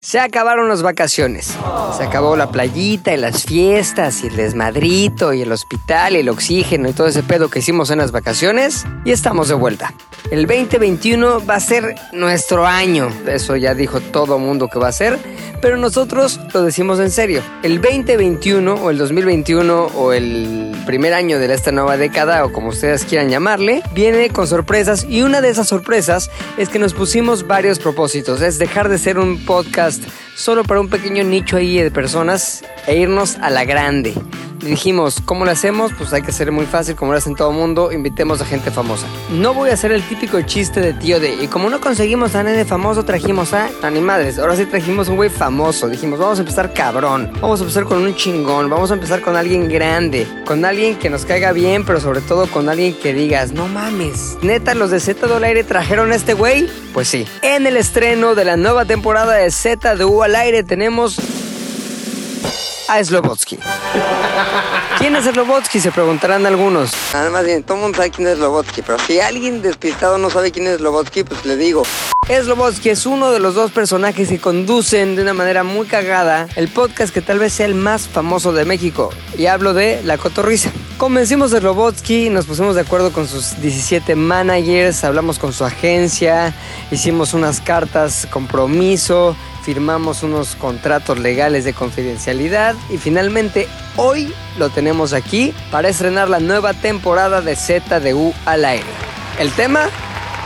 Se acabaron las vacaciones. Se acabó la playita y las fiestas y el desmadrito y el hospital y el oxígeno y todo ese pedo que hicimos en las vacaciones. Y estamos de vuelta. El 2021 va a ser nuestro año. Eso ya dijo todo mundo que va a ser. Pero nosotros lo decimos en serio. El 2021 o el 2021 o el primer año de esta nueva década o como ustedes quieran llamarle, viene con sorpresas. Y una de esas sorpresas es que nos pusimos varios propósitos. Es dejar de ser un podcast solo para un pequeño nicho ahí de personas e irnos a la grande. Le dijimos, ¿cómo lo hacemos? Pues hay que ser muy fácil, como lo hacen todo mundo, invitemos a gente famosa. No voy a hacer el típico chiste de tío de, y como no conseguimos a nadie famoso, trajimos a animales. Ahora sí trajimos un güey famoso. Dijimos, vamos a empezar cabrón, vamos a empezar con un chingón, vamos a empezar con alguien grande, con alguien que nos caiga bien, pero sobre todo con alguien que digas, no mames, neta, los de Z del aire trajeron a este güey. Pues sí. En el estreno de la nueva temporada de Z de U al aire tenemos a Slobotsky. ¿Quién es Slobotsky? Se preguntarán algunos. Nada más bien, todo el mundo sabe quién es Lobotsky, pero si alguien despistado no sabe quién es Lobotsky, pues le digo. Slobotsky es uno de los dos personajes que conducen de una manera muy cagada el podcast que tal vez sea el más famoso de México. Y hablo de La Cotorrisa. Convencimos a Slobotsky, nos pusimos de acuerdo con sus 17 managers, hablamos con su agencia, hicimos unas cartas compromiso, firmamos unos contratos legales de confidencialidad y finalmente hoy lo tenemos aquí para estrenar la nueva temporada de ZDU al aire. El tema,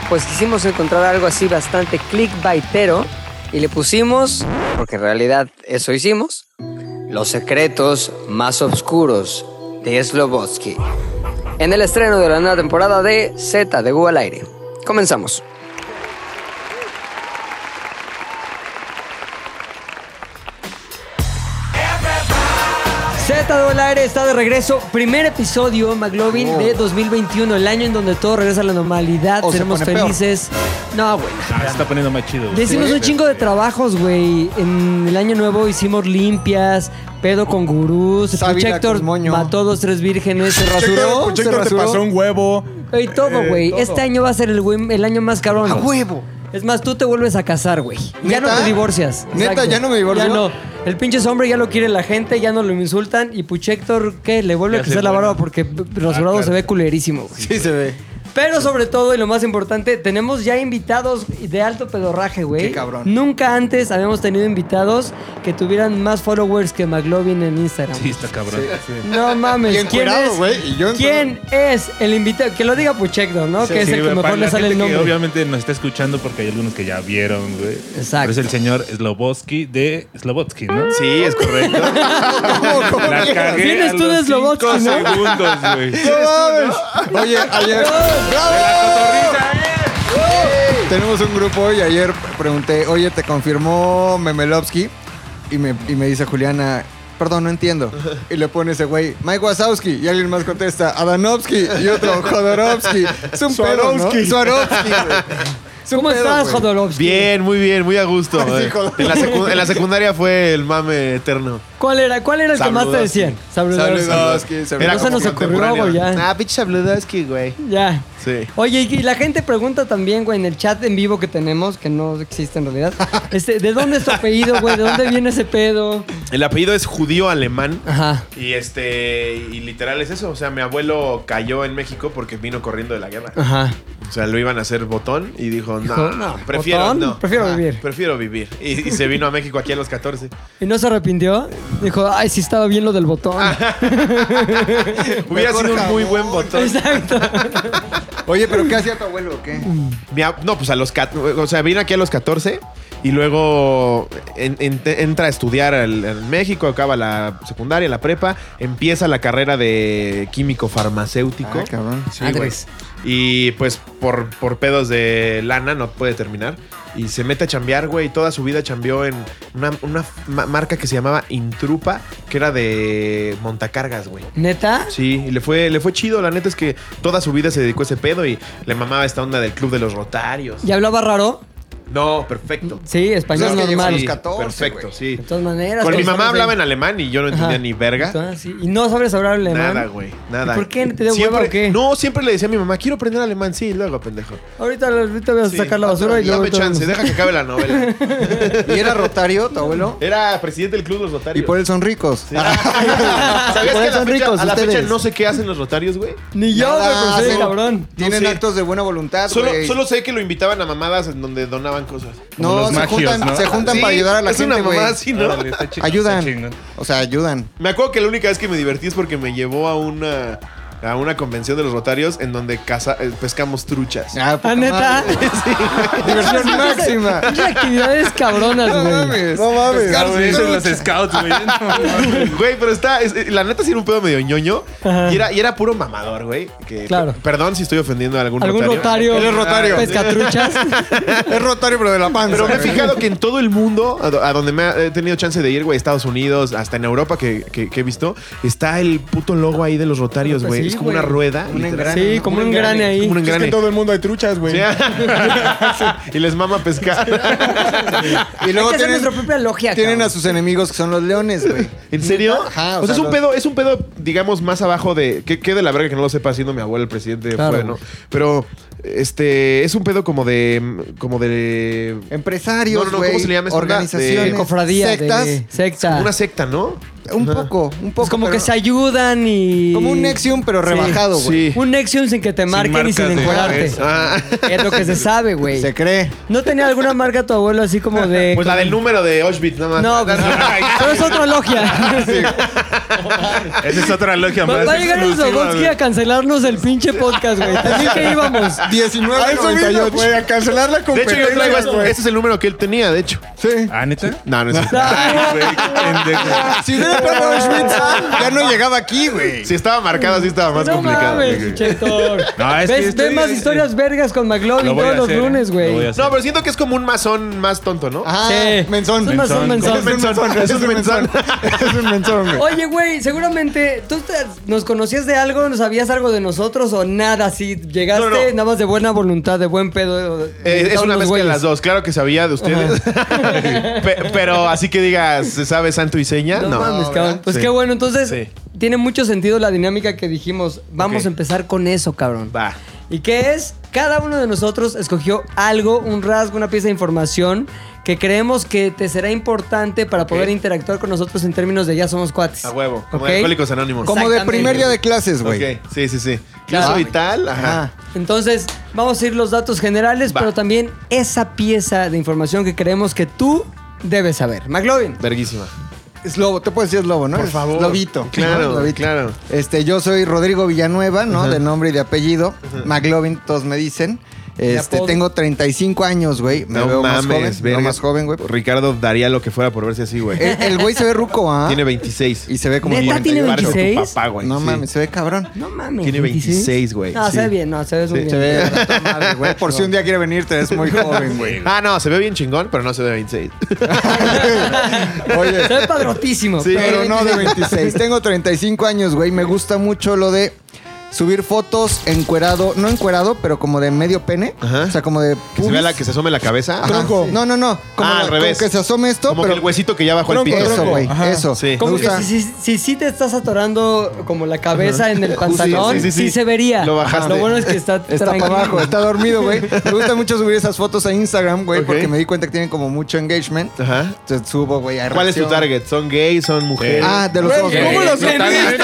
pues quisimos encontrar algo así bastante clickbaitero y le pusimos, porque en realidad eso hicimos, los secretos más oscuros de Slobotsky. En el estreno de la nueva temporada de ZDU al aire. Comenzamos. Z del aire está de regreso. Primer episodio, McLovin, de 2021, el año en donde todo regresa a la normalidad. O se Seremos pone peor. felices. No, güey. Ah, se está poniendo más chido. Le güey. hicimos un chingo de trabajos, güey. En el año nuevo hicimos limpias, pedo con gurús. Sábila Héctor con moño. mató dos, tres vírgenes, se rasuró. Héctor, se Héctor te rasuró. pasó un huevo. Y todo, Eh, güey. todo. Este año va a ser el, güey- el año más cabrón. ¡A güey. huevo! Es más, tú te vuelves a casar, güey. Ya no Ah, ¿Neta? te divorcias. ¿Neta? ¿Ya no me divorcio? Ya no. El pinche hombre ya lo quiere la gente, ya no lo insultan. Y Puchector, ¿qué? Le vuelve Ya a se crecer la vuelve. barba porque p- rasurado claro. se ve culerísimo, güey. Sí se ve. Pero sobre todo, y lo más importante, tenemos ya invitados de alto pedorraje, güey. Qué cabrón. Nunca antes habíamos tenido invitados que tuvieran más followers que McLovin en Instagram. Sí, está cabrón. No mames. Y ¿Quién encuerado, es, güey, y yo en- ¿Quién es el invitado? Que lo diga Puchector, ¿no? Sí, que es sí, el que güey, para mejor la le sale gente el que nombre. obviamente nos está escuchando porque hay algunos que ya vieron, güey. Exacto. Pero es el señor Slobotsky de Slobotsky, ¿no? Sí, es correcto. ¿Cómo, cómo La llegas? cagué Vienes a tú los de cinco Slobotsky, ¿no? segundos, güey. No mames. Oye, ayer. Tenemos un grupo y ayer pregunté, oye, ¿te confirmó Memelowski? Y me, y me dice Juliana, perdón, no entiendo. Y le pone ese güey, Mike Wazowski. Y alguien más contesta, Adanovsky. Y otro, Jodorowsky. Es un pedo, ¿no? Swarovski. Swarovski, güey. Es un ¿Cómo pedo, estás, güey. Jodorowsky? Bien, muy bien, muy a gusto. Así, güey. joder. en, la secu- en la secundaria fue el mame eterno. ¿Cuál era, cuál era el que más te Sabludowski. decían? Sabludowski. Sabludowski, Sabludowski. No se como nos ocurrió, contemporáneo. güey, ya. Ah, pinche Sabludowski, güey. Ya. Sí. Oye, y la gente pregunta también, güey, en el chat en vivo que tenemos, que no existe en realidad. Este, ¿De dónde es tu apellido, güey? ¿De dónde viene ese pedo? El apellido es judío alemán. Ajá. Y este, y literal es eso. O sea, mi abuelo cayó en México porque vino corriendo de la guerra. Ajá. O sea, lo iban a hacer botón y dijo, no, Dijo, no, prefiero, botón, no. prefiero Ah, vivir. Prefiero vivir. Y, y se vino a México aquí a los 14. ¿Y no se arrepintió? Dijo, ay, sí estaba bien lo del botón. Hubiera sido un muy buen botón. Exacto. Oye, ¿pero qué hacía tu abuelo o qué? Mi ab- no, pues a los 14. O sea, vino aquí a los 14 y luego en- en- entra a estudiar al- al México, acaba la secundaria, la prepa, empieza la carrera de químico farmacéutico. Ah, cabrón. Sí, güey. Y pues por, por pedos de lana no puede terminar. Y se mete a chambear, güey. y Toda su vida chambeó en una, una ma- marca que se llamaba Intrupa, que era de montacargas, güey. ¿Neta? Sí, y le fue, le fue chido. La neta es que toda su vida se dedicó a ese pedo y le mamaba esta onda del club de los rotarios. ¿Y hablaba raro? No, perfecto. Sí, español Pues es que llegó a normal. los 14, perfecto, güey. sí. De todas maneras. Con mi pues, mamá sabes- hablaba en alemán y yo no entendía Ajá. ni verga. Ah, sí. Y no sabes hablar alemán. Nada, güey, nada. ¿Y por qué? ¿Te dio siempre, hueva o qué? No, siempre le decía a mi mamá, quiero aprender alemán. Sí, luego, pendejo. Ahorita, ahorita voy a Sí. sacar la basura y luego. Dame chance, deja que acabe la novela. ¿Y era Rotario, tu abuelo? Era presidente del Club Los Rotarios. Y por él son ricos. ¿Sabías que a Por eso la, son fecha, ricos a la fecha ustedes. no sé qué hacen los Rotarios, güey? Ni yo, güey, Nada, pero soy hacen- cabrón. Tienen No sé. actos de buena voluntad, Solo, Ah, güey. solo sé que lo invitaban a mamadas en donde donaban cosas. como No, los se magios, juntan, ¿no? se juntan Sí, para ayudar a la es gente, una güey. mamada así, ¿no? Órale, está chingón, está Ayudan. chingón. O sea, ayudan. Me acuerdo que la única vez que me divertí es porque me llevó a una, a una convención de los Rotarios en donde caza- eh, pescamos truchas. Ah, poca Ah, neta. madre. Diversión máxima. Pinches actividades No cabronas, güey. mames. No mames. Pescar Ah, güey, eso trucha. en los scouts, güey. No, Güey, pero está. es- eh, la neta sí era un pedo medio ñoño. Ajá. Y era, y era puro mamador, güey. que- Claro. per- Perdón si estoy ofendiendo a algún, ¿Algún rotario? Ah, Él es rotario. Pescatruchas. Es Rotario, pero de la panza. Pero me he güey. fijado que en todo el mundo, a do- a donde me ha- he tenido chance de ir, güey, Estados Unidos, hasta en Europa que, que- que he visto, está el puto logo ahí de los rotarios, Pues güey. sí, es como güey. una rueda. Un literal. engrane. sí, como un grane Es ahí. como un Es que engrane. en todo el mundo hay truchas, güey. Pues Sí. y les mama pescar. Y luego Hay que hacer tienen, nuestra propia logia, tienen cabrón. a sus enemigos que son los leones, güey. ¿En serio? Ajá, o o, sea, sea, es un los- pedo, es un pedo, digamos, más abajo de. Que, que de la verga que no lo sepa siendo mi abuelo el presidente Claro. fue, ¿no? Pero, este, es un pedo como de. como de. Empresarios, No, no, no, güey. ¿cómo se le llama esa onda? Organizaciones. De- Cofradía. de- Sectas. secta. Una secta, ¿no? Un Ajá. poco, un poco. es Pues como pero- que se ayudan y. Como un Nexium, pero Sí. rebajado, güey. Sí. Un Nexium sin que te marquen y marcas sin de encuadrarte. cabeza. Ah. Es lo que se sabe, güey. Se cree. ¿No tenía alguna marca tu abuelo así como de. Pues la del número de Auschwitz, nada más. No, pues, pero es otra logia. Esa es otra logia Va, más. va a llegar el exclusiva, Zogotsky güey. a cancelarnos el pinche podcast, güey. Te dije que íbamos. 19 A eso vino, güey, a cancelar la De hecho, yo competencia, traigo este. güey. Este es el número que él tenía, de hecho. Sí. ¿Ah, neta? No, no es cierto. Ah, Güey, qué pendejo. Ah, Si hubiera pagado Auschwitz, ya no llegaba aquí, güey. Si estaba marcado, sí estaba más no complicado. "Ah, mames, Chetor. No, es que ¿Ves, estoy- ves más es- historias vergas con Lo McLovin voy a todos los hacer, lunes, eh. Lo voy a güey. hacer. No, pero siento que es como un masón más tonto, ¿no? Ajá. Sí. Ah, Menzón. Es un masón, Menzón. menzón. Es un menzón, es un menzón. Es un menzón, güey. Oye, güey, seguramente tú te- nos conocías de algo, nos sabías algo de nosotros o nada, si llegaste No, no. nada más de buena voluntad, de buen pedo. de- de Eh, es todos una los mezcla de güeyes. las dos. Claro que sabía de ustedes. Pe- pero así que digas, ¿se sabe santo y seña? No, No. mames, cabrón. ¿verdad? Pues Sí. qué bueno, entonces Sí. tiene mucho sentido la dinámica que dijimos. Vamos Ok. a empezar con eso, cabrón. Va. ¿Y qué es? Cada uno de nosotros escogió algo, un rasgo, una pieza de información que creemos que te será importante para poder interactuar con nosotros en términos de ya somos cuates. A huevo. Como ¿Ok? de Alcohólicos Anónimos. Como de Exactamente. primer día de clases, Ok, güey. Ah, sí, sí, sí. Yo Claro. soy tal, ajá. Entonces, vamos a ir los datos generales, Va. pero también esa pieza de información que creemos que tú debes saber. McLovin. Verguísima. Es lobo, te puedes decir es lobo, ¿no? Por Es favor. Lobito. Claro, ¿no? Lobito. claro. Este, yo soy Rodrigo Villanueva, ¿no? De nombre y de apellido. McLovin, todos me dicen. Este, apodo. tengo 35 años, güey. Me veo más joven. me veo verga. más joven, güey. Ricardo daría lo que fuera por verse así, güey. El el güey se ve ruco, ¿ah? Tiene 26. Y se ve como ¿Neta tiene 48. 26? Parece tu papá, güey. No Sí. mames, se ve cabrón. No mames. Tiene 26, güey. No, se Sí. ve bien, no, se ve muy bien. Se ve a toda madre, güey. Por si un día quiere venir, te ves muy joven, güey. Ah, no, se ve bien chingón, pero no se ve 26. Oye, Se ve padrotísimo. Sí. pero no de 26. Tengo 35 años, güey. Me gusta mucho lo de subir fotos encuerado, no encuerado, pero como de medio pene. Ajá. O sea, como de Que se pubis. vea la que se asome la cabeza. Ajá. No, no, no. Como, Ah, la- al como revés. que se asome esto, Como pero. que el huesito que ya bajó el Tronco, pito. eso, tronco. güey. Ajá. Eso. Sí. Me Como que gusta. si, si, si- si te estás atorando como la cabeza en el pantalón, sí, sí, sí, sí. se vería. Lo bajaste. Lo bueno es que está, Está para tranquilo. abajo, está dormido, güey. Me gusta mucho subir esas fotos a Instagram, güey, Ok. porque me di cuenta que tienen como mucho engagement. Ajá. Entonces subo, güey. a ¿Cuál es tu reacción. target? ¿Son gays? ¿Son mujeres? Ah, de los Güey, dos, ¿cómo güey. lo Totalmente,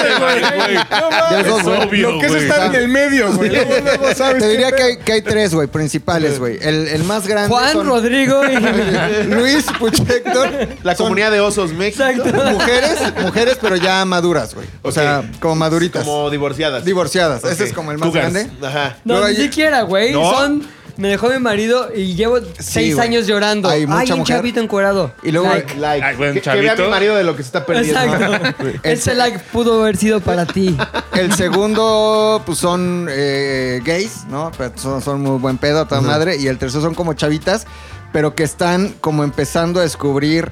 aprendiste, güey? güey. No mames. Los dos, Es güey. obvio, Lo que es güey. estar en el medio, güey. Luego, luego sabes Te qué diría que pedo. hay, que hay tres, güey, principales, güey. El, el más grande. Juan, son Rodrigo y... Luis Puchector. La comunidad de osos México. Exacto. Mujeres, mujeres, pero ya maduras, güey. O Ok. sea, como maduritas. Como divorciadas. Divorciadas. Ok. Ese es como el más Cougars. grande. Ajá. No, Luego ni hay- siquiera, güey. ¿No? Son. Me dejó mi marido y llevo seis güey. años llorando. Hay Hay, mucha un mujer. chavito encuerado. Y luego- Like. Like. Ay, güey, un que, que vea a chavito. mi marido de lo que se está perdiendo. Exacto. Ese like pudo haber sido para ti. El segundo, pues son eh, gays, ¿no? Pero son, son muy buen pedo a toda madre. Y el tercero son como chavitas, pero que están como empezando a descubrir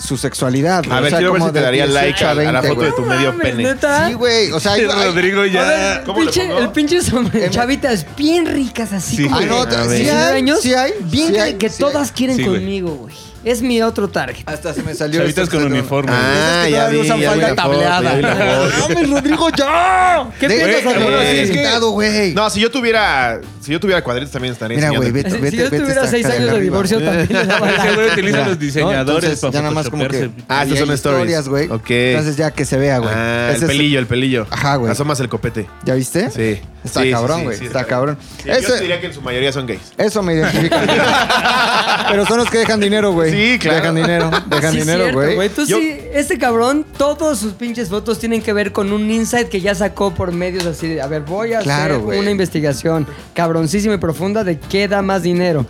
su sexualidad. güey. A O ver, sea, quiero ver como si te de daría 18 like a, a la 20, foto de güey. tu medio pene. Sí, güey. O sea, hay- hay- Rodrigo A ver, ya. el ¿cómo le pinche- pongo? el pinche sombrero. Chavitas bien ricas, así Sí, como. Ah, de no, A ver. Em- sí 19 hay, años. sí hay, Bien sí que- hay, que sí hay. todas quieren Sí, güey. conmigo, güey. Es mi otro target. Hasta se me salió. Chavitas este con pedo. uniforme. Ah, ya vi, ya vi la foto, ya vi la foto. ¡Mames, Rodrigo, ya! ¿Qué De- piensas, Güey, Alfredo? bueno, sí, eh, es que- pintado, güey. No, si yo tuviera, si yo tuviera cuadritos también estaría Mira, güey, enseñando. vete, vete, si yo vete tuviera esta seis cara de años de arriba, divorcio, güey. también le daba like. Seguro utilizan Mira, los diseñadores ¿no? Entonces, para ya nada más como que- photoshopearse. Ah, Y estas hay son stories. güey. Ok. Entonces ya que se vea, güey. Ah, Ese es- el pelillo, el pelillo. Ajá, güey. Asomas el copete. ¿Ya viste? Sí. Está Sí, sí, cabrón, sí, güey. sí, está está cabrón. Sí, Eso- Yo diría que en su mayoría son gays. Eso me identifica. Pero son los que dejan dinero, güey. Sí, claro. Dejan dinero, dejan Sí, dinero, cierto, güey. güey. Tú Yo- sí, este cabrón, todas sus pinches fotos tienen que ver con un insight que ya sacó por medios así de, a ver, voy a Claro, hacer güey. una investigación cabroncísima y profunda de qué da más dinero.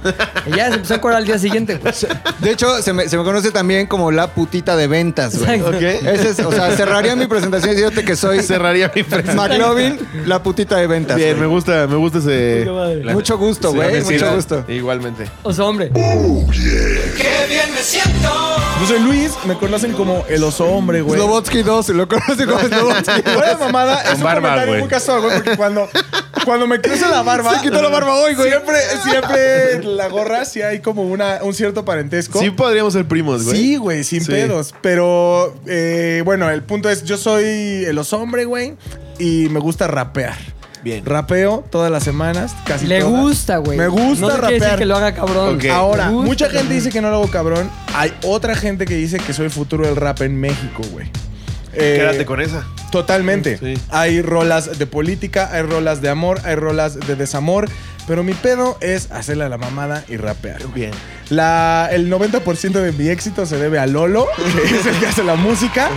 y ya se empezó a acordar al día siguiente, güey. De hecho, se me, se me conoce también como la putita de ventas, güey. Exacto. Ese es, o sea, cerraría mi presentación diciéndote que soy Cerraría mi presentación. McLovin, la putita de ventas. Bien, güey. me gusta, me gusta ese. Poca madre. la- Mucho gusto, Sí, güey, me mucho sirve. gusto. Igualmente. O sea, hombre, Yo Pues, soy Luis, me conocen como el oso hombre, güey. Slobotsky 2, Pues lo conoce como Slobotsky. Fuera de mamada, es un barba, comentario güey. muy casual, güey, porque cuando, cuando me crece la barba... Se quitó la barba hoy, güey. Siempre, siempre la gorra sí hay como una, un cierto parentesco. Sí podríamos ser primos, güey. Sí, güey, sin Sí. pedos. Pero eh, bueno, el punto es, yo soy el oso hombre, güey, y me gusta rapear. Bien. Rapeo todas las semanas, casi le todas. gusta, güey. Me gusta no te quiere decir rapear. que lo haga cabrón. Ok. Ahora, Me gusta mucha gente también. dice que no lo hago cabrón. Hay otra gente que dice que soy el futuro del rap en México, güey. Eh, Quédate con esa. Totalmente. Sí. Hay rolas de política, hay rolas de amor, hay rolas de desamor. Pero mi pedo es hacerle a la mamada y rapear. güey. Bien. La, el 90% de mi éxito se debe a Lolo, que es el que hace la música.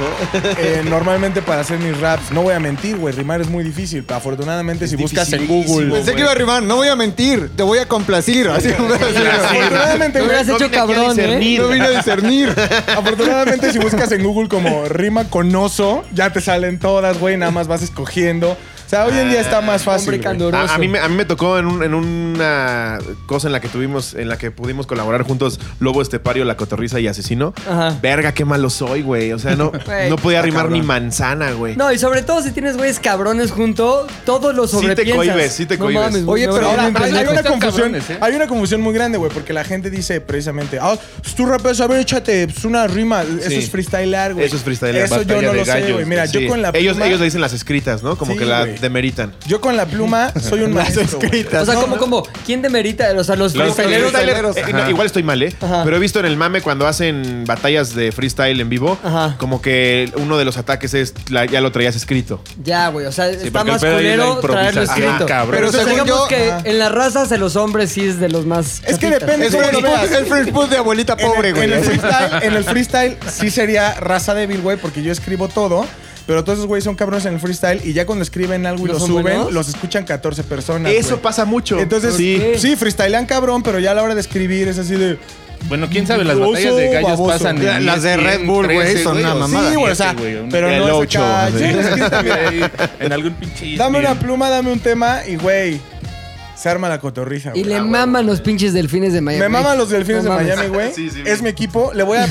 Eh, normalmente para hacer mis raps, no voy a mentir, güey, rimar es muy difícil. Pero afortunadamente si buscas en Google... dificilísimo, Pensé que iba a rimar, no voy a mentir, te voy a complacir. Así, Afortunadamente, Lo güey, hubieras No hecho vine aquí a cabrón, ¿eh? discernir. no vine a discernir. Afortunadamente, si buscas en Google como rima con oso, ya te salen todas, güey. Nada más vas escogiendo. O sea, hoy en Ah, día está más Hombre fácil. güey. candoroso. A, a mí me, a mí me tocó en, un- en una cosa en la que tuvimos, en la que pudimos colaborar juntos Lobo Estepario, La Cotorrisa y Asesino. Ajá. Verga, qué malo soy, güey. O sea, no, Güey, no podía rimar cabrón. ni manzana, güey. No, y sobre todo si tienes güeyes cabrones junto, todos los Sí te sobrepiensas. cohibes, sí te cohibes. Oye, pero Ahora, hay, hay una Están confusión, cabrones, ¿eh? hay una confusión muy grande, güey, porque la gente dice precisamente, ah, pues tú rapeas, a ver, échate pues, una rima. Eso Sí. es freestylear, güey. Eso es freestyle. Eso yo no lo sé, güey. Mira, yo con la ellos, pluma, ellos le dicen las escritas, ¿no? Como Sí, que la güey. demeritan. yo con la pluma soy un maestro, güey. O sea, como, como, ¿quién demerita? O sea, los Los freestyleros- freestyleros, eh, no, igual estoy mal, ¿eh? Ajá. Pero he visto en el mame cuando hacen batallas de freestyle en vivo, Ajá. como que uno de los ataques es la- ya lo traías escrito. Ya, güey, o sea, está porque más el pedo ahí es la Ah, culero traerlo improvisación, escrito. cabrón. Pero Pero o sea, según digamos yo- que Ajá. en las razas de los hombres sí es de los más. Es que chapitas. depende. Es Fresh Food- es Fresh Food de abuelita En el- pobre, güey. En, el freestyle, en el freestyle sí sería raza débil, güey, porque yo escribo todo. Pero todos esos güeyes son cabrones en el freestyle y ya cuando escriben algo y ¿No lo son suben, buenos? los escuchan 14 personas. Eso güey. pasa mucho. Entonces, sí. sí. freestylean cabrón, pero ya a la hora de escribir es así de. Bueno, quién sabe, las Oso batallas de gallos baboso. pasan. Mira, en las de Red 10, Bull, güey, 13, son una o mamada. Sí, güey, o sea, 7, güey, un- pero el no es ocho, acá, sí. sí, es que también- En algún pinche. Dame una Bien. pluma, dame un tema y, güey, se arma la cotorriza, Y güey. le maman los pinches delfines de Miami. Me maman los delfines No de mames. Miami, güey. Sí, sí, es güey. mi equipo. Le voy a.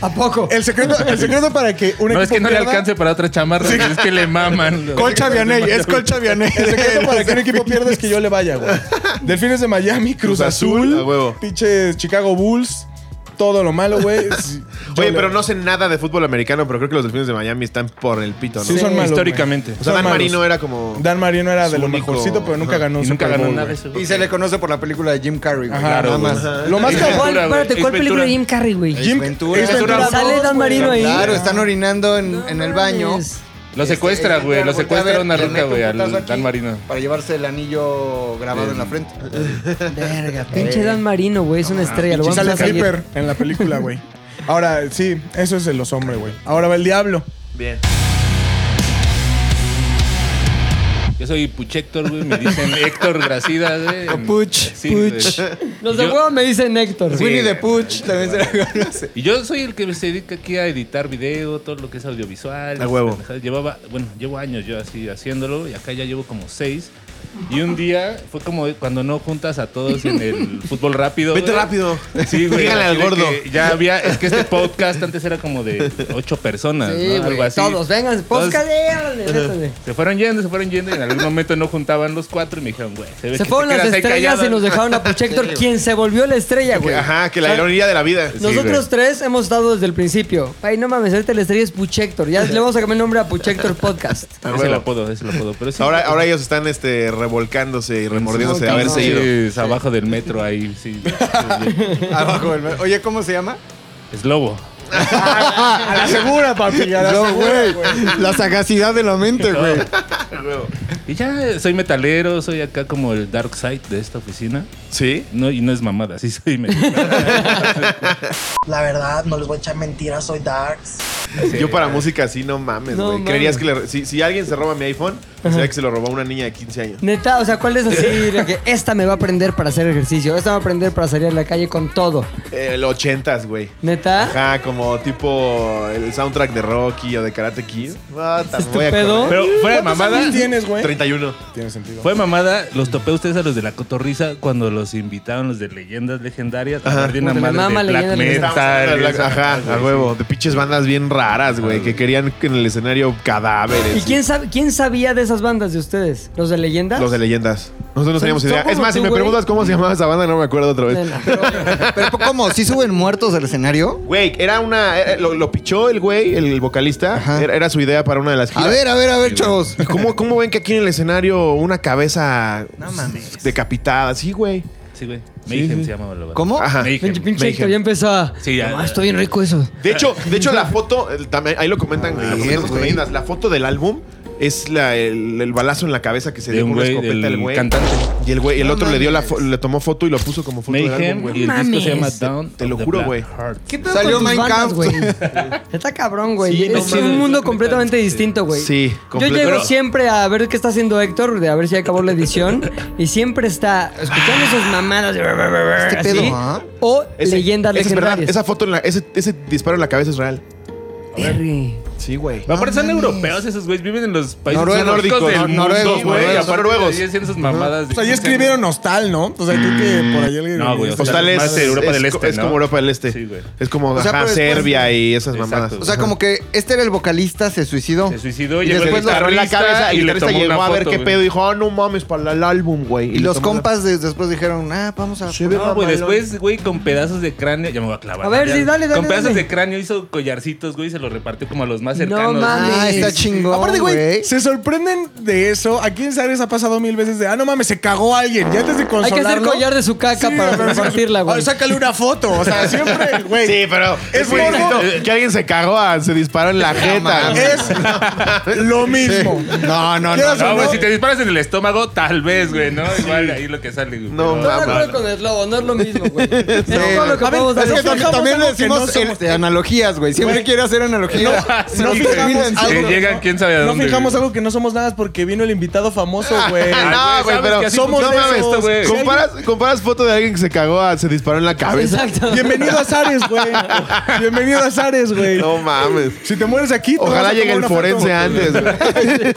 ¿A poco? El secreto, el secreto para que un No equipo es que no le pierda- alcance para otra chamarra, es que le maman. Colcha Vianey, es Colcha Vianey. El secreto para que un equipo pierda es que yo le vaya, güey. Delfines de Miami, Cruz, Cruz Azul, Azul, a huevo. pinches Chicago Bulls, todo lo malo, güey. es- yo Oye, le- pero no sé nada de fútbol americano, pero creo que los delfines de Miami están por el pito, ¿no? Sí, son malos, históricamente. güey. o sea, Dan Son malos. Marino era como. Dan Marino era su de lo único- mejorcito, pero nunca Ajá. ganó Y un nunca Super ganó Bowl, nada de güey. eso. Y se le conoce por la película de Jim Carrey, güey. Ajá. nada Claro, más. güey. Lo más Es cabrón. ¿Cuál, Ventura, güey. espérate, ¿cuál Es película Ventura. de Jim Carrey, güey? Es Jim- Ventura. es Sale Ventura Dan dos, güey. Marino ahí. Claro, están orinando en, en el baño. mames. Lo secuestra, Este, güey. Lo voltea a secuestra ver, una le ruca, mete un güey, al putazo aquí Dan Marino. Para llevarse el anillo grabado en la frente. Verga, pinche Dan Marino, güey, es una estrella. Lo Y vamos a sale hacer. Flipper en la película, güey. Ahora, sí, eso es de los hombres, güey. Ahora va el diablo. Bien. Yo soy Puch Héctor, güey. Me dicen Héctor Gracida, güey. O Puch, Sí, Puch. güey. Los de Yo- huevo me dicen Héctor. Sí. Winnie the Puch también se la conoce. Y yo soy el que se dedica aquí a editar video, todo lo que es audiovisual. A huevo. Llevaba, bueno, llevo años yo así haciéndolo y acá ya llevo como seis. Y un día fue como cuando no juntas a todos en el fútbol rápido. Vete güey. rápido. Sí, güey. Díganle así al de gordo. que Ya había, es que este podcast antes era como de ocho personas, Sí, ¿no? güey, Algo así. Todos, vengan, podcast, véanle, véanle. Se fueron yendo, se fueron yendo y en algún momento no juntaban los cuatro y me dijeron, güey, ve que Se fueron te las quedas ahí estrellas callado. y nos dejaron a Puchector, quien se volvió la estrella, güey. Ajá, que la ironía de la vida. Sí, Nosotros güey. tres hemos estado desde el principio. Ay, no mames, ahorita la estrella es Puchector. Ya le vamos a cambiar el nombre a Puchector Podcast. A Es el huevo. apodo, es el apodo. Pero sí, Ahora, ahora ellos están este, revolcándose y remordiéndose de haber sí, seguido. es abajo del metro ahí, sí. Abajo del mar. Oye, ¿cómo se llama? Es lobo. A la segura, papi. A la No, segura, güey. güey. La sagacidad de la mente, güey. Y ya soy metalero, soy acá como el dark side de esta oficina. Sí. No, y no es mamada, sí soy metalero. La verdad, no les voy a echar mentiras, soy Darks. Yo para música así no mames, No güey. mames. Creerías que le- si, si alguien se roba mi iPhone, sería que se lo robó una niña de 15 años. Neta, o sea, ¿cuál es así? la que esta me va a aprender para hacer ejercicio. Esta me va a aprender para salir a la calle con todo. Eh, El 80s, güey. Neta. Ajá, como tipo el soundtrack de Rocky o de Karate Kid. Ah, tan- ¿Este voy a pedo? correr. Pero fuera de ¿Cuántos mamada, años tienes, güey? 31. Tiene sentido. Fue mamada, los topé ustedes a los de la cotorriza cuando los invitaron los de leyendas legendarias. a hablar de una Puta, me madre mama de Leyendas black Legendarias. metal. Ajá, a huevo. De pinches bandas bien raras, güey. Que querían que en el escenario cadáveres. ¿Y quién, sabe, quién sabía de esas bandas de ustedes? ¿Los de leyendas? Los de leyendas. Nosotros no teníamos Son idea. como Es más, si tú, me güey. preguntas cómo se llamaba esa banda, no me acuerdo otra vez. Nena. Pero ¿cómo? ¿Sí suben muertos al escenario? Güey, era una. era- lo, lo pichó el güey, el vocalista. Ajá. Era, era su idea para una de las giras. A ver, a ver, a ver, chavos. ¿Y ¿Cómo, ¿Cómo ven que aquí en el escenario una cabeza decapitada? Sí, güey. Sí, güey. Mayhem se llamaba la banda. ¿Cómo? Ajá. Mayhem. Pinche, pinche me Héctor, dijeron. ya empezó a. Sí, ya, No, ya, Estoy bien rico eso. De hecho, de hecho la foto, el- también- ahí lo comentan, lo comentamos con güey. leyendas, la foto del álbum es la- el, el balazo en la cabeza que se De dio un con una güey, escopeta del al güey. cantante. Y el güey, el otro le dio la fo- le tomó foto y lo puso como foto del álbum, Mayhem güey. y el disco se llama Mames. Down. Te lo of the juro, Black güey. Heart. ¿Qué pedo Salió con tus Mein bandas, Kampf. güey? Está cabrón, güey. Sí, no es mames, un mundo está completamente- completamente distinto, güey. Sí, Yo completo. llego Pero- siempre a ver qué está haciendo Héctor, de a ver si ya acabó la edición, y siempre está escuchando esas mamadas de... Este así, pedo, ¿ah? O Ese- leyendas ese es verdad, legendarias. esa foto en la, ese, ese disparo en la cabeza es real. Perry. Sí, güey. Pero aparte son mames. europeos esos güeyes, viven en los países Noruegos, nórdicos del nórdicos, nor- mundo, noruegos, güey. noruegos, Aparte noruegos. ahí hacían esas mamadas. de O sea, ya 15 escribieron hostal, ¿no? O sea, creo que por ahí alguien. No, güey, o sea, Hostal es, más de Europa es del co- Este, es ¿no? como Europa del Este. Sí, güey. Es como O sea, ajá, pero después- Serbia y esas mamadas. Exacto. O sea, como que este era el vocalista, se suicidó. Se suicidó, Y llegó después el lo agarró en la guitarrista cabeza y y el le guitarrista tomó una llegó a ver foto, qué güey. pedo y dijo, ah, no mames, para el álbum, güey. Y le los tomó la- compas de- después dijeron, ah, vamos a... Se ve No, güey, mamalón. después, güey, con pedazos de cráneo. Ya me voy a clavar. A ver, Ya. sí, dale, dale, Con pedazos dale. de cráneo hizo collarcitos, güey, y se los repartió como a los más No cercanos. güey. mames. Ah, está chingón, Aparte, güey, se sorprenden de eso. Aquí en Zares ha pasado mil veces de, ah, no mames, se cagó alguien. Ya antes de Hay consolarlo... que hacer collar de su caca para repartirla, güey. Ay, Sácale una foto. O sea, siempre, güey. Sí, pero Es es muy morbo. distinto que alguien se cagó, ah, se disparó en la jeta. güey. Es lo mismo. No, no, no. Quieras No, o güey, si te disparas en el estómago, tal vez, güey, ¿no? Igual ahí lo que sale, güey. Pero- No, Estoy de acuerdo mames. con el lobo, no es lo mismo, güey. Es todo lo que A ver, podemos es hacer. Es que también, Nos fijamos también le en lo que decimos no somos. este, analogías, güey. Siempre Güey. quiere hacer analogías. Sí, no güey. fijamos Sí, algo- llegan quién sabe a No dónde, fijamos güey. algo que no somos nada porque vino el invitado famoso, güey. No, güey, ah, ¿sabes que pero así somos no funciona mames, esto, güey? comparas, comparas foto de alguien que se cagó, ah, se disparó en la cabeza. Exacto. Bienvenido a Zares, güey. Bienvenido a Zares, güey. No mames. Si te mueres aquí, te vas a Ojalá tomar llegue el una forense foto. antes, güey.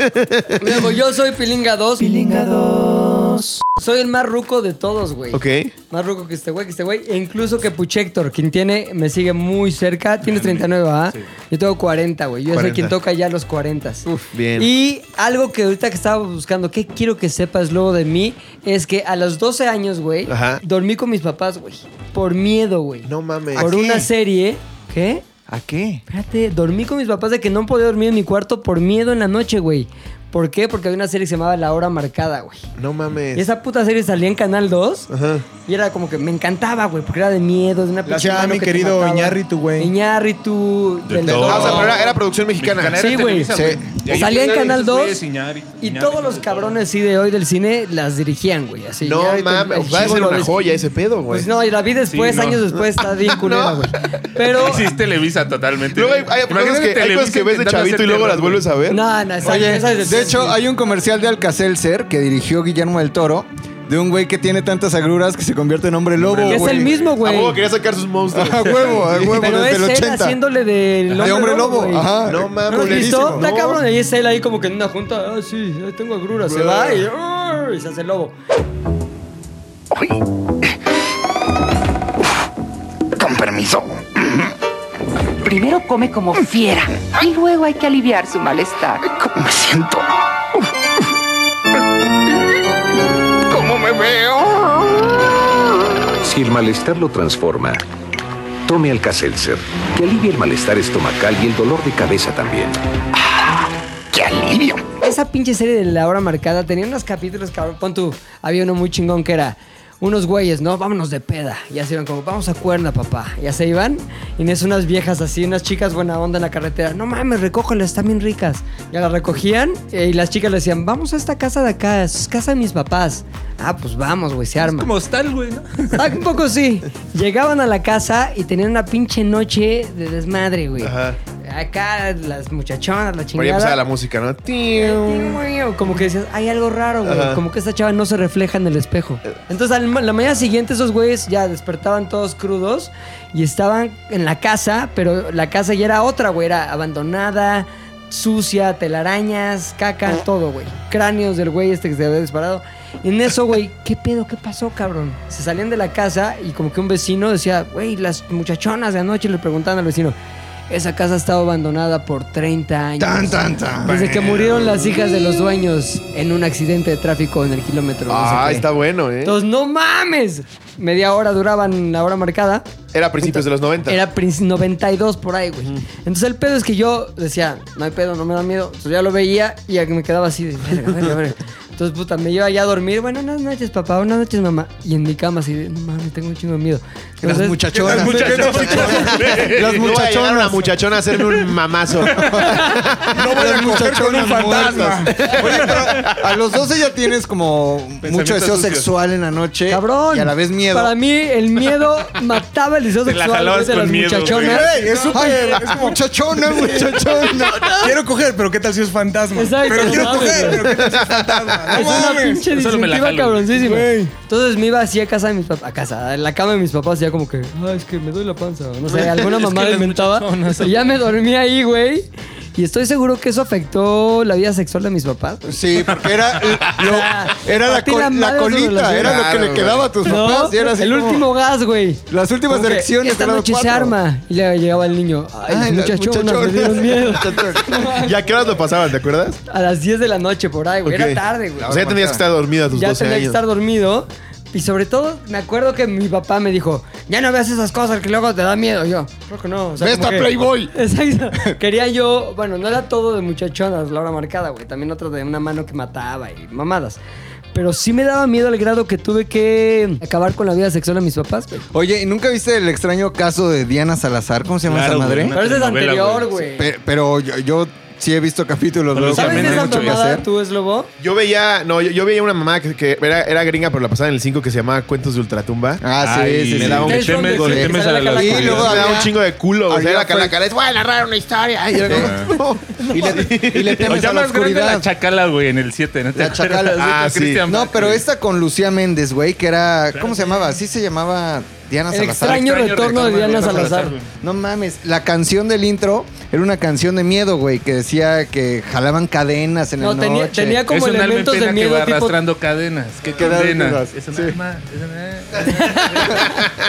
Luego, yo soy Pilinga 2. Pilinga 2. Soy el más ruco de todos, güey. Ok. Más ruco que este güey, que este güey. E incluso que Puchector, quien tiene, me sigue muy cerca. Tienes 39, ¿ah? Yo tengo 40, güey. Yo soy 40. quien toca ya los 40. Uf, bien. Y algo que ahorita que estaba buscando, que quiero que sepas luego de mí, es que a los 12 años, güey, Ajá. dormí con mis papás, güey. Por miedo, güey. No mames. Por ¿A una qué? serie. ¿Qué? ¿A qué? Espérate, dormí con mis papás de que no podía dormir en mi cuarto por miedo en la noche, güey. ¿Por qué? Porque había una serie que se llamaba La Hora Marcada, güey. No mames. Y esa puta serie salía en Canal 2. Ajá. Y era como que me encantaba, güey, porque era de miedo, de una pinche hacía a mano mi que te querido mataba. Iñárritu, güey. Iñárritu, De del todo. Ah, Toro. o sea, pero era, era producción mexicana. Mexicana, Sí, era güey. Televisa, Sí. Y ahí Salía en esos Canal güeyes, 2 Iñárritu, Y Iñárritu, todos los cabrones sí de hoy del cine las dirigían, güey. Así, No ya, el- el mames. Va a ser chibolo una es- joya ese pedo, güey. Pues no, y la vi después, Sí, no. años después, está bien culera, güey. Pero... Sí, es Televisa totalmente. Luego hay, güey. hay cosas Imagínate que, hay cosas Televisa que ves de intentando chavito hacer y luego terror, las güey. vuelves a ver. No, no, esa, Oye, esa es de hecho, hay un comercial de Alcacelser que dirigió Guillermo del Toro de un güey que tiene tantas agruras que se convierte en hombre lobo, Que güey. es el mismo, A güey. huevo quería sacar sus monstruos. A huevo, a huevo, Pero desde es el él 80. haciéndole del De hombre lobo, güey. ajá. No ¿No mames. lo has visto? culerísimo. Está cabrón, ahí es él ahí como que en una junta, ah, sí, ahí tengo agruras, se va y... ah, "Arr", y se hace el lobo. Con permiso. Primero come como fiera y luego hay que aliviar su malestar. ¿Cómo me siento? ¿Cómo me veo? Si el malestar lo transforma, tome Alka-Seltzer, que alivia el malestar estomacal y el dolor de cabeza también. ¡Qué alivio! Esa pinche serie de la hora marcada tenía unos capítulos, cabrón. Pon tú, había uno muy chingón que era unos güeyes, ¿no? Vámonos de peda. Ya se iban como, vamos a cuerda, papá. Ya se iban. Y en eso unas viejas así, unas chicas buena onda en la carretera. No mames, recógelas, están bien ricas. Ya las recogían eh, y las chicas le decían, vamos a esta casa de acá, es casa de mis papás. Ah, pues vamos, güey, se arma. Como tal, güey. ¿no? Ah, un poco sí. Llegaban a la casa y tenían una pinche noche de desmadre, güey. Ajá. Acá las muchachonas, la Por ahí chingada. empezaba la música, ¿no? Tío. Como que decías, hay algo raro, güey. Ajá. Como que esta chava no se refleja en el espejo. Entonces, al ma- la mañana siguiente, esos güeyes ya despertaban todos crudos y estaban en la casa, pero la casa ya era otra, güey. Era abandonada, sucia, telarañas, Ah. caca, todo, güey. Cráneos del güey este que se había disparado. Y en eso, güey, ¿qué pedo? ¿Qué pasó, cabrón? Se salían de la casa y como que un vecino decía, güey, las muchachonas de anoche le preguntaban al vecino. Esa casa ha estado abandonada por 30 años. Tan, tan, tan. Desde que murieron las hijas de los dueños en un accidente de tráfico en el kilómetro. no sé Ah, qué. está bueno, ¿eh? Entonces, no mames. Media hora duraban la hora marcada. Era a principios de los 90. Era prin- 92 por ahí, güey. Entonces el pedo es que yo decía, no hay pedo, no me da miedo. Entonces ya lo veía y ya que me quedaba así de verga, verga, verga. Entonces, puta, me iba ya a dormir. Buenas noches, papá. Buenas noches, mamá. Y en mi cama así de, no mames, tengo un chingo de miedo. Las Entonces, muchachonas. Las No voy a llegar una muchachonas. muchachona a hacerme un mamazo. No voy a Las coger con un muchachonas fantasma. muertas. Oye, pero a los 12 ya tienes como mucho deseo sucio. sexual en la noche. Cabrón. Eh, Y a la vez miedo. Para mí, el miedo mataba el deseo Te la sexual güey, jalabas de con las miedo, güey. muchachonas. Güey, es súper. Ay, es como, muchachona, muchachona. Quiero coger, pero ¿qué tal si es fantasma? Exacto, pero quiero mames, coger, güey. pero ¿qué tal si es fantasma? Es No una mames. pinche Solo me la disyuntiva jalo. cabroncísima. Güey. Entonces me iba así a casa de mis papás, a casa, en la cama de mis papás, y ya como que, ah, es que me duele la panza. o No sé, alguna Es que mamá las inventaba. muchachonas. Y ya me dormí ahí, güey. Y estoy seguro que eso afectó la vida sexual de mis papás. Sí, porque era, lo- era la, Patina col- la madre su colita, relación. era lo que Claro, le quedaba a tus ¿No? papás. y era así el como- último gas, güey. Las últimas Como que, direcciones. Esta eran noche se cuatro. arma. Y le llegaba el niño. Ay, Ay, las las muchachonas, me muchachonas. dieron miedo. ¿Ya a qué horas lo pasaban, te acuerdas? A las 10 de la noche por ahí, güey. Ok. Era tarde, güey. O sea, ya tenías que estar dormida a tus ya 12 tenía que años. estar dormido. Y sobre todo, me acuerdo que mi papá me dijo, ya no veas esas cosas que luego te da miedo. Yo, creo que no. O sea, Ve como esta que- Playboy. Exacto. Quería yo, bueno, no era todo de muchachonas, la hora marcada, güey. También otro de una mano que mataba y mamadas. Pero sí me daba miedo al grado que tuve que acabar con la vida sexual de mis papás, güey. Oye, ¿y nunca viste el extraño caso de Diana Salazar? ¿Cómo se llama Claro, esa madre? güey, Pero ese es telenovela, anterior, güey. güey. Pe- Pero yo, yo sí he visto capítulos. Pero luego sí, ¿Sabes también de hay esa mucho que mamada hacer. tú, es lobo? Yo veía, no, yo, yo veía una mamá que, que era, era gringa, pero la pasaba en el 5 que se llamaba Cuentos de Ultratumba. Ah, sí, Ay, sí, me sí. da un Ustedes son temes- de- temes que a la salen a la locura. calle. Y luego me daba había- un chingo de culo. O sea, había era que la fue- cara es, voy a narrar una historia. Y era como, "No". Y le, y le O temes ya a la más grande oscuridad. la chacala, güey, en el 7. ¿no te La chacala. acuerdas? Ah, Con sí. Christian No, Bach, pero güey. esta con Lucía Méndez, güey, que era. ¿Cómo se llamaba? Sí se llamaba Diana El Salazar. extraño retorno de Diana Salazar, Salazar. güey. No mames, la canción del intro era una canción de miedo, güey, que decía que jalaban cadenas en No, el tenía- noche. tenía como es un alma en elementos pena de que miedo va tipo arrastrando cadenas. ¿Qué Quedaron cadenas? dudas, Es un sí. alma, es un alma.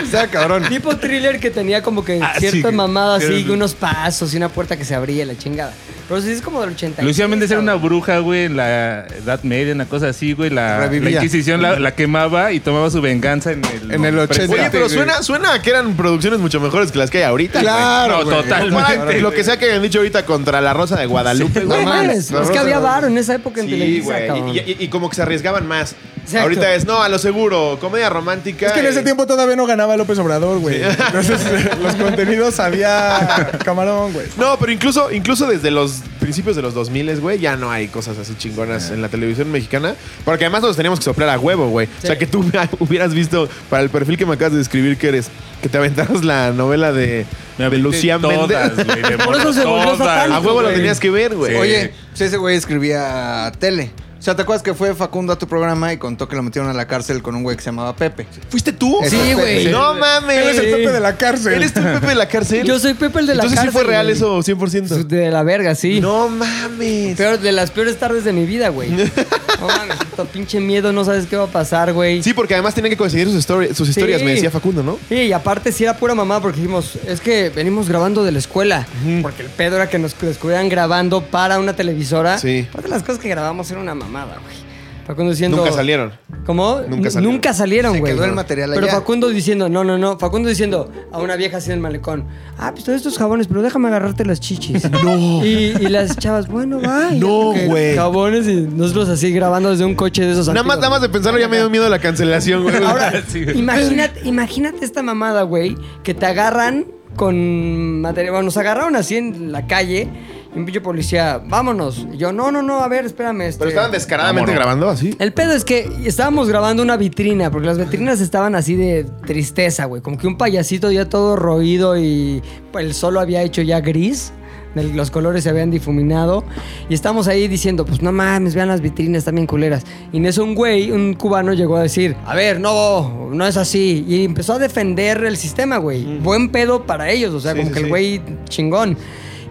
O sea, cabrón. Tipo thriller que tenía como que Ah, cierta sí, mamada así, pero- unos pasos y una puerta que se abría y la chingada. Pero sí es como del 80. Lucía Méndez era una bruja, güey, en la Edad Media, una cosa así, güey. La, la Revivía. Inquisición la, la quemaba y tomaba su venganza en el, En el 80. Oye, pero suena, suena a que eran producciones mucho mejores que las que hay ahorita. güey. Claro, No, güey. totalmente. Para Lo que sea que hayan dicho ahorita contra la Rosa de Guadalupe. No güey. mames, La es que Rosa había de- varo en esa época en Sí, Televisa, cabrón. güey. Y, y- y como que se arriesgaban más. Exacto. Ahorita es, no, a lo seguro, comedia romántica. Es que en ese eh, tiempo todavía no ganaba López Obrador, güey. Entonces, los contenidos había camarón, güey. No, pero incluso, incluso desde los principios de los 2000, güey, ya no hay cosas así chingonas en la televisión mexicana. Porque además nos teníamos que soplar a huevo, güey. O sea, que tú hubieras visto, para el perfil que me acabas de describir que eres, que te aventaras la novela de, Me de aventé Lucía todas, Méndez. güey, de Por eso se morro, volvió todas. satánico, A huevo lo güey. tenías que ver, güey. Oye, pues ese güey escribía tele. O sea, ¿te acuerdas que fue Facundo a tu programa y contó que lo metieron a la cárcel con un güey que se llamaba Pepe? ¿fuiste tú? Sí, Ese güey. Pepe. Sí. No mames. Él es Este, el Pepe de la cárcel. ¿Eres tú el Pepe de la cárcel? Yo soy Pepe el de la Entonces sí cárcel, fue real güey. eso, 100%. De la verga, sí. No mames. Peor- de las peores tardes de mi vida, güey. No mames, puto pinche miedo, no sabes qué va a pasar, güey. Sí, porque además tienen que conseguir sus, histori- sus historias, Sí. me decía Facundo, ¿no? Sí, y aparte sí era pura mamá porque dijimos, es que venimos grabando de la escuela. Porque el pedo era que nos descubrieran grabando para una televisora. Sí. Aparte las cosas que grabamos era una mamada, güey. Facundo diciendo... Nunca salieron. ¿Cómo? Nunca Nunca salieron. salieron. Nunca salieron, Se güey. quedó el material Pero allá. Facundo diciendo, no, no, no. Facundo diciendo a una vieja así en el malecón, ah, pues todos estos jabones, pero déjame agarrarte las chichis. no. Y, y las chavas, bueno, va. Y No, que güey. Jabones y nosotros así grabando desde un coche de esos Nada más, antiguos. nada más de pensarlo ya me dio miedo la cancelación, güey. Ahora, Sí. imagínate, imagínate esta mamada, güey, que te agarran con material. Bueno, nos agarraron así en la calle. Y un pinche policía, vámonos. Y yo, no, no, no, a ver, espérame. este- Pero estaban descaradamente Vámonos. grabando así. el pedo es que estábamos grabando una vitrina, porque las vitrinas estaban así de tristeza, güey. Como que un payasito ya todo roído y el sol lo había hecho ya gris. del- Los colores se habían difuminado. Y estábamos ahí diciendo, pues no mames, vean las vitrinas también culeras. Y en eso un güey, un cubano, llegó a decir, a ver, no, no es así. Y empezó a defender el sistema, güey. Buen pedo para ellos, o sea, Sí, como sí, que sí. el güey chingón.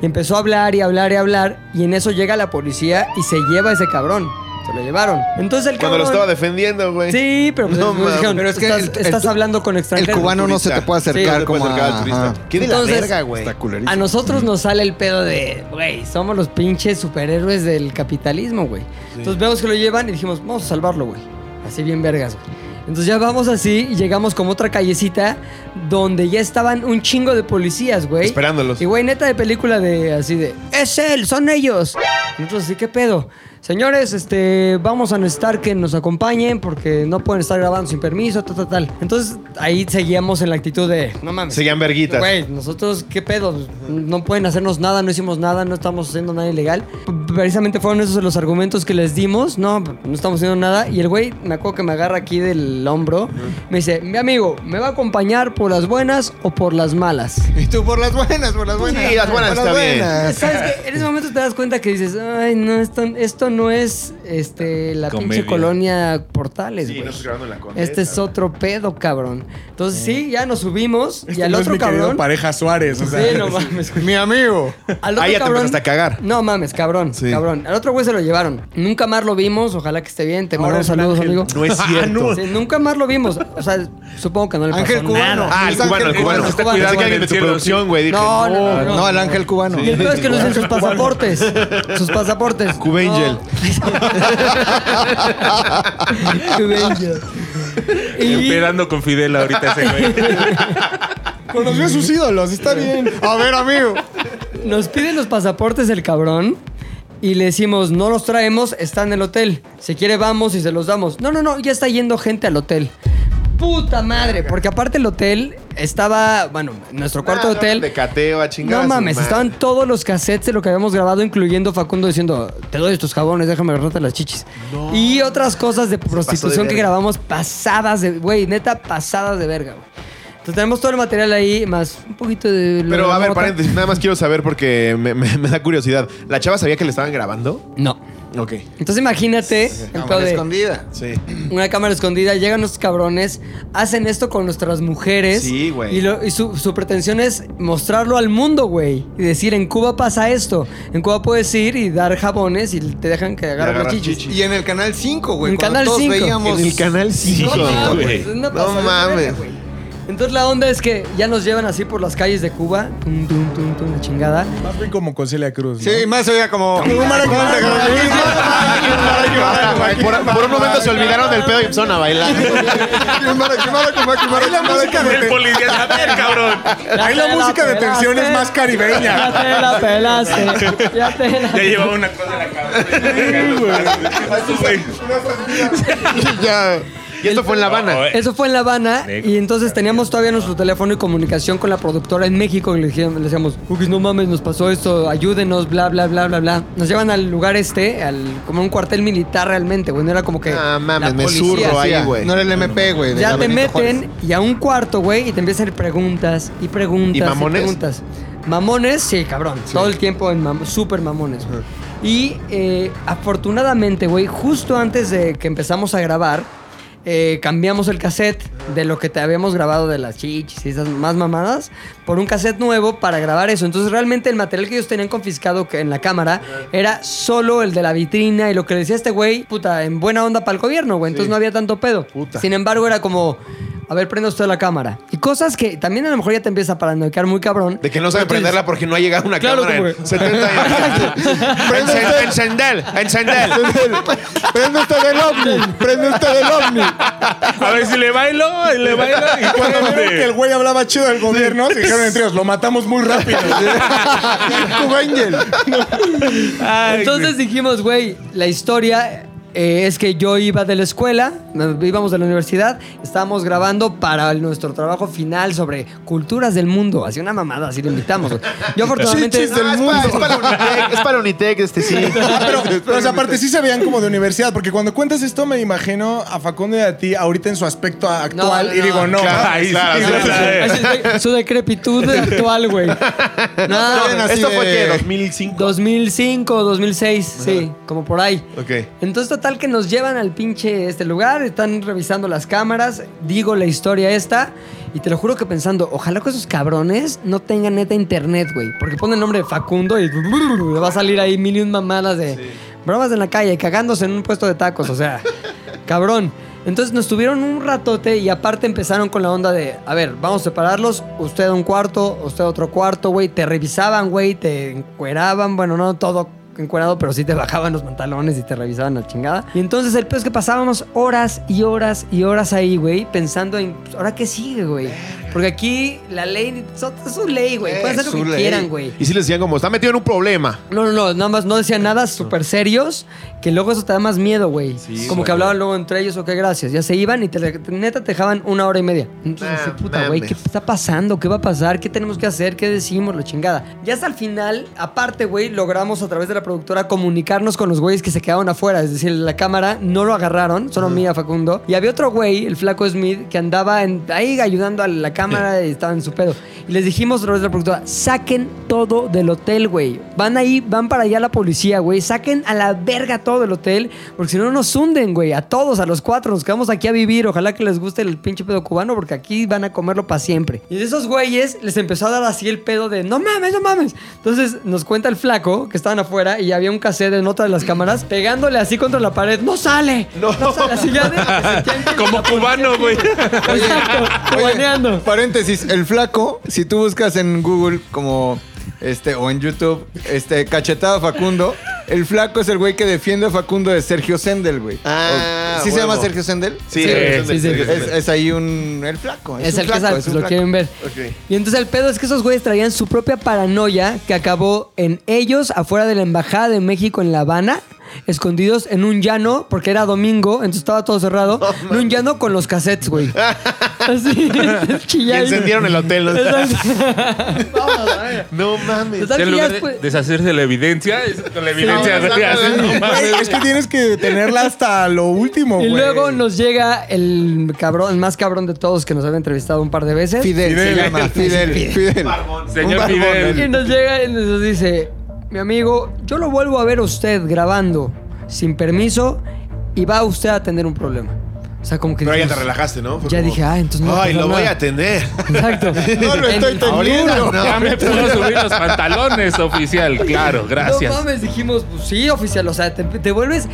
Y empezó a hablar y hablar y hablar. Y en eso llega la policía y se lleva a ese cabrón. Se lo llevaron. Entonces el Cuando lo cabrón. estaba defendiendo, güey. Sí, pero pues, No nos mames. dijeron, Pero es que estás, el- el- estás hablando con El extranjeros. cubano no se te puede acercar Sí, no te puede como acercar a- al turista. ajá. ¿Qué de la Entonces- verga, güey? Está A culerísimo. nosotros nos sale el pedo de, güey, somos los pinches superhéroes del capitalismo, güey. Entonces vemos que lo llevan y dijimos, vamos a salvarlo, güey. Así bien vergas, güey. Entonces ya vamos así y llegamos como otra callecita donde ya estaban un chingo de policías, güey. Esperándolos. Y güey, neta de película de así de, es él, son ellos. Nosotros así, ¿qué pedo? Señores, este, vamos a necesitar que nos acompañen porque no pueden estar grabando sin permiso, tal, tal, tal. Entonces ahí seguíamos en la actitud de, no mames. Seguían verguitas. Güey, nosotros, ¿qué pedo? No pueden hacernos nada, no hicimos nada, no estamos haciendo nada ilegal. P- Precisamente fueron esos los argumentos que les dimos. No, no estamos haciendo nada. Y el güey, me acuerdo que me agarra aquí del hombro. Me dice, mi amigo, ¿me va a acompañar por las buenas o por las malas? Y tú por las buenas, pues, por las buenas. las buenas por está bien. ¿Sabes qué? En ese momento te das cuenta que dices, ay, no, esto, esto no es este, la Comedia. pinche colonia Portales, Sí, güey. no estoy grabando en la condesa. este es otro pedo, cabrón. Entonces, sí, ya nos subimos y Este al no es otro mi querido cabrón. pareja Suárez. O sea, Sí, no mames, güey. Mi amigo. Al otro Ahí ya te cabrón- empezaste a cagar. No mames, cabrón, Sí. cabrón. Al otro güey se lo llevaron. Nunca más lo vimos. Ojalá que esté bien. Te Ahora mando es saludos, Ángel. amigo. No es cierto. Sí, nunca más lo vimos. O sea, supongo que no le pasó Ángel nada. cubano. Ah, el Es Ángel cubano, el cubano. El Pensé cubano. que alguien de tu producción, güey. "Ah, Dije, No, no, no, No, el ángel cubano. Y el peor es que no usan sus pasaportes. Sus pasaportes. Cubangel. No. Cubangel. Y Empedando con Fidel ahorita ese güey. Conoció a sus ídolos, está bien. A ver, amigo. nos piden los pasaportes el cabrón. Y le decimos, no los traemos, está en el hotel. Si quiere, vamos y se los damos. No, no, no, ya está yendo gente al hotel. Puta madre, porque aparte el hotel estaba, bueno, nuestro cuarto de hotel. Ah, De cateo a chingar. No a su mames, madre. estaban todos los cassettes de lo que habíamos grabado, incluyendo Facundo diciendo, te doy estos jabones, déjame agarrarte las chichis. Y otras cosas de prostitución que verga. grabamos pasadas de, güey, neta, pasadas de verga, güey. Entonces tenemos todo el material ahí, más un poquito de... Pero a ver, otra- paréntesis, nada más quiero saber porque me, me- me da curiosidad. ¿La chava sabía que le estaban grabando? No. Ok. Entonces imagínate, el pedo Cámara de escondida. Sí. una cámara escondida, llegan los cabrones, hacen esto con nuestras mujeres. Sí, güey. Y, lo- y su, su pretensión es mostrarlo al mundo, güey. Y decir, en Cuba pasa esto. En Cuba puedes ir y dar jabones y te dejan que agarren las agarran chichis. chichis. Y en el canal 5, güey. En cuando Canal todos 5. veíamos- En el canal 5, No güey. mames, es una pasada de mames. verga, güey. Entonces la onda es que ya nos llevan así por las calles de Cuba, tum, tum, tum, tum, la chingada. Más bien como con Celia Cruz. ¿no? Sí, más oía como. Por Por, por un momento se olvidaron del pedo y empezaron a bailar. la música El policía, a ver, cabrón. Ahí la, música de tensión es más caribeña. Ya te la pelaste. Ya te la Ya llevaba una cosa en la cabeza. Ya. Y esto fue en La eh. Habana. Eso fue en La Habana Negro. y entonces teníamos todavía nuestro teléfono y comunicación con la productora en México. y Le dijimos- le decíamos, Cookies, no mames, nos pasó esto, ayúdenos, bla, bla, bla, bla, bla. Nos llevan al lugar este, al, como un cuartel militar realmente, güey. No era como que. Ah, mames, la me policía, zurro así, ahí, güey. No era el MP, güey. de Ya la te Benito meten Juárez. y a un cuarto, güey, y te empiezan a hacer preguntas y preguntas. ¿Y mamones? preguntas. Mamones, sí, cabrón. Todo el tiempo en mam super mamones. güey. Y eh, afortunadamente, güey, justo antes de que empezamos a grabar, eh, cambiamos el cassette de lo que te habíamos grabado de las chichis y esas más mamadas por un cassette nuevo para grabar eso. Entonces realmente el material que ellos tenían confiscado que- en la cámara era solo el de la vitrina y lo que decía este güey, puta, en buena onda para el gobierno, güey. Entonces no había tanto pedo. Sin embargo era como, a ver, prenda usted la cámara. Y cosas que también a lo mejor ya te empieza a paranoicar muy cabrón. De que no saben prenderla porque no ha llegado una Claro, cámara como en 70 años. Encen- encender, encender. Prende usted del ovni, prende usted del ovni. A ver si le bailo, le bailo y Cuando vieron que el cuándo. güey hablaba chido del gobierno, se dijeron entre ellos, lo matamos muy rápido. Como Angel. Entonces dijimos, güey, la historia eh, es que yo iba de la escuela, me- íbamos de la universidad, estábamos grabando para el- nuestro trabajo final sobre culturas del mundo. Así una mamada, así lo invitamos. güey. Yo afortunadamente... Chichis del Ah, es mundo. para- Es para Unitec, es para Unitec, este sí. Pero, pero, o sea, aparte sí se veían como de universidad, porque cuando cuentas esto me imagino a Facundo y a ti ahorita en su aspecto actual No, y no. digo, no. Claro, mames, ahí claro, sí, claro, sí, claro. sí. es de- Su decrepitud actual, güey. No, Bien, así Esto fue de- que 2005. 2005, 2006, sí, como por ahí. Ok. Entonces, total que nos llevan al pinche este lugar, están revisando las cámaras, digo la historia esta, y te lo juro que pensando, ojalá que esos cabrones no tengan neta internet, güey, porque pone el nombre de Facundo y le va a salir ahí mil y un mamadas de bromas en la calle, cagándose en un puesto de tacos, o sea, cabrón. Entonces nos tuvieron un ratote y aparte empezaron con la onda de, a ver, vamos a separarlos, usted a un cuarto, usted a otro cuarto, güey, te revisaban, güey, te encueraban, bueno, no todo encuerado, pero sí te bajaban los pantalones y te revisaban la chingada. Y entonces el peor es que pasábamos horas y horas y horas ahí, güey, pensando en, pues, ¿ahora qué sigue, güey? Porque aquí la ley, so- es su ley, güey, pueden hacer lo que quieran, güey. Y si les decían como, está metido en un problema. No, no, no, nada más no decían nada súper serios, que luego eso te da más miedo, güey. Como que hablaban luego entre ellos, ok, gracias. Ya se iban y te, neta te dejaban una hora y media. Entonces, Nah, sí, puta, güey, ¿qué mames. está pasando? ¿Qué va a pasar? ¿Qué tenemos que hacer? ¿Qué decimos? La chingada. Ya hasta el final, aparte, güey, logramos a través de la productora comunicarnos con los güeyes que se quedaron afuera. Es decir, la cámara no lo agarraron, solo mía, Facundo. Y había otro güey, el flaco Smith, que andaba en- ahí ayudando a la cámara y estaba en su pedo. Y les dijimos a través de la productora, saquen todo del hotel, güey. Van ahí, van para allá la policía, güey. Saquen a la verga todo del hotel, porque si no nos hunden, güey. A todos, a los cuatro, nos quedamos aquí a vivir. Ojalá que les guste el pinche pedo cubano, porque aquí van a comerlo para siempre. Y de esos güeyes les empezó a dar así el pedo de, no mames, no mames. Entonces nos cuenta el flaco que estaban afuera y había un cassette en otra de las cámaras pegándole así contra la pared. ¡No sale! ¡No, sale! Así ya de- sentían que la Como policía cubano, güey. Exacto, Oye, cubaneando. Paréntesis, el flaco, si tú buscas en Google como este o en YouTube, este cachetada Facundo, el flaco es el güey que defiende a Facundo de Sergio Sendel, güey. Ah, O- ¿Sí se huevo. llama Sergio Sendel? Sí, Sí, eh, sí, sí. eh, Es, es ahí un el flaco, es, Es un el que flaco, sale, es un lo flaco. quieren ver. Ok. Y entonces el pedo es que esos güeyes traían su propia paranoia que acabó en ellos afuera de la Embajada de México en La Habana, escondidos en un llano, porque era domingo, entonces estaba todo cerrado, en un llano con los cassettes, güey. Así, Y chillando. encendieron el hotel. ¿no? No En mames. Total, que Pues, ya lugar de después- deshacerse de la evidencia, es con la evidencia. no, güey, no, así, no, no no. mames. Es que tienes que tenerla hasta lo último, Y güey. luego nos llega el cabrón, el más cabrón de todos que nos había entrevistado un par de veces. Fidel, Fidel. se llama, Fidel, Fidel. Señor Un barbón, Fidel. Y nos llega y nos dice, mi amigo, yo lo vuelvo a ver a usted grabando sin permiso y va usted a tener un problema. O sea, como que... Pero ya te dijimos, relajaste, ¿no? Fue Ya como, dije, ah, entonces no va a Ay, pasar lo voy nada". a atender. Exacto. No lo estoy En- teniendo. Ya me puedo subir los pantalones, oficial. Claro, gracias. No mames, dijimos, pues sí, oficial, o sea, te, te vuelves...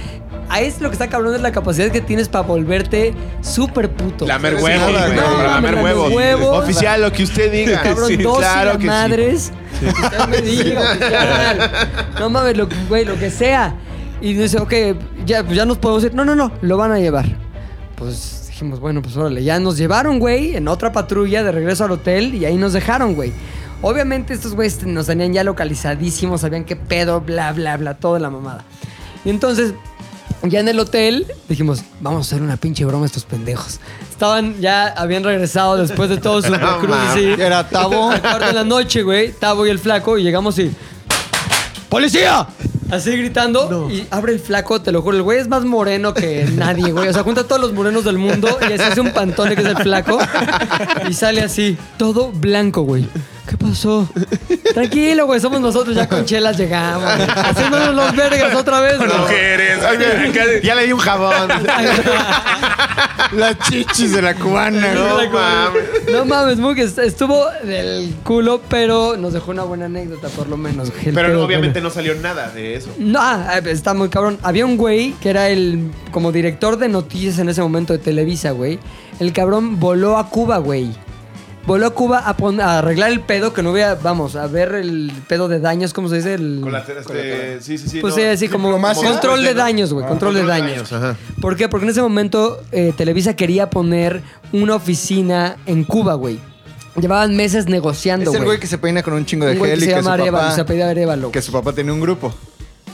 Ahí es lo que está cabrón, es la capacidad que tienes para volverte súper puto. Lamer No, huevos, no, güey. no, para lamer lamer huevos. huevos. Oficial, lo que usted diga. cabrón, Sí, dos claro que sí. madres. Usted me diga, oficial. No mames, lo, que- güey, lo que sea. Y dice, ok, ya, pues ya nos podemos ir. No, no, no, lo van a llevar. Pues dijimos, bueno, pues órale, ya nos llevaron, güey, en otra patrulla de regreso al hotel y ahí nos dejaron, güey. Obviamente estos güeyes nos tenían ya localizadísimos, sabían qué pedo, bla, bla, bla, toda la mamada. Y entonces, ya en el hotel, dijimos, vamos a hacer una pinche broma a estos pendejos. Estaban, ya habían regresado después de todo su cruising. Era Tabo. Al cuarto de la noche, güey, Tavo y el flaco, y llegamos y. ¡Policía! Así gritando, y abre el flaco, te lo juro. El güey es más moreno que nadie, güey. O sea, junta a todos los morenos del mundo y así hace un pantone que es el flaco. Y sale así, todo blanco, güey. ¿Qué pasó? Tranquilo, güey, somos nosotros, ya con chelas llegamos. güey. Haciéndonos los vergas otra vez, güey. Mujeres. ay, mira, acá- Ya le di un jabón. Las chichis de la cubana, No güey. mames. No mames, Mug, est- estuvo del culo, pero nos dejó una buena anécdota, por lo menos. güey. El Pero pedo, obviamente bueno. no salió nada de eso. No, ah, eh, está muy cabrón. Había un güey que era el como director de noticias en ese momento de Televisa, güey. El cabrón voló a Cuba, güey. Voló a Cuba a, pon- a arreglar el pedo que no hubiera, vamos, a ver el pedo de daños, ¿cómo se dice? El, Colateral, este, sí, sí, sí. pues no. sí, así como Diplomacia. control de daños, güey, Ah, control de daños. ¿Por qué? Porque en ese momento eh, Televisa quería poner una oficina en Cuba, güey. Llevaban meses negociando, Es güey. el güey que se peina con un chingo de Un güey gel que y se que su llama Arevalo, papá- se apellida Arevalo. Que su papá tenía un grupo.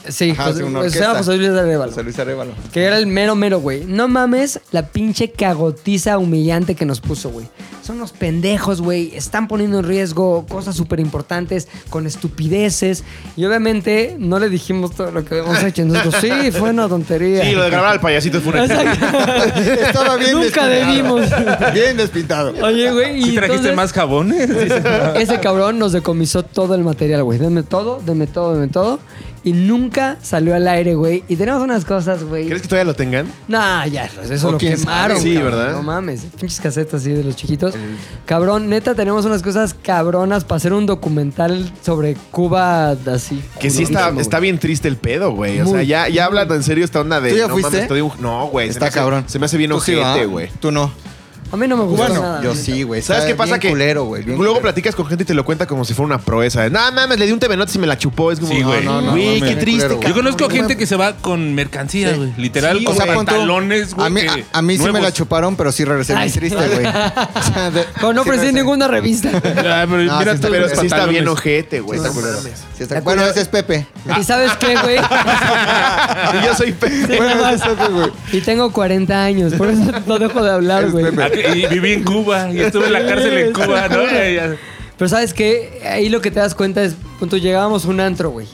Sí, Ajá, José- hace una José- orquesta. José Luis Arevalo. José Luis Arevalo. Que era el mero, mero, güey. No mames la pinche cagotiza humillante que nos puso, güey. Son unos pendejos, güey. Están poniendo en riesgo cosas súper importantes con estupideces. Y obviamente no le dijimos todo lo que habíamos hecho. Nosotros, sí, fue una tontería. Sí, lo de grabar al payasito es una. Estaba bien Nunca despintado. debimos. Bien despintado. Oye, güey. ¿Sí y trajiste entonces- más jabones? Ese cabrón nos decomisó todo el material, güey. Denme todo, denme todo, denme todo. Y nunca salió al aire, güey. Y tenemos unas cosas, güey. ¿Crees que todavía lo tengan? Nah, ya, pues, eso O lo quién sabe, quemaron. sí, cabrón. ¿verdad? No mames, pinches casetas así de los chiquitos. Cabrón, neta, tenemos unas cosas cabronas para hacer un documental sobre Cuba así. Que sí está, culorísimo, está bien triste el pedo, güey. O Muy. sea, ya, ya hablan en serio esta onda de. ¿Tú ya no, fuiste? estoy un- no, güey. se Está me hace- cabrón. Se me hace bien Tú sí, ojete, ¿va? güey. Tú no. güey. A mí no me gusta Bueno, nada. Yo neta. sí, güey. ¿Sabes Está qué pasa? bien Que culero, güey. bien luego platicas con gente y te lo cuenta como si fuera una proeza. No, mames, le di un temenote y me la chupó. Es como, Sí, güey. No, no, no, Güey, mames. qué triste. Culero, güey. Yo conozco gente que se va con mercancía, güey. Literal, Sí, con güey. pantalones, güey. A mí, que- a, a mí sí me nuevos. la chuparon, pero sí regresé Ay, bien sí. triste, güey. Pero no ofrecí ninguna revista. Ah, pero No, mira sí todos Pero los sí está pantalones. bien ojete, güey. Sí, No está culero. mames. Sí, está- Bueno, ese es Pepe. ¿Y sabes qué, güey? Y yo soy Pepe. Bueno, ese es Pepe, güey. Y tengo 40 años, por eso no dejo de hablar, güey. Ah, que- Y viví en Cuba. Y estuve en la cárcel en Cuba, ¿no? Eh, ya- Pero sabes que ahí lo que te das cuenta es, punto, llegábamos a un antro, güey.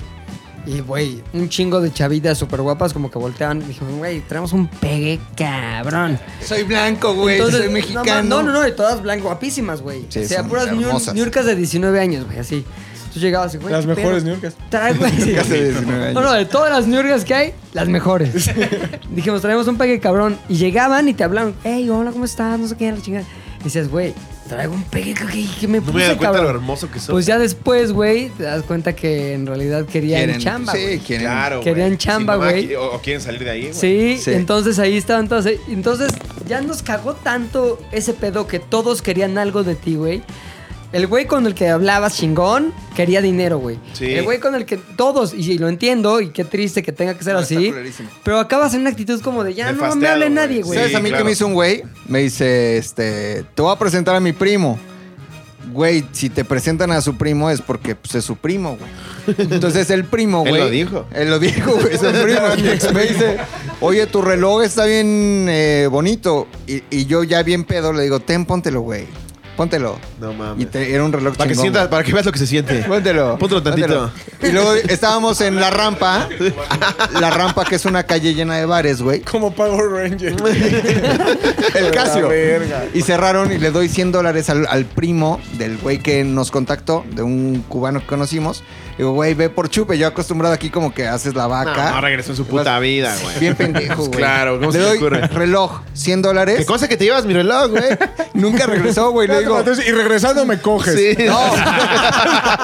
Y, güey, un chingo de chavitas súper guapas como que volteaban. Dijimos, güey, tenemos un pegue cabrón. Soy blanco, güey. Entonces, Soy no, mexicano. No, no, no, y todas blancas, guapísimas, güey. Sí, o sea, son puras hermosas. ñur- ñurcas de 19 años, güey, así. Tú llegabas y, güey. Las ¿qué mejores pedo? ñurcas. Trae, güey. Casi 19 años. No, no, de todas las ñurgas que hay, las mejores. Dijimos, traemos un pegue cabrón. Y llegaban y te hablaban, hey, hola, ¿cómo estás? No sé qué, la chingada. Y decías, güey, traigo un pegue que, que me No puse, me da cuenta cabrón. lo hermoso que soy. Pues ya después, güey, te das cuenta que en realidad querían Quieren- chamba, sí, güey. quieren. Claro, güey. Querían chamba, Sí, mamá, güey. O, o quieren salir de ahí, güey. Sí, Sí. entonces ahí estaban todas. ahí. Entonces ya nos cagó tanto ese pedo que todos querían algo de ti, güey. El güey con el que hablabas chingón quería dinero, güey. Sí. El güey con el que todos, y, y lo entiendo, y qué triste que tenga que ser No, está así. culerísimo. Pero acabas en una actitud como de ya no me Nefasteado, hable güey. nadie, güey. ¿Sabes a mí claro. que me hizo un güey? Me dice, este, te voy a presentar a mi primo. Güey, si te presentan a su primo es porque pues, es su primo, güey. Entonces el primo, Él güey. lo dijo. Él lo dijo, güey, es el primo. Y mi ex me dice, oye, tu reloj está bien eh, bonito. Y, y yo ya bien pedo le digo, ten, póntelo, güey. Póntelo. No mames. Y te- Pues, era un reloj Para que, chingón, sientas, para que veas lo que se siente. Póntelo. Póntelo tantito. Póntelo. Y luego estábamos en la rampa. La rampa que es una calle llena de bares, güey. Como Power Ranger. El Casio. La verga. Y cerraron y le doy 100 dólares al, al primo del güey que nos contactó, de un cubano que conocimos. Digo, güey, ve por chupe. Yo acostumbrado aquí como que haces la vaca. No, no regresó en su puta vida, güey. Bien pendejo, güey. claro, ¿cómo Le se te doy ocurre? reloj, 100 ¿Qué dólares. cosa que te llevas mi reloj, güey? Nunca regresó, güey. Le digo, Entonces, y regresando me coges. Sí. no.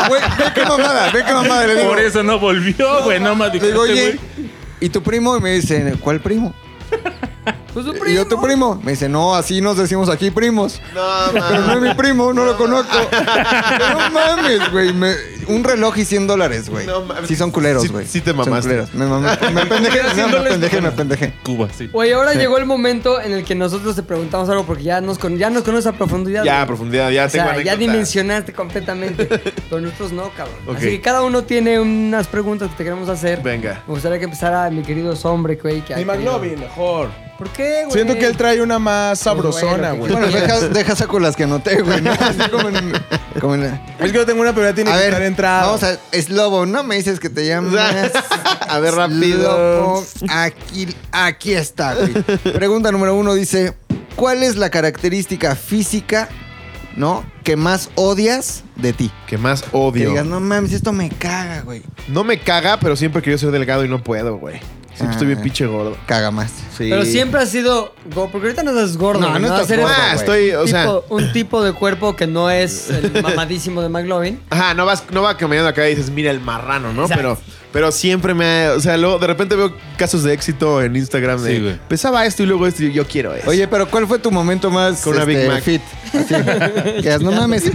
Güey, ve qué mamada, ve qué mamada. Le Ah, digo, Por eso no volvió, güey. No más le digo, "Este dijiste, oye, güey. ¿y tu primo? Y me dice, ¿cuál primo? Pues su Y yo, ¿tu primo. primo? Me dice, no, así nos decimos aquí primos. No, Pero no mames. es mi primo, no lo conozco. No mames, güey. me- Un reloj y 100 dólares, güey. No mames. Sí son culeros, Sí- güey. sí te Son mamaste. culeros. Me mamé. Me pendejé, Pero 100 no, me dólares pendejé, no. me pendejé. Cuba, sí. Güey, ahora llegó el momento en el que nosotros te preguntamos algo porque ya nos, con- ya nos conoces a profundidad. Ya, a güey. profundidad, ya O tengo sea, ya anécdotas. dimensionaste completamente. pero nosotros no, cabrón. Ok. Así que cada uno tiene unas preguntas que te queremos hacer. Venga. Me gustaría que empezara mi querido hombre, güey. Que ha Mi tenido- McLovin, mejor. ¿Por qué, güey? Siento que él trae una más Bueno, sabrosona, que- güey. Bueno, deja, deja saco las que noté, güey. ¿no? Así como en- como en- A Es que yo tengo una, pero ya tiene que ver, estar entrada. vamos a... Es Lobo, no me dices que te llamas... A ver, rápido. Lobo, aquí, aquí está, güey. Pregunta número uno dice... ¿Cuál es la característica física, no? que más odias de ti? Que más Que odio. digas, no mames, esto me caga, güey. No me caga, pero siempre quería ser delgado y no puedo, güey. Siempre Ah, estoy bien pinche gordo. Caga más. Sí. Pero siempre has sido go- porque ahorita no estás gordo. No, no estás Eres gordo, un güey. Estoy, o sea- tipo- un tipo de cuerpo que no es el mamadísimo de McLovin. Ajá, no vas, no va caminando acá y dices, mira el marrano, ¿no? Exacto. Pero, pero siempre me. O sea, luego de repente veo casos de éxito en Instagram de. Sí, güey. Pesaba esto y luego esto y yo quiero eso. Oye, pero ¿cuál fue tu momento más Con una este, Big Mac. fit? Así, que digas, no mames,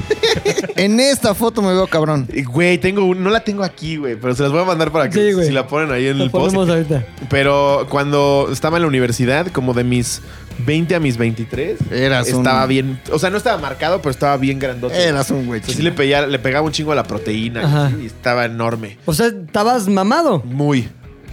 en esta foto me veo cabrón. Y, Güey, tengo un- no la tengo aquí, güey, pero se las voy a mandar para que Sí, güey. si la ponen ahí en Lo el post. ponemos ahorita. Pero cuando estaba en la universidad, como de mis 20 a mis 23, Eras un- estaba bien, o sea, no estaba marcado, pero estaba bien grandote. Eras un güey. O sea, sí le, pega- le pegaba un chingo a la proteína Ajá. y estaba enorme. O sea, estabas mamado. Muy.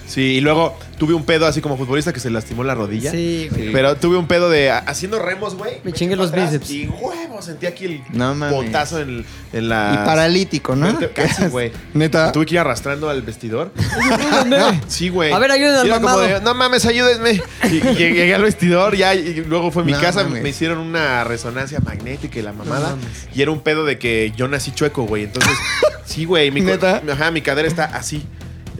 Sí, y luego tuve un pedo así como futbolista que se lastimó la rodilla. Sí, güey. Pero tuve un pedo de a- haciendo remos, güey. Me chingué los para atrás bíceps. Y huevo, sentí aquí el No mames. botazo en, en la. Y paralítico, ¿no? Casi, güey. Neta. Tuve que ir arrastrando al vestidor. Ayúdenme. Ah, Sí, güey. A ver, ayuden al Y era como mamado. de, no mames, ayúdenme. Y, y llegué llegué al vestidor, ya, y luego fue a mi No casa, mames. me hicieron una resonancia magnética y la mamada. mames. y era un pedo de que yo nací chueco, güey. Entonces, sí, güey. Mi, cu- ¿Neta? ajá, mi cadera está así.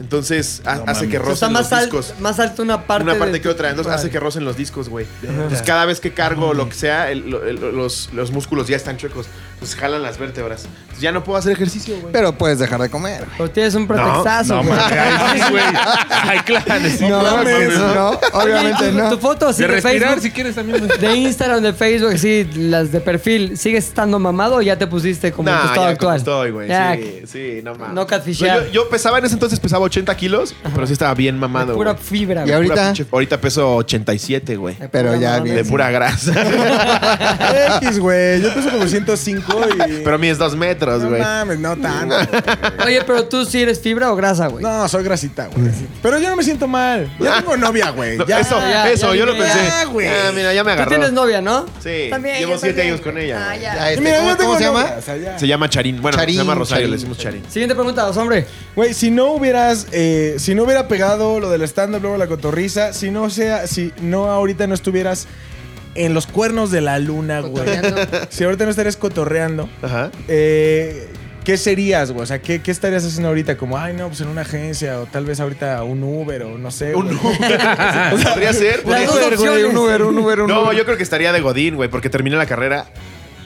Entonces, ha- hace que O sea, rocen los más, al- discos. más alto una parte. una parte de que tu- otra. Entonces, hace Vale. que rocen los discos, güey. Entonces, cada vez que cargo lo que sea, el- lo- el- los, los músculos ya están chuecos. Entonces, jalan las vértebras. Entonces, ya no puedo hacer ejercicio, güey. Pero puedes dejar de comer. Pero tienes un pretextazo, No, güey. mames. Ay, sí, güey. Ay, claro. sí, No, claro, mames, mames. no, obviamente Oye, tu- no. Tu foto así De de, respirar, Facebook, si quieres también. güey. de Instagram, de Facebook, sí, las de perfil. ¿Sigues estando mamado o ya te pusiste como Nah, tu estado ya como actual? estoy, güey. Ya, Sí, sí, no mames. No catfishear. Yo, yo pesaba en ese entonces, pesaba 80 kilos, pero sí estaba bien mamado. Pura güey. fibra, Y güey. Pura ahorita, pinche- ahorita peso 87, güey. pero ya De bien. pura grasa. X, güey. Yo peso como 105 y. pero mí es dos metros, no güey. mames, no tanto. güey. Oye, pero tú sí eres fibra o grasa, güey. No, soy grasita, güey. Pero yo no me siento mal. Ya tengo novia, güey. No, Ya eso, ya, eso, ya yo lo dije, pensé. ya, güey. Ah, mira, ya me Tú agarró. tienes novia, ¿no? Sí, También, llevo yo siete también. años con ella. Ah, güey. ya. Ya, este, Mira, ¿Cómo, yo tengo cómo se novia, llama? o sea, ya. Se llama Charín. Bueno, Charín, se llama Rosario, Charín. le decimos Charín. Siguiente pregunta, dos, hombre. Güey, si no hubieras, eh, si no hubiera pegado lo del stand-up luego la cotorriza, si no sea, si no ahorita no estuvieras en los cuernos de la luna, güey. Si ahorita no estarías cotorreando, Ajá. eh, ¿qué serías, güey? O sea, ¿qué, qué estarías haciendo ahorita? Como, ay, no, pues en una agencia o tal vez ahorita un Uber o no sé. Un güey. Uber. Podría ser. Las podría dos ser, güey. opciones. Un Uber, un Uber, un No, Uber. yo creo que estaría de Godín, güey, porque terminé la carrera,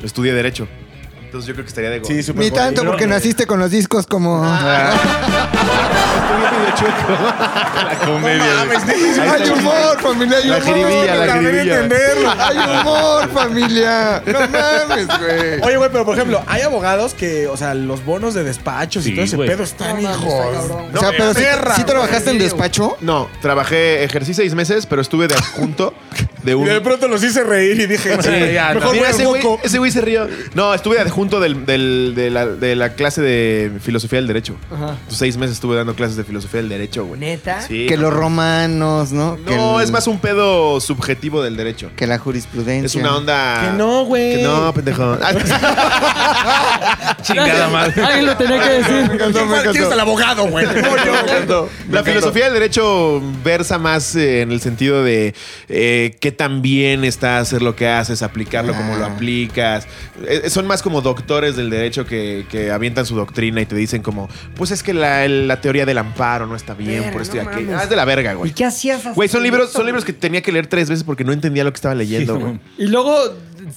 estudié Derecho. Entonces yo creo que estaría de Godín. Sí, súper Ni guay. tanto porque naciste con los discos como... la comedia. güey. Ahí está ¡Hay el humor, familia! ¡Hay La humor! jiribilla, la Tardé en jiribilla. entenderlo. ¡Hay humor, familia! ¡No mames, güey! Oye, güey, pero por ejemplo, hay abogados que, o sea, los bonos de despachos y Sí, todo ese güey. pedo están No, mames, hijos. está cabrón. o sea, no, pero si perra, güey. trabajaste en despacho... No, trabajé, ejercí seis meses, pero estuve de adjunto de Y un. de pronto los hice reír y dije, Sí, ya, mejor no. voy Mira, al ese, güey, foco. ese güey se rió. No, estuve de adjunto del- del- de, la, de la clase de filosofía del derecho. Ajá. Entonces, seis meses estuve dando clases de filosofía del derecho, güey. ¿Neta? Sí, que no, los romanos, ¿no? No, Que el- es más un pedo subjetivo del derecho. Que la jurisprudencia. Es una onda. Que no, güey. Que no, pendejo. Ah, Chingada madre. Alguien lo tenía que decir. encantó, me ¿Quién es el abogado, güey? La filosofía del derecho versa más eh, en el sentido de eh, qué tan bien está hacer lo que haces, aplicarlo como lo Ah. aplicas. Eh, son más como doctores del derecho que, que avientan su doctrina y te dicen como, pues es que la, la teoría del amparo no está bien Verga, por esto y no aquello. mames. Ah, es de la verga, güey. ¿Y qué hacías? hasta Güey, son libros, esto, son libros que tenía que leer tres veces porque no entendía lo que estaba leyendo, güey. Y luego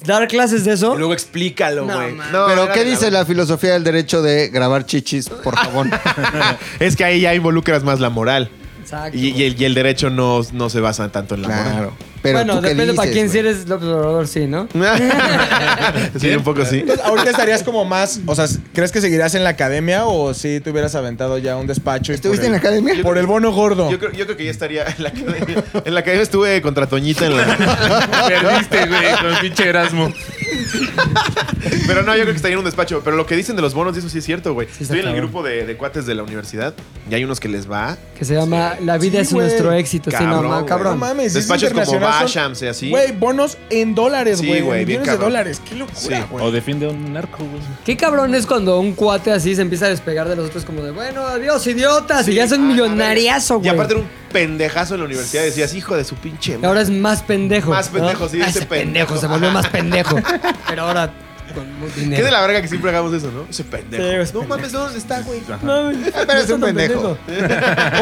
dar clases de eso. Y luego explícalo, No, güey. mames. No, Pero, era ¿qué de la dice la filosofía del derecho de grabar chichis por favor? es que ahí ya involucras más la moral. Exacto. Y, y el, y el derecho no, no se basa tanto en la moral. claro. Pero bueno, ¿tú qué depende para dices, quién si güey? eres López Obrador, sí, ¿no? sí, un poco sí. Ahorita estarías como más, o sea, ¿crees que seguirás en la academia o si te hubieras aventado ya un despacho? y ¿Estuviste por en la el- academia? Por el bono gordo. Yo creo, yo creo que ya estaría en la academia. En la academia estuve contra Toñita en la... Perdiste, güey, con pinche Erasmo. Pero no, yo creo que estaría en un despacho. Pero lo que dicen de los bonos, eso sí es cierto, güey. Sí, está Estoy en el cabrón. grupo de, de cuates de la universidad y hay unos que les va. Que se llama La vida Sí, es güey. nuestro éxito. sí, no, Cabrón, ma- güey. No cabrón. mames, sí es Despachos como internacional, son- Bashams y así. Güey, bonos en dólares, Sí, güey. güey, bien millones de cabrón. dólares. Qué locura, güey. O defiende a un narco, güey. Qué cabrón es cuando un cuate así se empieza a despegar de los otros como de, bueno, adiós, idiotas. y ya son millonariazo, ah, Y Oh, güey. aparte era un pendejazo en la universidad. Decías, hijo de su pinche Y ahora es más pendejo. Más pendejo, ¿no? sí, ese Ah, ese pendejo. pendejo. Se volvió más pendejo. Pero ahora con Qué dinero. de la verga que siempre hagamos eso, ¿no? Ese pendejo. Sí, ese no mames, ¿dónde está, güey? No, pero es un pendejo.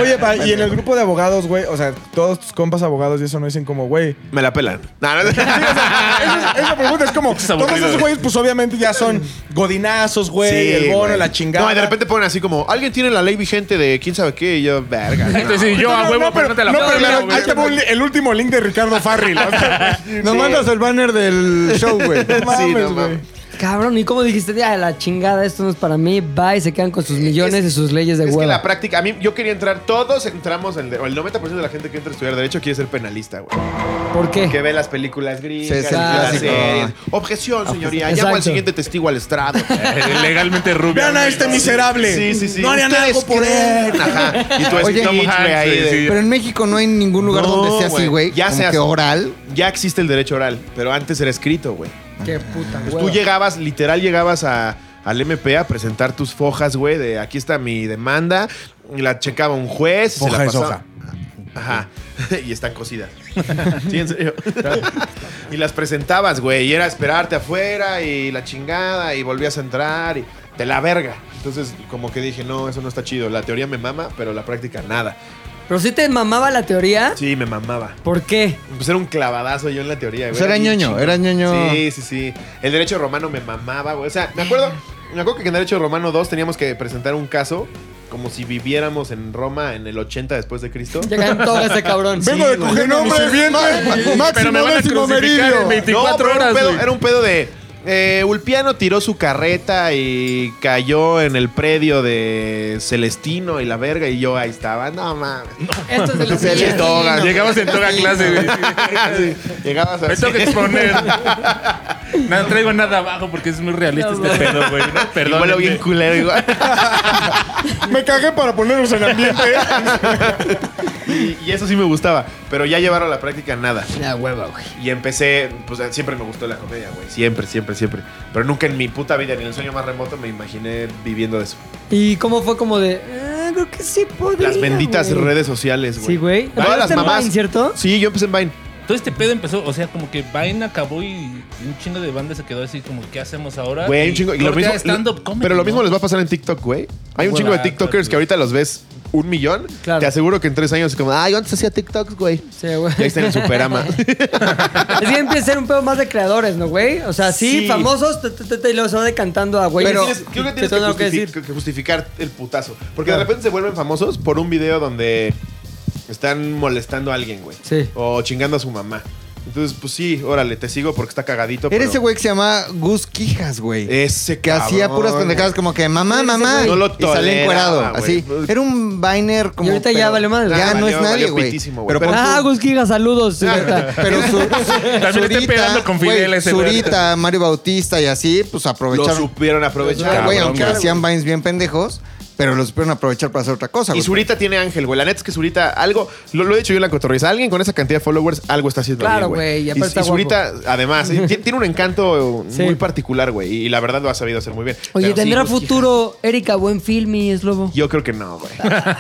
Oye, pa, y en el grupo de abogados, güey, o sea, todos tus compas abogados y eso no dicen como, güey. Me la pelan. No, no, Esa, esa pregunta es como, todos aburrido, esos güey. güeyes, pues obviamente ya son godinazos, güey, Sí, el bono, güey. la chingada. No, y de repente ponen así como, alguien tiene la ley vigente de quién sabe qué, y yo, verga. Entonces, sí, yo a huevo, pero no te la No, puedo pero dar, mira, güey. ahí te va un li- el último link de Ricardo Farril. O sea, Nos mandas el banner del show, güey. no mames, Sí, no güey. mames. Cabrón, ¿y cómo dijiste? Ya, la chingada, esto no es para mí. Va y se quedan con sus millones y sus leyes de Es que hueva. la práctica, a mí yo quería entrar, todos entramos, el, de- o el 90% de la gente que entra a estudiar derecho quiere ser penalista, güey. ¿Por qué? Que ve las películas Eh. Sí, gringas, es el y las clásico. series. Objeción, señoría. Llamo al Exacto. siguiente testigo al estrado. Eh, Legalmente rubio. Vean a este miserable. Sí, sí, sí. No harían algo Ustedes por él. creen. Ajá. Y tú Oye, es Tom Hanks, ahí. güey, de- sí. Pero en México no hay ningún lugar No, donde sea así, güey. Ya como se hace. que oral. Ya existe el derecho oral, pero antes era escrito, güey. Qué puta Pues hueva. tú llegabas, literal llegabas a- al MP a presentar tus fojas, güey, de aquí está mi demanda, y la checaba un juez, Foja se la es pasaba. Ajá. y están cocidas. sí, en serio. y las presentabas, güey, y era esperarte afuera y la chingada y volvías a entrar y de la verga. Entonces, como que dije, no, eso no está chido. La teoría me mama, pero la práctica nada. Pero si te mamaba la teoría, Sí, me mamaba. ¿por qué? Pues era un clavadazo yo en la teoría, güey. Pues era bien ñoño, chingón. era ñoño. Sí, sí, sí. El derecho romano me mamaba, güey. O sea, me acuerdo, me acuerdo que en Derecho Romano 2 teníamos que presentar un caso como si viviéramos en Roma en el 80 después de Cristo. Llegan todos este cabrón. Vengo de coger a mi sirviente. Pero me van a crucificar en 24 pero era horas, un pedo- güey. Era un pedo de... eh, Ulpiano tiró su carreta y cayó en el predio de Celestino y la verga y yo ahí estaba. No mames. Esto es de los Pinche millones. toga. Llegabas en toda clase, güey. Sí, Llegabas Me así. tengo que exponer. No traigo nada abajo porque es muy realista No, este pedo, güey. No, Y Perdón. huele bien culero igual. Me cagué para ponernos en ambiente. Y, y eso sí me gustaba, pero ya llevaron a la práctica nada. La hueva, güey. Y empecé, pues siempre me gustó la comedia, güey. Siempre, siempre, siempre. Pero nunca en mi puta vida, ni en el sueño más remoto, me imaginé viviendo de eso. ¿Y cómo fue como de, ah, creo que sí podría, Las benditas güey"? redes sociales, güey. Sí, güey. Todas las Empezaste en mamás. Vine, ¿cierto? Sí, yo empecé en Vine. Todo este pedo empezó, o sea, como que Vine acabó y un chingo de banda se quedó así como, ¿qué hacemos ahora? Güey, hay un chingo. y lo corte a mismo- stand-up lo- comedy, pero lo ¿no? mismo les va a pasar en TikTok, güey. Hay un Hueva, chingo de TikTokers claro. que ahorita los ves un millón. Claro. Te aseguro que en tres años es como, ay, antes hacía TikToks, güey. Sí, güey. Y ahí está en el Superama. Es que empieza a ser un pedo más de creadores, ¿no, güey? O sea, sí, Sí. famosos, te- te- te- y luego se va decantando a güey. Pero tienes- creo que tienes que, justifi- que justificar el putazo. Porque de repente se vuelven famosos por un video donde están molestando a alguien, güey. Sí. O chingando a su mamá. Entonces, pues sí, órale, te sigo porque está cagadito. Era pero- ese güey que se llama Gus Quijas, güey. Ese Que hacía cabrón, puras pendejadas güey. como que mamá, Ese mamá. güey. No lo y salía toleraba, encuerado, güey. así. Era un Viner como. Y ahorita ya pero- valió madre. Ya Ah, no valió- es nadie, valió güey. pitísimo, güey. Pero, Pero- pon Ah, tú- Gus Giga, saludos. Ah. neta. pero su, su- También está Zurita, pegando con Fidel güey, ese güey. Zurita, Mario Bautista y así, pues Lo aprovecharon. supieron aprovechar. Ah, güey, Cabrón, aunque güey. hacían vines bien pendejos, pero los supieron aprovechar para hacer otra cosa, Y güey. Zurita tiene ángel, güey. La neta es que Zurita, algo, lo, lo he dicho yo en la cotorriza, alguien con esa cantidad de followers, algo está haciendo Claro, bien, güey, y Y, aparte y está Zurita, además, eh, ti- tiene un encanto eh, Sí. muy particular, güey. Y, la verdad lo ha sabido hacer muy bien. Oye, Pero sí, ¿tendrá Gus Quijas, futuro Erika buen film y es lobo? Yo creo que no, güey.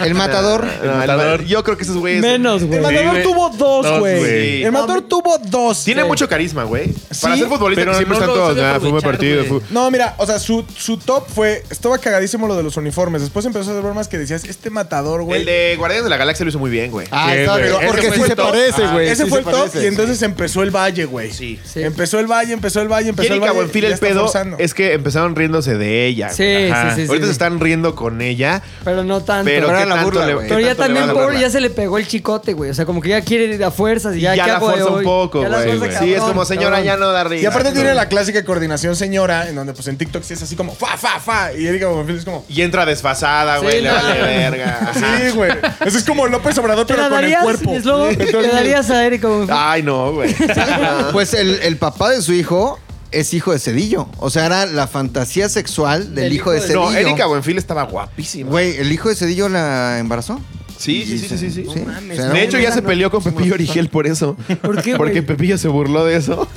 El matador. No, el Matador. ma- Yo creo que esos güeyes. Menos, El güey. Sí, matador güey. tuvo Dos, dos, güey. güey. El matador tuvo dos. Tiene güey. mucho carisma, güey. Para Sí, ser futbolista pero que siempre no están lo todos. sabe "Ah, fue un buen aprovechar, partido. güey". fue- No, mira, o sea, su, su top fue. Estaba cagadísimo lo de los uniformes. Después empezó a hacer bromas que decías, este matador, El güey. de Guardianes de la Galaxia lo hizo muy bien, güey. Ah, Sí, está, güey. pero Ese porque fue sí el se top. parece, güey. Ese sí fue se el top parece. y entonces empezó el valle, güey. Sí. Sí. Empezó el valle, empezó el valle, empezó pues el Erika valle. Buenfil ya el está pedo forzando. es que empezaron riéndose de ella. Sí, güey. sí, Ajá. sí, sí. Ahorita sí. se están riendo con ella, Pero no tanto. pero Pero ¿qué era la tanto burla, le- güey. qué Pero ya tanto le también, van a pobre, burlar? ya se le pegó el chicote, güey. O sea, como que ya quiere ir a fuerzas y ya, ya, ¿qué la hago de fuerza un hoy? poco, Ya la güey. fuerza, Sí, es cabrón, como señora, cabrón. ya no da risa. Y aparte tiene la clásica coordinación señora, en donde pues en TikTok sí es así como fa, fa, fa. Y Erika Buenfil es como. Y entra desfasada, güey, le no. vale verga. Ajá. Sí, güey. Eso es como López Obrador, ¿Te pero la con el darías, cuerpo. es lobo? ¿Te Entonces- darías a Erika buen film? Ay, no, güey. Pues el, el papá de su hijo es hijo de Cedillo. O sea, era la fantasía sexual del, hijo de Cedillo. No, Erika Buenfil estaba guapísima. Güey, el hijo de Cedillo la embarazó. Sí, sí, sí, sí, sí. sí. No mames, De no, hecho, ya no, se no, peleó con no, Pepillo no. Origel por eso. ¿Por qué, güey? Porque Pepillo se burló de eso.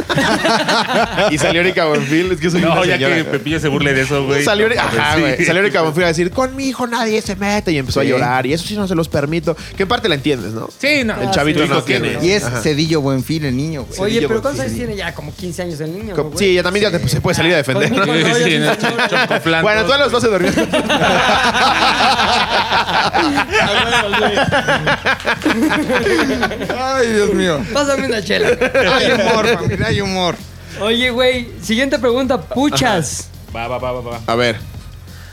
y salió Erika Buenfil. Es que soy No, una ya señora. que Pepillo se burle de eso, güey. Salió, No, pues Erika- ajá, sí. güey. Salió Erika Buenfil a decir, con mi hijo nadie se mete. Y empezó Sí. a llorar. Y eso sí no se los permito. Que en parte la entiendes, ¿no? Sí, no. El chavito Tu hijo no tiene. Y es Ajá. Cedillo Buenfil el niño, güey. Oye, Cedillo pero Bonfil. ¿cuántos años tiene ya? Como Ah, 15 años el niño. Co- güey. Sí, ya también ya te- se puede salir a defender. Conmigo no, yo Sí, soy en el señor. chocoflan. Bueno, tú a los 12 dormías. Ay, Dios mío. Pásame una chela. Hay humor, familia, hay humor. Oye, güey, siguiente pregunta, puchas. Va, va, va, va, va. A ver.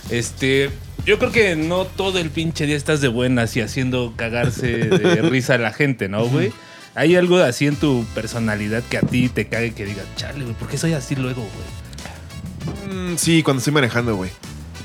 Este, yo creo que no todo el pinche día estás de buenas y haciendo cagarse de risa a la gente, ¿no, güey? Hay algo así en tu personalidad que a ti te cague que digas, chale, güey, ¿por qué soy así luego, güey? Mm, Sí, cuando estoy manejando, güey.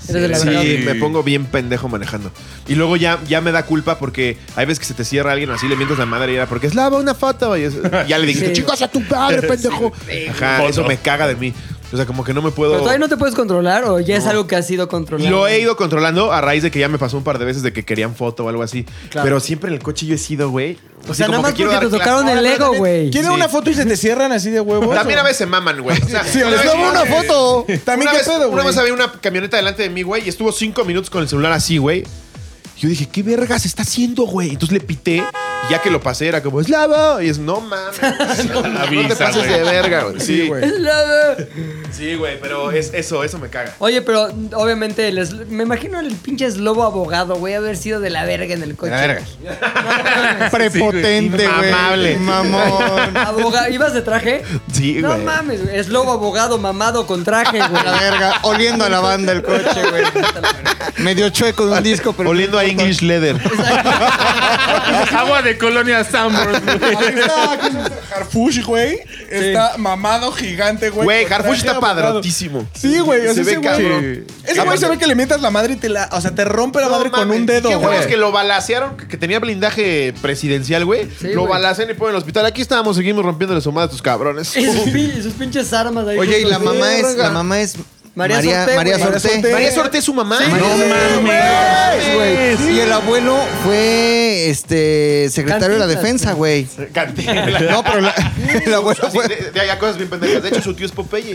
Eres de la Sí, verdad. me pongo bien pendejo manejando. Y luego ya, ya me da culpa porque hay veces que se te cierra alguien así, le mientas la madre y era porque es lava una foto. Y es- ya le dije, Sí. chicos, a tu padre, pendejo. Ajá, Foto. eso me caga de mí. O sea, como que no me ¿Pero puedo. todavía no te puedes controlar o ya es algo que has sido controlado? Lo he ido controlando a raíz de que ya me pasó un par de veces de que querían foto o algo así. Claro. Pero siempre en el coche yo he sido, güey. O así sea, nada como más que quiero porque dar te clase. tocaron el ego, güey. ¿Quieren Sí. una foto y se te cierran así de huevos? También o- a veces se maman, güey. O sea, Sí, una les vez- tomo una foto. También una, qué vez, pedo, una güey. vez había una camioneta delante de mí, güey, y estuvo cinco minutos con el celular así, güey. Yo dije, ¿qué vergas está haciendo, güey? Entonces le pité, y ya que lo pasé, era como, ¡eslava! Y es, no mames. no, te Avisa, pases güey. de verga, güey. Sí, güey. Es la- Sí, güey, pero es, eso, eso me caga. Oye, pero obviamente el es- me imagino el pinche lobo abogado, güey, haber sido de la verga en el coche. Prepotente, güey. Mamable. Mamón. Aboga- ¿Ibas de traje? Sí, No güey. mames, güey. es lobo abogado mamado con traje, güey. La verga. Oliendo a la banda el coche, güey. Medio chueco de un disco, pero. Oliendo a English Leather. Ah, Agua de colonia Sambor, güey. Harfush, güey. Está mamado gigante, güey. Güey, con Harfush traje está abogado. padrotísimo. Sí, güey. O Se sea, ve ese cabrón. güey. Ese güey Aparte- se ve que le mientas la madre y te la. O sea, te rompe la No madre con mames, un dedo, Qué güey. huevos que lo balacearon, que, que tenía blindaje presidencial, güey. Sí, lo güey. balacean y ponen en el hospital. Aquí estábamos, seguimos rompiéndole su madre a tus cabrones. Y sus, pin- y sus pinches armas ahí. Oye, y la juntos, güey. mamá es. La mamá es. María María María Sorté, güey. Sorté. María María Sorté es su mamá. No mames, güey. Y el abuelo fue este secretario de la Cantinas, defensa, güey. Cantinflas. No, pero la- el abuelo Así, fue. de, de ahí a cosas bien pendejas. De hecho, su tío es Popeye.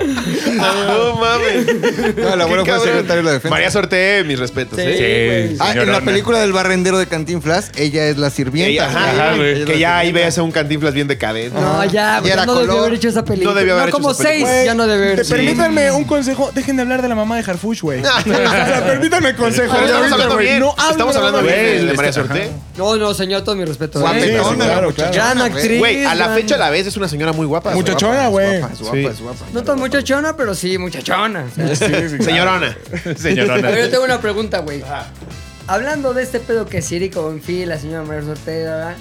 no mames. No, el abuelo Qué fue cabrón. secretario de la defensa. María Sorté, mis respetos. Sí, ¿eh? güey. Ah, en la señorona. película del barrendero de Cantinflas, ella es la Ella- sirvienta. ajá, Ajá, güey. güey. que ya ahí veas a un cantinflas bien decadente. No, ya, Ya güey, ya era no debió color. haber hecho esa película. debió haber no, hecho como esa seis, película. Güey, ya no debió haber te- hecho. Permítanme un consejo. Dejen de hablar de la mamá de Harfush, güey. O sea, permítanme el consejo. Pero ahorita, estamos hablando güey. bien. No hablen estamos de la hablando mamá bien de- de, Güey, María este- Sorté. No, no, señor, todo mi respeto. Guapetona, ¿eh? sí, la claro, muchachona, Gran güey. actriz. Güey, a la gran- fecha a la vez es una señora muy guapa. güey. Muchachona, Es güey. guapa, Es guapa, es guapa. No tan muchachona, pero sí, muchachona. O sea, Señorona. Señorona. Pero yo tengo una pregunta, güey. Hablando de este pedo que Siri Bonfil, la señora María Sorte, ¿verdad?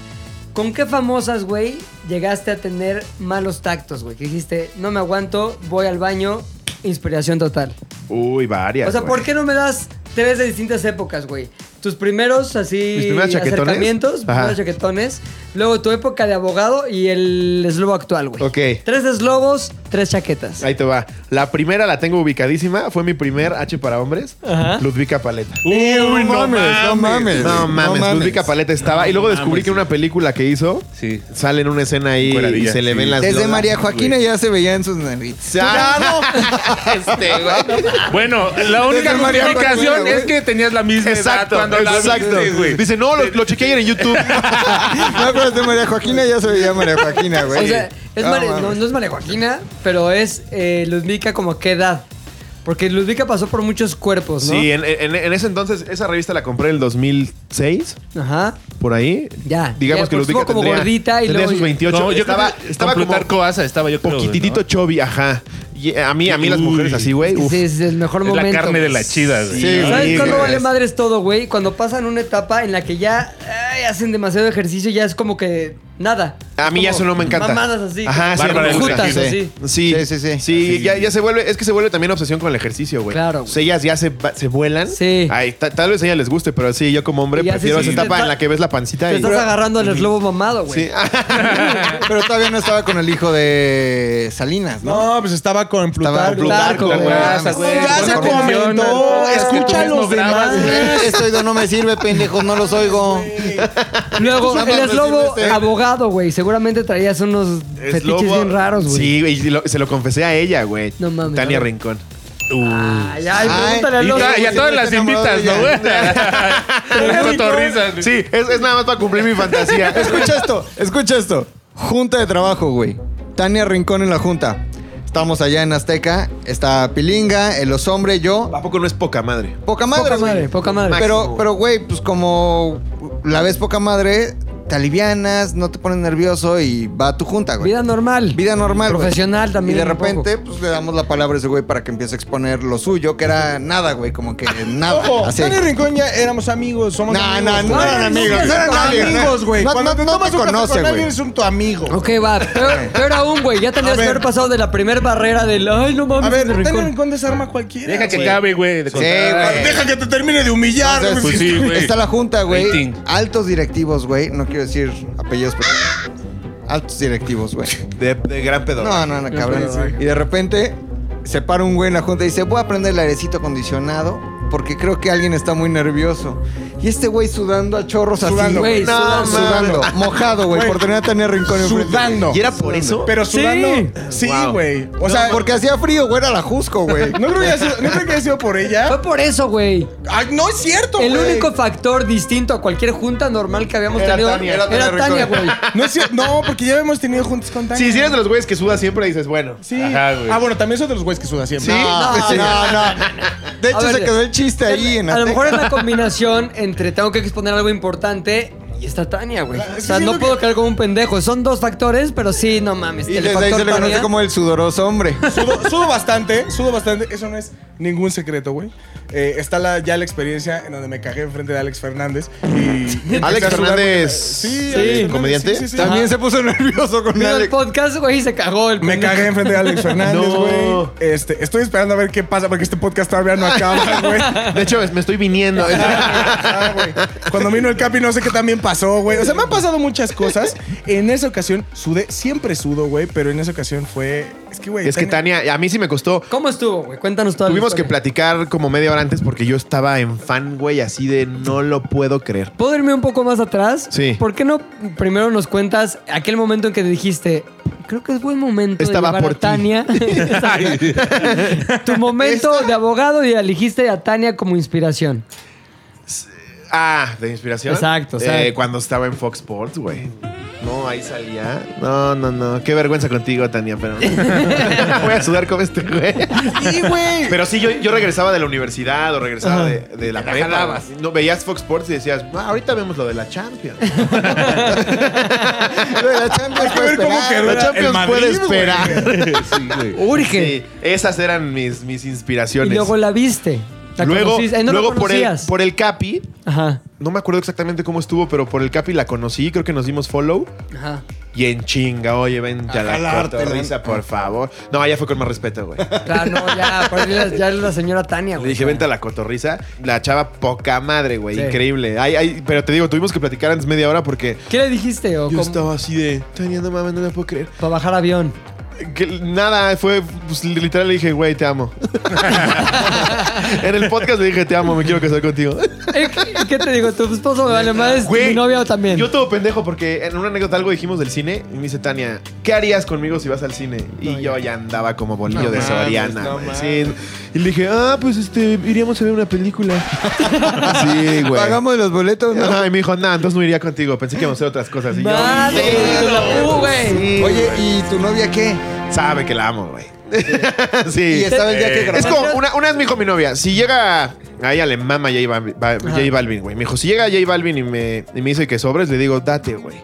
¿con qué famosas, güey, llegaste a tener malos tactos, güey? Que dijiste, no me aguanto, voy al baño, inspiración total. Uy, varias. O sea, güey. ¿por qué no me das tres de distintas épocas, güey? Tus primeros así ¿Mis primeros chaquetones? acercamientos, Ajá. primeros chaquetones, luego tu época de abogado y el eslobo actual, güey. Ok. Tres eslobos, tres chaquetas. Ahí te va. La primera la tengo ubicadísima. Fue mi primer H para hombres. Ajá. Ludvica Paleta. Uy, No mames, no mames. No mames, Ludvica Paleta estaba. y luego descubrí mames. que en una película que hizo, Sí. sale en una escena ahí y Encueradilla, se le sí. ven las Desde lodas. María Joaquina ya se veía en sus narices. ¡Claro! este, güey. Bueno, la única Desde María Pachuela, justificación güey. es que tenías la misma edad Exacto, cuando la exacto. viste, güey. Dice, no, lo, lo chequeé ayer en YouTube. No, pero desde María Joaquina ya se veía María Joaquina, güey. O sea, es No, Mare- mames. no, no es María Joaquina, pero es eh, Ludvica como qué edad. Porque Ludvica pasó por muchos cuerpos, ¿no? Sí, en, en- en ese entonces, esa revista la compré en el 2006, Ajá. por ahí. Ya. Digamos Ya, que pues, Ludvica estuvo como tendría, gordita y tendría luego- sus 28. No, yo estaba, creo que estaba con como Plutarco Asa estaba yo creo. güey, poquitito ¿no? chubby, ajá. Y eh, a mí, a mí las Uy. mujeres así, güey. uf. Ese es el mejor Es momento. la carne de la chida, güey. Sí, ¿no? ¿Sabes Sí, cuándo güey. vale madres todo, güey? Cuando pasan una etapa en la que ya ay, hacen demasiado ejercicio, ya es como que nada. A mí Es ya como eso no me encanta. Mamadas así. Ajá, sí, Bárbara no me de gusta. Regil. Sí, Juntas, sí, Sí, sí, sí. Sí, ya, ya se vuelve, es que se vuelve también obsesión con el ejercicio, güey. Claro, O sea, ellas ya se, va- se vuelan. Sí. Ay, ta- tal vez a ellas les guste, pero sí, yo como hombre Y ya prefiero sí, sí, esa sí. etapa Te en la que ves la pancita Te y. estás agarrando al eslobo mamado, güey. Sí. Pero todavía no estaba con el hijo de Salinas, ¿no? No, pues estaba con Estaba Plutarco. con Plutarco, Plutarco, güey. Ya se Con comentó. Corrección. escucha a los demás. Este oído no me sirve, pendejo, no los oigo. Luego, Nada el más eslobo ¿eh? decirme este. abogado, güey. Seguramente traías unos fetiches Lobo. bien raros, güey. Sí, güey, y lo- se lo confesé a ella, güey. No mames. Tania Rincón. Ay, ay, pregúntale a y Lobo. ya- ya todas las invitas, ¿no, güey? Cotorrizas, güey. Sí, es, es nada más para cumplir mi fantasía. Escucha esto, escucha esto. Junta de trabajo, güey. Tania Rincón en la junta. Estamos allá en Azteca. Está Pilinga, el Osombre, yo. ¿A poco no es poca madre? Poca madre. Poca güey. madre, poca madre. Pero, Máximo. pero, güey, pues como la ves poca madre, te alivianas, no te pones nervioso y va a tu junta, güey. Vida normal. Vida normal. güey. Profesional Y también. de un poco. repente, pues le damos la palabra a ese güey para que empiece a exponer lo suyo, que era nada, güey, como que ah, nada. Ojo, así. Tania Rincón ya éramos amigos, somos No, no, amigos. no güey. eran Somos amigos, eran amigos, amigos, güey. no, Cuando no, te no tomas te un café conoce, con güey. alguien es un tu amigo. Ok, va. Peor, peor aún, güey. Ya tendrías A que ver. haber pasado de la primera barrera del. Ay, no mames. A ver, en el Tania rincón". Rincón desarma a cualquiera. Deja que güey. acabe, güey. de Sí, contar. güey. Deja que te termine de humillar. Entonces, güey. Eh. Pues sí, güey. Está la junta, güey. Rating. Altos directivos, güey. No quiero decir apellidos, pero. Altos directivos, güey. De, de gran pedo. No, no, no, cabrón. Y de repente se para un güey en la junta y dice: Voy a prender el airecito acondicionado porque creo que alguien está muy nervioso. Y este güey sudando a chorros así. Sudando, güey, No, sudando. sudando. Mojado, güey. Güey, Por tener a Tania Rincón enfrente. Sudando. ¿Y era por eso? Pero Sí. sudando. Sí, Wow. güey. O O sea, sea, porque hacía frío, güey. Era la Jusco, güey. no creo que haya sido, no creo que haya sido por ella. Fue por eso, güey. Ay, no es cierto, güey. El único factor distinto a cualquier junta normal que habíamos Era tenido Tania, era era Tania Tania, Rincón. güey. No es cierto. No, porque ya hemos tenido juntas con Tania. Sí, si eres de los güeyes que suda siempre, dices, bueno. Sí. Ajá, güey. ah, bueno, también son de los güeyes que sudan siempre. Sí. No, no, No, no. De hecho, A ver, se quedó el chiste ahí en A lo Azteca. mejor es la combinación entre tengo que exponer algo importante y está Tania, Ah, güey. O sea, siento no puedo caer como un pendejo. Son dos factores, pero sí, no mames. Y el desde ahí factor se le Tania- conoce como el sudoroso hombre. Sudo, sudo bastante, sudo bastante. Eso no es ningún secreto, güey. Eh, está la, ya la experiencia en donde me cagué enfrente de Alex Fernández. Y empecé Alex a sudar Fernández, porque- Sí, sí, Alex Fernández, comediante. sí, sí, sí. También se puso nervioso con Vino el Alex. podcast, güey, y se cagó el Me pendejo. cagué enfrente de Alex Fernández, No. güey. Este, estoy esperando a ver qué pasa porque este podcast todavía no acaba, güey. De hecho, es- me estoy viniendo. Ah, güey. Cuando vino el Capi, no sé qué también pasó, güey. O sea, me han pasado muchas cosas. En esa ocasión sudé, siempre sudo, güey, pero en esa ocasión fue. Es que, güey. es que Tania, a mí sí me costó. ¿Cómo estuvo, güey? Cuéntanos toda la Tuvimos que historia. platicar como media hora antes porque yo estaba en fan, güey, así de no lo puedo creer. ¿Puedo irme un poco más atrás? Sí. ¿Por qué no primero nos cuentas aquel momento en que dijiste, creo que es buen momento Estaba de llevar por a ti"? Tania? tu momento de abogado y elegiste a Tania como inspiración. Ah, de inspiración. Exacto, Eh, exacto. cuando estaba en Fox Sports, güey. No, ahí salía. No, no, no. Qué vergüenza contigo, Tania, pero. Voy a sudar como este güey. Sí, güey. Pero sí, yo, yo regresaba de la universidad o regresaba de, de la Te la prepa. jalabas. No veías Fox Sports y decías, "Ah, ahorita vemos lo de la Champions. Lo de la Champions que fue ver cómo esperar. quedó la Champions el Madrid, puede güey. esperar. Urge. Sí, esas eran mis, mis Y inspiraciones. luego la viste. La luego, conociste. Ay, no la luego por, el, conocías. por el Capi, Ajá. no me acuerdo exactamente cómo estuvo, pero por el Capi la conocí, creo que nos dimos follow. Ajá. Y en chinga, oye, ven ya la jalártela. cotorrisa, por favor. No, ya fue con más respeto, güey. Claro, Ah, no, ya, por ahí la- ya la señora Tania, Le güey. dije, vente a la cotorrisa. La chava, poca madre, güey. Sí. Increíble. Ay, ay, pero te digo, tuvimos que platicar antes media hora porque ¿Qué le dijiste? O yo cómo- estaba así de, Tania, no mames, no la puedo creer. Para bajar avión. Que nada, fue pues, literal, le dije, güey, te amo. en el podcast le dije, te amo, me quiero casar contigo. Eh, ¿Qué qué te digo? ¿Tu esposo me vale más? Güey, ¿Mi novia también? Yo todo pendejo porque en una anécdota algo dijimos del cine y me dice Tania, ¿qué harías conmigo si vas al cine? Y yo ya andaba como bolillo de mames, Soriana. no güey, mames. sí. Y le dije, ah, pues este, iríamos a ver una película. sí, güey. Pagamos los boletos, ¿no? Ajá, y me dijo, nah, entonces no iría contigo. Pensé que íbamos a hacer otras cosas. Y yo, Madre, te Ah, la pudo, güey. Sí, Oye, ¿y tu novia qué? sabe que la amo, güey. sí. Y estaba el día que Es grabaste. como, una, una vez me dijo mi novia, si llega... A ella le mama J Balvin, Ba- J Balvin, güey. Me dijo, si llega J Balvin y me, y me dice que sobres, le digo, date, güey.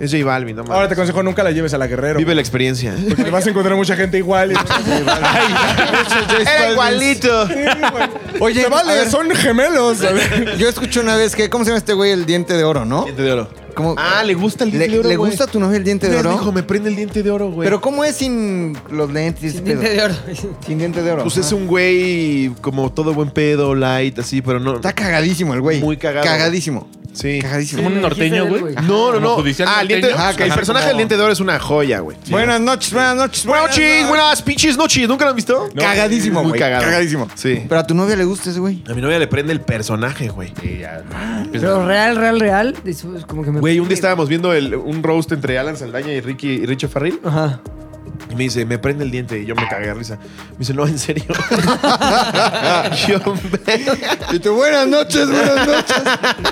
Es J Balvin, no mames. Ahora te aconsejo, nunca la lleves a la guerrero. Vive la experiencia. Porque te vas a encontrar mucha gente igual. y- Era igualito. Oye, Se vale, a ver. son gemelos. Yo escuché una vez que, ¿cómo se llama este güey? El diente de oro, ¿no? Diente de oro. ¿Cómo- Ah, le gusta el diente le, de oro. le güey. gusta a tu novia el diente de Una vez me oro? dijo, me prende el diente de oro, güey. Pero ¿cómo es sin los lentes? Sin Sin diente de oro. Sin diente de oro. pues es ajá. un güey como todo buen pedo, light, así, pero no. Está cagadísimo el güey. Muy cagado. Cagadísimo. Sí. Como un norteño, güey. No, no, no. Como judicial Ah, el, diente- norteño. ah, que el Ajá, personaje como- del diente de oro es una joya, güey. Buenas noches, buenas noches, buenas noches, buenas pinches noches. ¿Nunca lo has visto? Cagadísimo, Muy güey, cagado. cagadísimo. Sí. Pero a tu novia le gusta ese güey. A mi novia le prende el personaje, güey. Pero real, real, real. es Como que Pues me. Güey, un día estábamos viendo el- un roast entre Alan Saldaña y Ricky y Richo Farril. Ajá. Y me dice, me prende el diente. Y yo me cagué de risa. Me dice, no, en serio. yo, Y tú, buenas noches, buenas noches.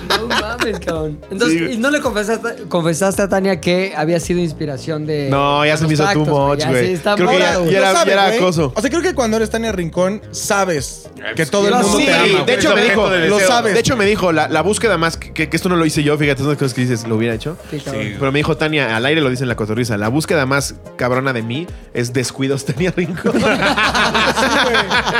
No mames, cabrón. Entonces, Sí, güey. ¿y no le confesaste, confesaste a Tania que había sido inspiración de. No, ya se me hizo los too actos, much, ya güey. sí, está Creo que morado, ya- güey. ya era- Sabe, ya era güey. acoso. O sea, creo que cuando eres Tania Rincón, sabes que todo el Lo mundo sí, te ama. de güey. hecho me dijo, Objeto de lo deseo. sabes. De hecho me dijo, la, la búsqueda más, que, que esto no lo hice yo, fíjate, son las cosas que dices, lo hubiera hecho. Sí, cabrón. Pero me dijo Tania, al aire lo dice en la cotorriza, la búsqueda más cabrona de mí es descuidos Tania Rincón.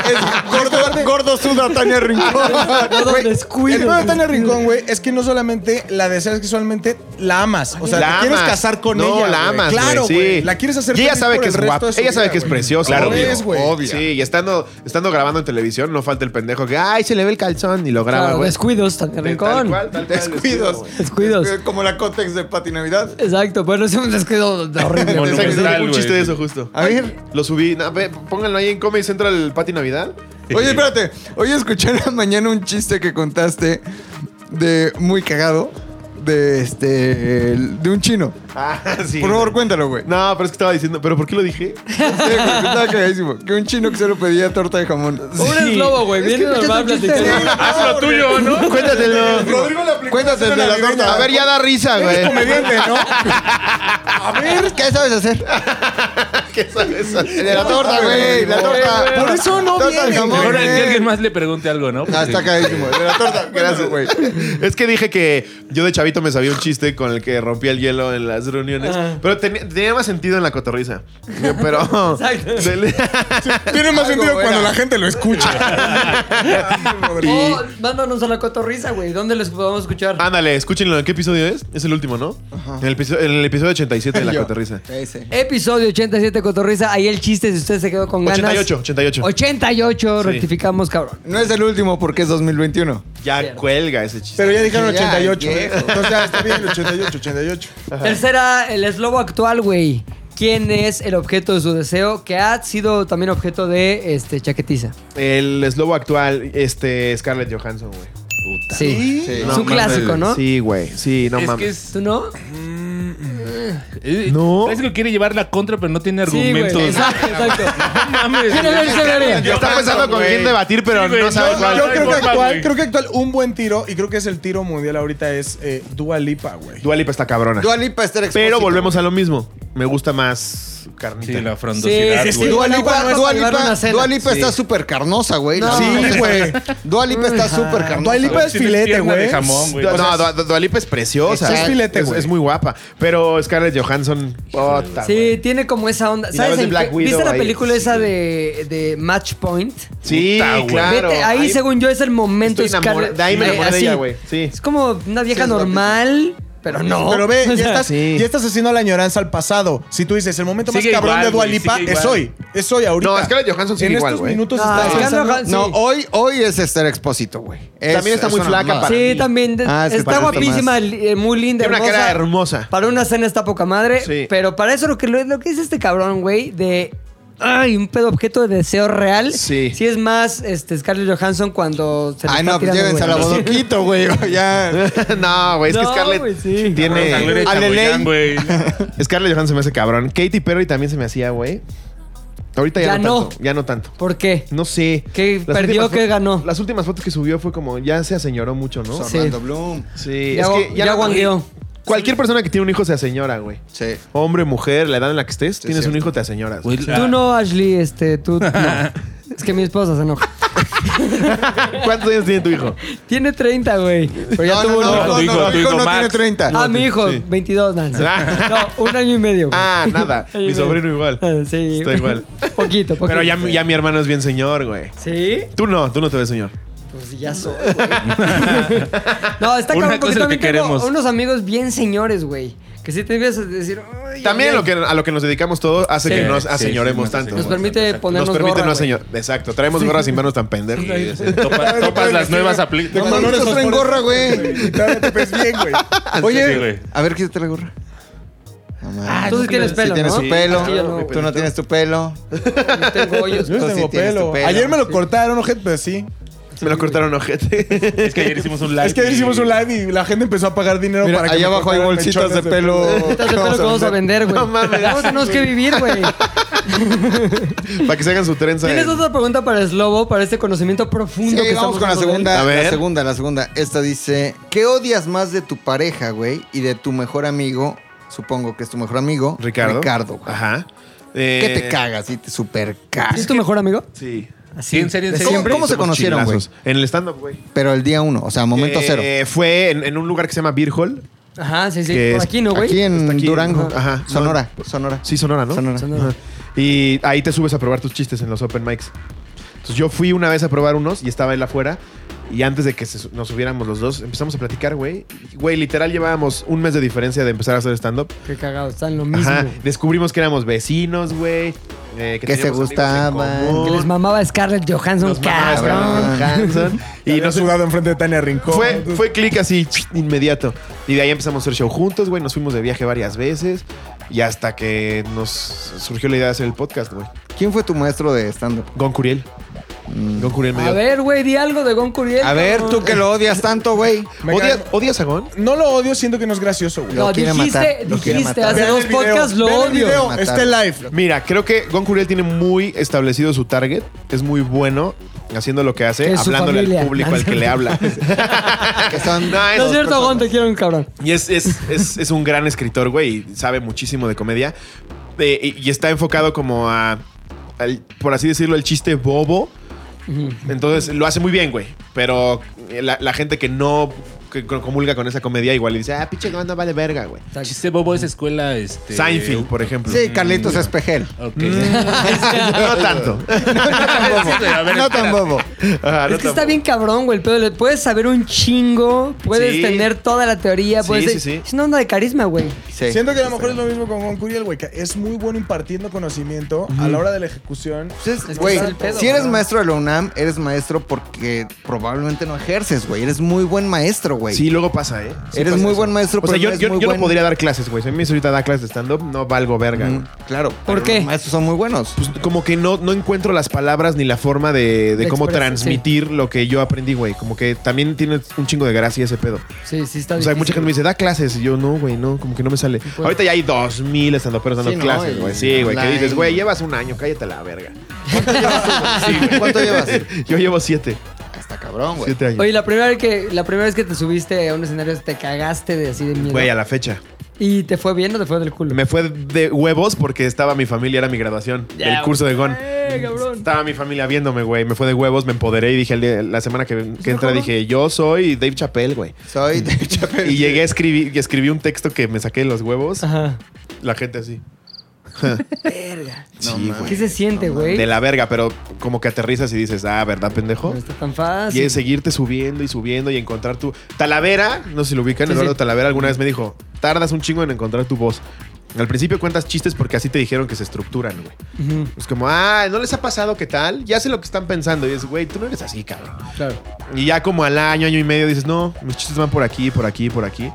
Es gordo, gordo suda Tania Rincón. Todo Güey, descuido. El pedo de Tania Rincón, güey, es que no solamente la deseas sexualmente, la amas. O sea, La te quieres amas. casar con No, ella. la güey. amas, Claro, güey, güey. sí. La quieres hacer Y ella feliz sabe por que el es resto guapa. de su Ella sabe vida, que es güey. preciosa. Claro, güey. es, güey. obvio. Sí, y estando, estando grabando en televisión, no falta el pendejo que, ay, se le ve el calzón y lo graba, Claro, güey. descuidos, Tania Tal cual, Rincón. tal cual, descuido, Descuidos. güey. Descuidos. Como la cótex de Pati Navidad. Exacto, bueno, es un descuido horrible. güey. Exacto, Monumental, un güey. chiste de eso justo. A ver. Lo subí. na- ve, pónganlo ahí en Comedy Central Pati Navidad. Oye, espérate. Hoy escuché en la mañana un chiste que contaste de muy cagado. De este. el- De un chino. Ah, sí. Por favor, cuéntalo, güey. No, pero es que estaba diciendo, ¿pero por qué lo dije? Sí, güey, Estaba cagadísimo. Que un chino que solo pedía torta de jamón. Pobre es lobo, güey. Viene normal platicando. Haz lo tuyo, ¿no? Cuéntatelo. Cuéntate de la torta. A ver, ya da risa, güey. comediante, ¿no? A ver, ¿qué sabes hacer? ¿Qué sabes? De la torta, güey. La torta. Por eso no Torta de viene. jamón. Ahora que güey. alguien más le pregunte algo, ¿no? Ah, está cagadísimo. De la torta. Gracias, güey. Es que dije que yo de chavito me sabía un chiste con el que rompía el hielo en las reuniones. Pero tenía, tenía más sentido en la cotorriza. Pero. Del- Tiene Algo más sentido buena. cuando la gente lo escucha. Oh, mándanos a la cotorriza, güey. ¿Dónde les podemos escuchar? Ándale, escúchenlo. ¿En qué episodio es? Es el último, ¿no? En el, episodio, en el episodio 87 de la Yo. cotorriza. Ese. Episodio 87 Cotorriza. Ahí el chiste, si usted se quedó con ganas. 88, 88. 88, rectificamos, cabrón. No es el último porque es 2021. Ya Cierto. cuelga ese chiste. Pero ya dijeron Ya, 88. ¿eh? viejo. Entonces ya está bien, 88, 88. Tercera, el eslobo actual, güey. ¿Quién es el objeto de su deseo? Que ha sido también objeto de este, chaquetiza. El eslobo actual, este, Scarlett Johansson, güey. Puta. Sí. Sí. Es No un mames. clásico, ¿no? Sí, güey. Sí, no es mames. que es. ¿Tú no? eh, No. Parece que quiere llevar la contra, pero no tiene argumentos. güey. Exacto, exacto. No mames. Quiere verse bebé. Ya está pensando con Güey. quién debatir, pero Sí, güey, no sabe no, cuál. Yo creo que, forma, actual, güey. creo que actual un buen tiro, y creo que es el tiro mundial ahorita, es eh, Dua Lipa, güey. Dua Lipa está cabrona. Dua Lipa está Pero volvemos a lo mismo. Me gusta más carnita. Sí, la frondosidad, Sí, sí, güey. sí. Dua No, Lipa, no, no, Dua no, llevar una Lipa, cena. Dua Lipa está súper carnosa, güey. No. Sí, Sí, güey. güey. Dua Lipa está Ajá. súper carnosa. Dua Lipa güey. es Tiene filete, pierna de güey. jamón, güey. Pues No, no, Dua, Dua Lipa es preciosa. Es filete, es, güey. es muy guapa. Pero Scarlett Johansson. puta, güey. Sí, tiene como esa onda. Y la ¿Sabes ves de en Black qué- Widow ¿Viste la ahí? película Sí. esa de, de Match Point? Sí, Puta, güey. claro. Vete, ahí, según yo es el momento estoy enamora- Scarlett- de ahí me eh, enamoré de así. ella, güey. Sí. Es como una vieja Sí, es normal, pero no. Pero ve, O ya sea, estás, sí. ya estás haciendo la añoranza al pasado. Si tú dices, el momento más Sigue cabrón igual, de Dua güey, Lipa sigue es igual. hoy. Es hoy ahorita. No, Scarlett Johansson sigue En igual, estos güey. minutos No, está Scarlett pensando- Johansson- No, Sí. hoy, hoy es Esther Expósito, güey. Es- También está muy una flaca mamada. para Sí, mí. también. de- Ah, es que está para mí está guapísima, li- eh, muy linda, Tiene una hermosa. cara hermosa. Para una cena está poca madre. Sí. Pero para eso lo que, lo que dice este cabrón, güey, de... Ay, un pedo objeto de deseo real. Sí. Sí es más este, Scarlett Johansson cuando se le Ay, está no, pues tirando, llévense a la güey. bodoquito, güey. Ya. no, güey, es que No, Scarlett güey, sí. tiene. Sangre de Chagoyán, güey. Scarlett Johansson se me hace cabrón. Katy Perry también se me hacía, güey. Ahorita ya, Ya no, no. tanto. Ya no tanto. ¿Por qué? No sé. ¿Qué Las perdió, últimas qué fo- ganó? Las últimas fotos que subió fue como ya se aseñoró mucho, ¿no? Sí. Orlando Bloom. Sí, Ya es gu- que ya no- guangueó. Cualquier persona que tiene un hijo se aseñora, güey. Sí. Hombre, mujer, la edad en la que estés, tienes cierto. un hijo, te aseñoras. Güey, güey. la- Tú no, Ashley, este, tú no. Es que mi esposa se enoja. ¿Cuántos años tiene tu hijo? Tiene 30, güey. Pero ya No, tuvo no, uno. no, no, Tu hijo, no, tu hijo hijo no tiene Max. 30. ah, mi hijo, 22, Nancy. Ah. No, un año y medio. güey. Ah, nada. Ay, Mi güey. sobrino igual. Ah, Sí. Está igual. Poquito, poquito. Pero ya, mi- ya mi hermano es bien señor, güey. ¿Sí? Tú no, tú no te ves señor. Pues ya soy, güey. No, está Una cosa cabrón porque es lo también que tengo queremos. unos amigos bien señores, güey. Que si te empiezas a decir. "Ay, También ay, lo que, a lo que nos dedicamos todos hace Sí. que nos Sí, aseñoremos sí, tanto. nos permite Exacto. ponernos Nos permite gorra, no güey. aseñor. Exacto, traemos gorras sin vernos tan pendejos. Topas, topas las nuevas No, aplicaciones. no, no, traen gorra, güey. te ves bien, güey. Sí, Oye, güey. a ver, quítate la gorra. Ah, tú sí tienes Sí pelo, tienes ¿no? tu pelo. Ah, yo no, tú no tienes tu pelo. no tengo hoyos. Yo no Tú sí tengo tienes tu pelo. pelo. Ayer me lo cortaron, ojete, pero sí. Me lo cortaron ojete. Es que ayer hicimos un live. Es que ayer hicimos un live y la gente empezó a pagar dinero Mira, para que allá me abajo hay cortaran bolsitas de mechones pelo. Ahorita te espero que vamos a vender, güey. No mames. ¿Cómo tenemos que vivir, güey? Para que se hagan su trenza. ¿Tienes en- otra pregunta para Slobo, para este conocimiento profundo Sí, que vamos estamos con la dando de él? segunda, A ver. la segunda, la segunda. Esta dice, ¿qué odias más de tu pareja, güey? Y de tu mejor amigo, supongo que es tu mejor amigo. Ricardo. Ricardo, güey. Ajá. ¿Qué Eh, te cagas y te super ¿Es cagas? tu mejor amigo? Sí. Así. ¿En serio? ¿En ¿De serio? siempre? ¿Cómo se Somos conocieron, güey? chilazos. En el stand-up, güey. Pero el día uno, o sea, momento Eh, cero. Fue en, en un lugar que se llama Beer Hall. Ajá, sí, sí. Que Por es- aquí, ¿no, güey? Aquí en Está aquí, Durango. ¿no? Ajá. Sonora, Sonora. Sí, Sonora, ¿no? Sonora. Sonora. Ajá. Y ahí te subes a probar tus chistes en los open mics. Entonces yo fui una vez a probar unos y estaba él afuera. Y antes de que se- nos subiéramos los dos, empezamos a platicar, güey. Y, Güey, literal llevábamos un mes de diferencia de empezar a hacer stand-up. Qué cagado, están lo mismo. Ajá. Descubrimos que éramos vecinos, güey. eh, Que se teníamos amigos en gustaban. común. Que les mamaba Scarlett Johansson, Nos mamaba cabrón. Scarlett Johansson. Y Y no nos sudado enfrente de Tania Rincón. Fue, fue clic así, inmediato. Y de ahí empezamos a hacer show juntos, güey. Nos fuimos de viaje varias veces. Y hasta que nos surgió la idea de hacer el podcast, güey. ¿Quién fue tu maestro de stand-up? Gon Curiel. Gon Curiel me A dio- ver, güey, di algo de Gon Curiel. Mm. A ver, cabrón. tú que lo odias tanto, güey. Me ¿Odias, cago- odias a Gon? No lo odio, siento que no es gracioso, güey. Lo No, quiere dijiste, matar, lo quiere dijiste, matar. hace Vean dos el video, podcasts lo vean el odio. video, Matar. Está en live. Mira, creo que Gon Curiel tiene muy establecido su target. Es muy bueno haciendo lo que hace, Es su hablándole familia. al público al que le habla. Que son- No, es- No es cierto, Gon, te quiero un cabrón. Y es, es- es- es un gran escritor, güey, y sabe muchísimo de comedia. Eh, y, y está enfocado como a, al- por así decirlo, el chiste bobo. Entonces lo hace muy bien, güey. Pero la, la gente que no que co- comulga con esa comedia igual y dice, ah, pinche no vale verga, güey. Chiste bobo es escuela, este... Seinfeld, por ejemplo. Mm. Sí, Carlitos Espejel. Ok. no tanto. A ver, No tan bobo. Ajá, no Es que está tan- bien cabrón, güey, el pedo. le- Puedes saber un chingo, puedes Sí. tener toda la teoría, Sí, puedes... sí, sí. Es una onda de carisma, güey. Sí. Siento que a lo mejor es lo mismo con Gon Curiel, güey, que es muy bueno impartiendo conocimiento a la hora de la ejecución. Entonces, Es que güey, está el pedo, si eres ¿no? maestro de la UNAM, eres maestro porque probablemente no ejerces, güey. Eres muy buen maestro, güey. Sí, luego pasa, ¿eh? Sí Eres pasa muy eso. buen maestro, O sea, pero yo, no eres yo- muy yo no buen- podría dar clases, güey. Si a mí ahorita da clases de stand-up, no valgo verga, güey. Mm, claro. ¿Por pero qué? Los maestros son muy buenos. pues como que no, no encuentro las palabras ni la forma de, de De cómo expresar, transmitir lo que yo aprendí, güey. Como que también tiene un chingo de gracia ese pedo. Sí, sí, está O sea, difícil. mucha gente me dice, da clases. Y yo, no, güey, no, como que no me sale. Ahorita ya hay dos mil estandoperos dando Pues, Sí, no, clases, y güey. Sí, güey, que online. dices, güey, llevas un año, cállate la verga. ¿Cuánto llevas? yo llevo siete. Está cabrón, güey. Siete años. Oye, la primera, vez que, la primera vez que te subiste a un escenario te cagaste de así de miedo. Güey, a la fecha. ¿Y te fue bien o te fue del culo? Me fue de huevos porque estaba mi familia, era mi graduación, Ya, el curso de Gon. güey, Eh, cabrón. Estaba mi familia viéndome, güey. Me fue de huevos, me empoderé y dije, el día- la semana que, que entra dije, yo soy Dave Chappelle, güey. Soy de Y llegué a escribir y escribí un texto que me saqué de los huevos. Ajá. La gente así. Verga. Sí, güey. ¿Qué se siente, güey? De la verga, pero como que aterrizas y dices, ah, ¿verdad, pendejo? No está tan Y fácil. es seguirte subiendo y subiendo y encontrar tu. Talavera, no sé si lo ubican, Sí, Eduardo sí. Talavera alguna vez me dijo, tardas un chingo en encontrar tu voz. Al principio cuentas chistes porque así te dijeron que se estructuran, güey. Ujú, Es como, ah, ¿no les ha pasado qué tal? Ya sé lo que están pensando. Y es, güey, tú no eres así, cabrón. Claro. Y ya como al año, año y medio dices, no, mis chistes van por aquí, por aquí, por aquí.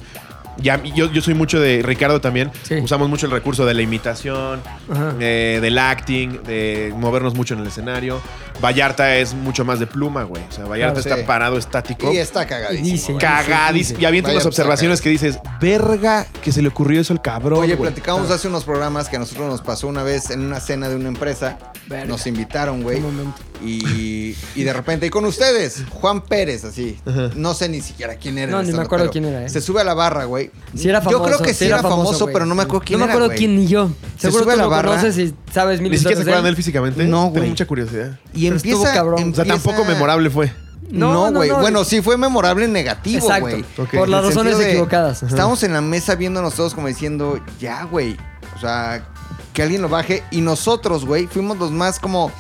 Ya, yo, yo soy mucho de Ricardo también. Sí. Usamos mucho el recurso de la imitación, Ajá. eh, del acting, de movernos mucho en el escenario. Vallarta es mucho más de pluma, güey. O sea, Claro, Vallarta está Ah, sí. parado estático. Y está Y cagadísimo. dice, güey. Cagadis. Y avienta unas Vallarta observaciones que dices, verga, que se le ocurrió eso al cabrón. Oye, güey". platicamos hace unos programas que a nosotros nos pasó una vez en una cena de una empresa. Verga. Nos invitaron, güey. Un momento. Y, y de repente, y con ustedes, Juan Pérez, así. No sé ni siquiera quién era. No, ni el me estando, acuerdo pero quién era, ¿eh? Se sube a la barra, güey. Sí era Yo famoso. creo que sí, era famoso, güey. pero no me acuerdo Sí. quién No me era, acuerdo güey. quién ni yo. Se Seguro sube a tú la lo barra. conoces y sabes mil Ni siquiera historias se acuerdan de de él físicamente. No, Tengo güey. mucha curiosidad. Y Pero empieza. estuvo cabrón. O empieza- sea, tampoco memorable fue. No, No, no, güey. no. Bueno, sí fue memorable en negativo, Exacto. güey. Ok. Por En las el razones sentido de- equivocadas. Ajá. Estábamos en la mesa viéndonos todos como diciendo, ya, güey. O sea, que alguien lo baje. Y nosotros, güey, fuimos los más como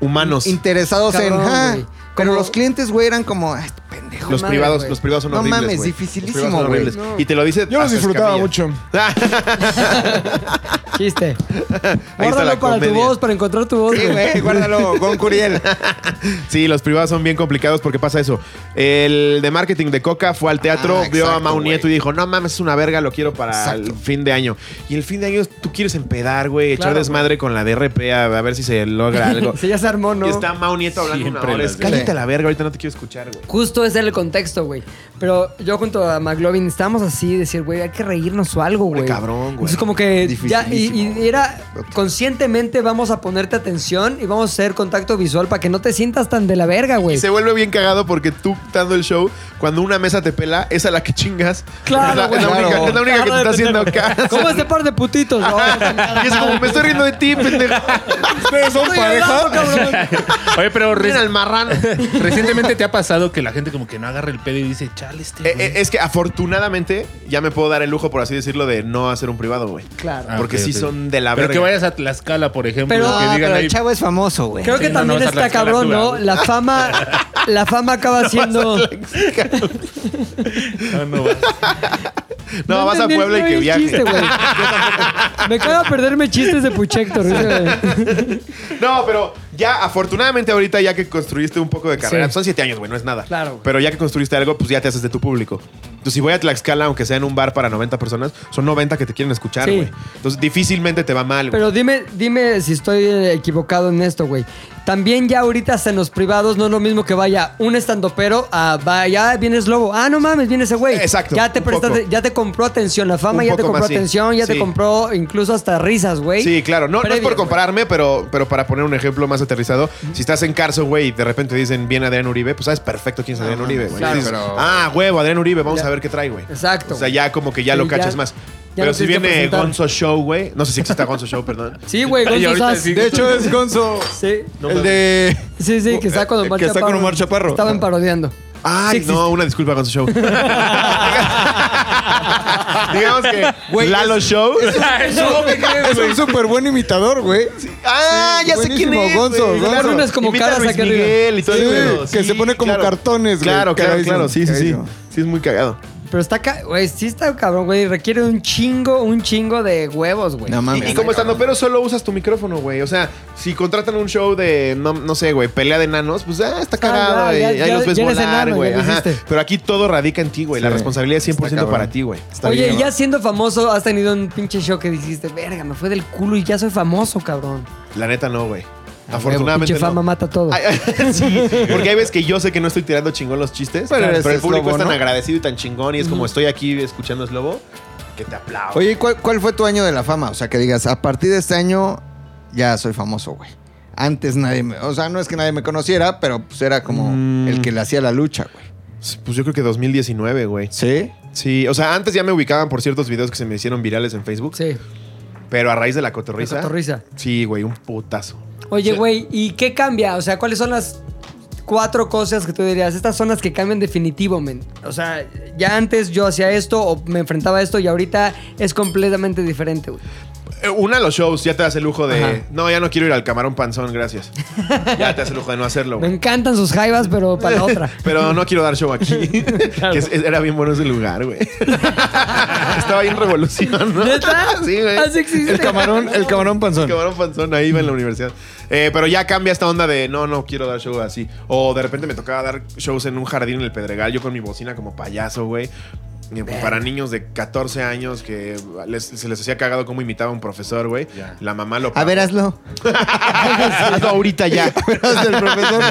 Humanos. interesados Cabrón, en. "Ah", güey. Pero Como- los clientes, güey, eran como, "Ah, este pendejo. con los madre, privados, güey. los privados son No horribles. mames, güey. dificilísimo, Los privados son güey. horribles. No. Y te lo dice. Yo los hasta disfrutaba Escamilla. Chiste. Ahí está la Guárdalo para tu comedia. voz, para encontrar tu voz. Sí, güey, guárdalo, Gon Curiel. Ah, Sí, los privados son bien complicados porque pasa eso. El de marketing de Coca fue al teatro, Ah, vio a exacto, Mau güey. Nieto y dijo, no mames, es una verga, lo quiero para Exacto. el fin de año. Y el fin de año tú quieres empedar, güey, echar Claro, desmadre con la DRP a, a ver si se logra algo. Si ya se armó, ¿no? Y está Mau Nieto hablando Siempre una hora. las es, de- Cállate a la verga, ahorita no te quiero escuchar, güey. Justo ese era el contexto, güey. Pero yo junto a McLovin estábamos así, decir, güey, hay que reírnos o algo, güey. cabrón, güey. Es como que ya, y- y, Dificilísimo, era conscientemente vamos a ponerte atención y vamos a hacer contacto visual para que no te sientas tan de la verga, güey. Y se vuelve bien cagado porque tú dando el show, cuando una mesa te pela, es a la que chingas. Es la, Claro, güey. es la única, es la única que te está haciendo caso. ¿Cómo este par de putitos? No, Y es como, me estoy riendo de ti, pendejo. Ustedes son Estoy hablando, cabrón. Oye, pero Miren reci- al marrano. recientemente te ha pasado que la gente como que no agarra el pedo y dice, chale, este. Eh, eh, es que afortunadamente ya me puedo dar el lujo, por así decirlo, de no hacer un privado, güey. Claro. Ah, Porque ok, sí ok. son de la Pero verga. que vayas a Tlaxcala, por ejemplo, Pero- que Ah, digan pero ahí. el chavo es famoso, güey. Creo que Sí, no, también no vas a está Tlaxcala cabrón, tú, ¿no? güey. La fama, la fama acaba siendo. No, "Ah, no vas. No, vas a entendí Puebla y el que viaje. chiste, güey. Me caga perderme chistes de Puchector. güey. No, pero ya afortunadamente ahorita ya que construiste un poco de carrera, son siete años, güey, no es nada. Claro, güey. Pero ya que construiste algo, pues ya te haces de tu público. Entonces, si voy a Tlaxcala, aunque sea en un bar para 90 personas, son 90 que te quieren escuchar, Sí. güey. Entonces, difícilmente te va mal, güey. Pero dime, dime si estoy eh, equivocado en esto, güey. También ya ahorita hasta en los privados no es lo mismo que vaya un estandopero a vaya, vienes lobo. Ah, no mames, viene ese güey. Exacto, Ya te un prestaste- poco. ya te compró atención la fama, Un ya te poco compró más, sí. atención, ya te Sí. compró incluso hasta risas, güey. Sí, claro. No, no es Previa, por güey. compararme, pero, pero para poner un ejemplo más aterrizado, si estás en Carso, güey, y de repente dicen bien Adrián Uribe, pues sabes perfecto quién es Adrián Uribe, güey. claro. Dices, Pero- Ah, huevo, Adrián Uribe, vamos Ya. a ver qué trae, güey. Exacto. O sea, ya como que ya Sí, lo ya- cachas más. ya Pero lo si tienes que viene presentar. Gonzo Show, güey. No sé si existe Gonzo Show, perdón. Sí, güey, Y Gonzo ahorita Sass. sí. De hecho, es Gonzo. Sí. El de. Sí, sí, que está con Omar Que está con Chaparro. Omar Chaparro. Ah. Estaban parodiando. Ay, Sí no, una disculpa, Gonzo Show. Digamos que Güey, Lalo Show. No, ¿qué crees, Es güey? un súper buen imitador, güey. Ah, ya sé quién buenísimo, es. Gonzo, güey. Gonzo. Claro, Unas como imita a caras Luis acá arriba. Miguel y todo Sí, el pedo. que se pone como cartones, güey. Claro, claro, Cagadísimo, claro. Sí, sí, sí. cagadísimo. Sí, es muy cagado. Pero está, ca- güey, sí está cabrón, güey. Requiere un chingo, un chingo de huevos, güey. No Y, mames. y como estando, pero solo usas tu micrófono, güey. O sea, si contratan un show de, no, no sé, güey, pelea de nanos, pues ah, está cagado. ya, y ya, ahí ya- los ves ya eres volar, enano, güey. ya lo Ajá. hiciste. Pero aquí todo radica en ti, güey. La Sí. responsabilidad es 100% Está para cabrón. ti, güey. Está Oye, bien, y ¿no? ya siendo famoso, has tenido un pinche show que dijiste, verga, me fue del culo y ya soy famoso, cabrón. La neta no, güey. Pinche Afortunadamente. no. fama mata todo. Ay, ay, sí, porque hay veces que yo sé que no estoy tirando chingón los chistes, Pero pero, eres el público Slobo, es tan ¿no? agradecido y tan chingón y es como estoy aquí escuchando a Slobo, que te aplaudo. Oye, ¿y ¿cuál, ¿cuál fue tu año de la fama? O sea, que digas, a partir de este año ya soy famoso, güey. Antes nadie me. O sea, no es que nadie me conociera, pero pues era como Mm. el que le hacía la lucha, güey. Pues yo creo que 2019, güey. ¿Sí? Sí, o sea, antes ya me ubicaban por ciertos videos que se me hicieron virales en Facebook, Sí, pero a raíz de la cotorriza. risa. Sí, güey, un putazo. Oye, güey, ¿y qué cambia? O sea, ¿cuáles son las cuatro cosas que tú dirías? Estas son las que cambian definitivo, men. O sea, ya antes yo hacía esto o me enfrentaba a esto y ahorita es completamente diferente, güey. Eh, Una, los shows, ya te das el lujo de. Ajá. No, ya no quiero ir al camarón panzón, gracias. ya te das el lujo de no hacerlo, Me güey. encantan sus jaivas, pero para la otra. Pero no quiero dar show aquí. Que es- era bien bueno ese lugar, güey. Estaba ahí en revolución, ¿no? ¿Neta? Sí, güey. Así existe. El camarón, el camarón panzón. Camarón panzón, ahí iba en la universidad. Eh, pero ya cambia esta onda de no, no quiero dar show así. O de repente me tocaba dar shows en un jardín en el Pedregal, yo con mi bocina como payaso, güey. Y Para niños de 14 años que les- se les hacía cagado cómo imitaba a un profesor, güey. Ya. La mamá lo A ver, hazlo. hazlo ahorita ya. Hazlo el profesor.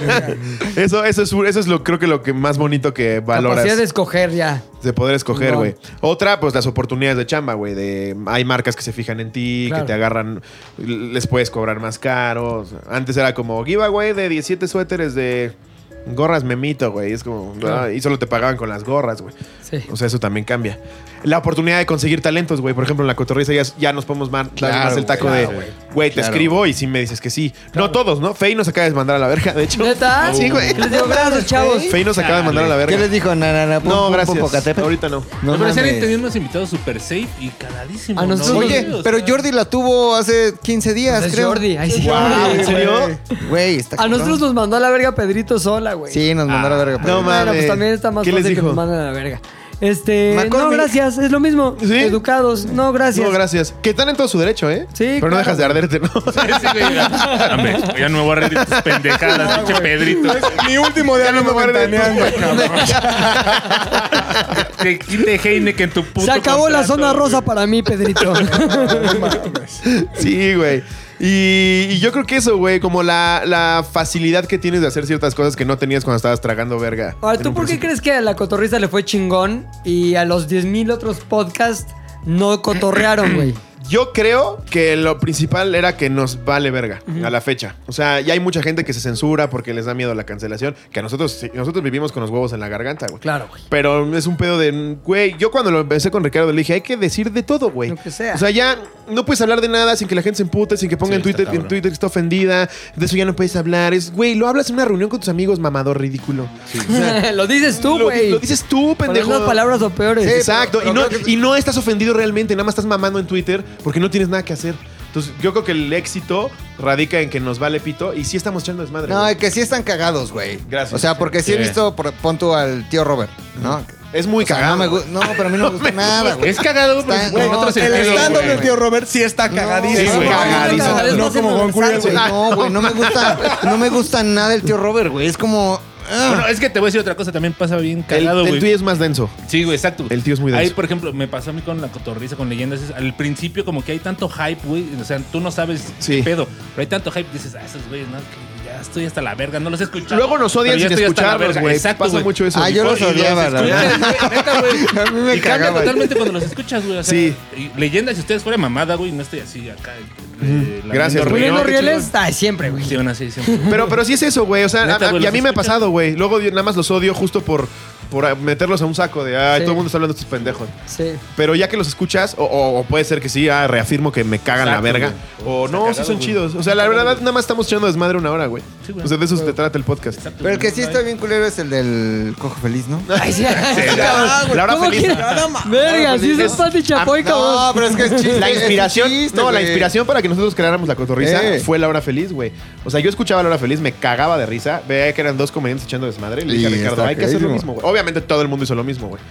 Eso, eso es, eso es lo, creo que lo que más bonito que valoras. Capacidad de escoger ya. De poder escoger, Chingón. güey. Otra, pues las oportunidades de chamba, güey. De, hay marcas que se fijan en ti, Claro. que te agarran, les puedes cobrar más caros. Antes era como giveaway de 17 suéteres de gorras memito, güey. Es como, ah, y solo te pagaban con las gorras, güey. Sí. O sea, eso también cambia. La oportunidad de conseguir talentos, güey. Por ejemplo, en la cotorriza ya, ya nos podemos mar- dar Claro, más el taco güey, de. Güey, te Claro. escribo y sí me dices que sí. No todos, ¿no? Fey nos acaba de mandar a la verga, de hecho. ¿Neta? Ah, Sí, güey. ¿Qué les digo? Gracias, chavos. Fey nos acaba de mandar a la verga. ¿Qué les dijo? Na, na, na, pum, No, pum, gracias. pum, Pocatépetl. Ahorita no. No Al parecer mames. han tenido unos invitados super safe y cagadísimos. A ¿no? nosotros- Oye, Sí, o pero sea, Jordi la tuvo hace 15 días, Pues es creo. Jordi, ahí sí. Guau, Jordi. ¿En serio? güey. Güey, está A cabrón. nosotros nos mandó a la verga Pedrito sola, güey. Sí, nos mandó a la verga. No pero- Bueno, mames. pues también está más ¿Qué les fácil que dijo? nos manden a la verga. Este, no, McCormick. gracias, es lo mismo. ¿Sí? Educados, no, gracias. No, gracias. Que están en todo su derecho, ¿eh? Sí, Pero no claro. dejas de arderte, ¿no? sí, güey, mira. Hombre, ya no me voy a reír de tus pendejadas, pinche Pedrito. Mi último de Ya no me ánimo guardé ventaneando, cabrón. Te quite Heineken tu puto Se acabó la contrato, zona güey. rosa para mí, Pedrito. Sí, güey. Y, y yo creo que eso, güey, como la, la facilidad que tienes de hacer ciertas cosas que no tenías cuando estabas tragando verga. Ahora, En ¿tú un por qué principio. crees que a la cotorrista le fue chingón y a los 10.000 otros podcasts no cotorrearon, güey? Yo creo que lo principal era que nos vale verga a la fecha. O sea, ya hay mucha gente que se censura porque les da miedo la cancelación, que a nosotros sí, nosotros vivimos con los huevos en la garganta, güey. Claro, güey. Pero es un pedo de, güey, yo cuando lo empecé con Ricardo le dije, hay que decir de todo, güey. Lo que sea. O sea, ya no puedes hablar de nada sin que la gente se empute, sin que ponga Sí, en, está Twitter, en cabrón. Twitter que está ofendida. De eso ya no puedes hablar. Es, güey, lo hablas en una reunión con tus amigos, mamador ridículo. O sea, lo dices tú, lo, güey. lo dices tú, Con pendejo. unas palabras o peores. Exacto. Y no, y no estás ofendido realmente, nada más estás mamando en Twitter porque no tienes nada que hacer. Entonces, yo creo que el éxito radica en que nos vale pito y sí estamos echando desmadre. No, güey. es que sí están cagados, güey. Gracias. O sea, porque sí, he Sí. visto, por- pon tú al tío Robert, ¿no? es muy O sea, cagado. no, me gu- no, pero a mí no, me gusta nada, güey. Es cagado, pero Está- en no, otro el El sentido. stand-up güey. del tío Robert sí está cagadísimo. sí, güey. Cagadísimo. No como Juan Curiel, güey. No, güey, no me gusta, no me gusta nada el tío Robert, güey. Es como. ah. Bueno, es que te voy a decir otra cosa, también pasa bien el, cagado, el güey. tuyo es más denso. Sí, güey, exacto. El tío es muy denso. Ahí, por ejemplo, me pasó a mí con la cotorriza, con leyendas. es- Al principio, como que hay tanto hype, güey. O sea, tú no sabes Sí. qué pedo. Pero hay tanto hype, dices, ah, esos güeyes, no, que ya estoy hasta la verga, no los he escuchado. Luego nos odian Pero ya estoy sin hasta la escucharnos, verga. güey. Exacto, Pasa güey. mucho eso. Ah, Y yo por- los y odiaba, la escuchas, verdad. güey, neta, güey. A mí me y cambia cagaban. totalmente cuando los escuchas, güey. O sea, Sí. y leyendas, si ustedes fuera mamada, güey, no estoy así acá. eh, lamiendo Gracias, güey. riñón. Poniendo No, qué rieles, ay, siempre, güey. Sí, aún así, siempre. Pero, pero sí es eso, güey. O sea, Neta, a- a- güey, y a los mí me ha escuchas. pasado, güey. Luego yo nada más los odio justo por, por ah, meterlos a un saco de, ay, Sí. todo el mundo está hablando de estos pendejos. Sí. Pero ya que los escuchas, o, o- o puede ser que sí, ah, reafirmo que me cagan Exacto, la verga. güey. O Está no, sí cagado, son güey. chidos. O sea, la verdad, nada más estamos echando desmadre una hora, güey. Sí, güey. o sea, de eso se trata el podcast. Exacto, Pero el que güey, sí no está hay- bien culero es el del cojo feliz, ¿no? Ay, sí. La hora Ah, ¿Cómo feliz. quiere- Verga, sí, es Pati Chapoy, pues, No, cabrón. pero es que es chiste. La es un inspiración, chiste, no, la güey. inspiración para que nosotros creáramos la cotorrisa Eh. fue la hora feliz, güey. O sea, yo escuchaba la hora feliz, me cagaba de risa, veía que eran dos comediantes echando desmadre y le dije a Y Ricardo, está hay que hacer lo cagadísimo. mismo, güey. Obviamente todo el mundo hizo lo mismo, güey.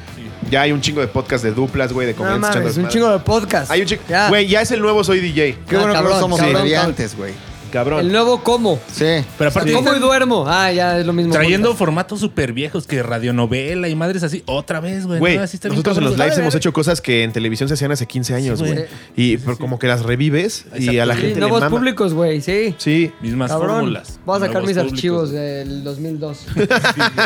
Ya hay un chingo de podcast de duplas, güey, de No comediantes echando mames, un desmadre. chingo de podcast. Hay un chingo, Ya. güey, ya es el nuevo soy DJ. Qué Ah, bueno que cabrón, no somos cabrón, comediantes, güey. Cabrón. El nuevo cómo. Sí. Pero aparte, ¿Cómo y duermo? Ah, ya es lo mismo. Trayendo podcast. formatos súper viejos que radionovela y madres así, otra vez, güey. Güey, ¿no? Así está bien nosotros en los cabrón. lives hemos hecho cosas que en televisión se hacían hace 15 años, güey. güey. y pero como que las revives y a Exacto. la gente Sí, le nuevos mama. públicos, güey, sí. Sí. Mismas Cabrón. fórmulas. Voy a sacar nuevos mis públicos. archivos eh. del 2002.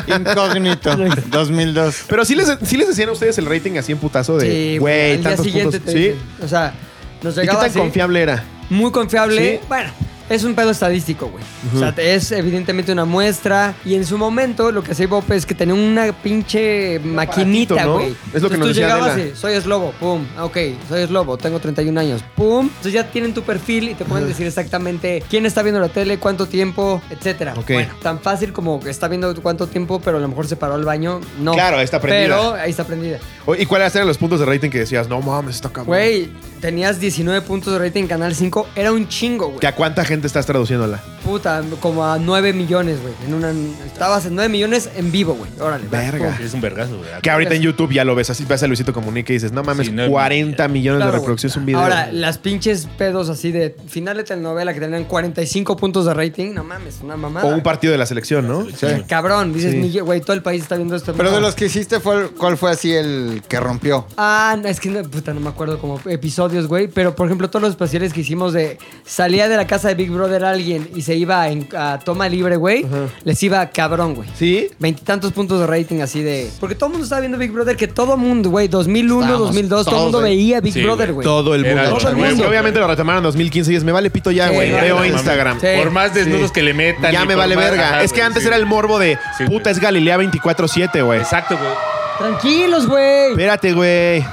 Incógnito. 2002. Pero sí les, sí les decían a ustedes el rating así en putazo Sí, de, güey, güey, al día tantos siguiente puntos. te Sí. dicen. O sea, nos ¿Y qué llegaba tan así, confiable era? muy confiable. Sí. Bueno, es un pedo estadístico, güey. O sea, te- es evidentemente una muestra. Y en su momento, lo que hacía Bope es que tenía una pinche aparatito, maquinita, ¿no? güey. Es lo que Entonces, nos tú decía llegabas Adela. y, soy eslobo, pum. Ah, Ok, soy eslobo, tengo 31 años, pum. Entonces ya tienen tu perfil y te pueden decir exactamente quién está viendo la tele, cuánto tiempo, etcétera. Ok. Bueno, tan fácil como que está viendo cuánto tiempo, pero a lo mejor se paró al baño. No. Claro, ahí está prendida. Ah, Pero ahí está prendida. O- ¿Y cuáles eran los puntos de rating que decías? No mames, está cabrón. Güey, tenías 19 puntos de rating en Canal 5. Era un chingo, güey. ¿Que a cuánta gente estás traduciéndola? Puta, como a 9 millones, güey. En una, estabas en 9 millones en vivo, güey. Órale. va. Verga. Es un vergazo, güey. Que ahorita en YouTube ya lo ves así, ves a Luisito Comunica y dices, no mames, Sí, no, 40 millones Claro, de güey. reproducciones un video. Ahora, las pinches pedos así de final de telenovela que tenían 45 puntos de rating. No mames, una mamada. o un partido de la selección, ¿no? Sí. Cabrón, dices, Sí. "Mille- güey, todo el país está viendo esto. Pero de los que hiciste, fue- ¿cuál fue así el que rompió? Ah, no, es que no, puta, no me acuerdo como episodios, güey. Pero por ejemplo, todos los especiales que hicimos de salía de la casa de Big Brother alguien y se iba en- a toma libre, güey, les iba cabrón, güey. ¿Sí? Veintitantos puntos de rating así de. Porque todo el mundo estaba viendo Big Brother, que todo mundo, güey, 2001, Estábamos 2002, todo el todos, mundo güey. veía Big Sí, Brother, güey. güey. Todo el Era mundo. todo el güey. mundo. Y obviamente lo retomaron en 2015 y es, me vale pito ya, Sí, güey. ya, Veo no Instagram. Sí. Por más desnudos que le metan. Ya y me por vale más- verga. Ajá, es que güey, antes sí. era el morbo de Sí, puta güey. es Galilea 24-7, güey. Exacto, güey. Tranquilos, güey. Espérate, güey.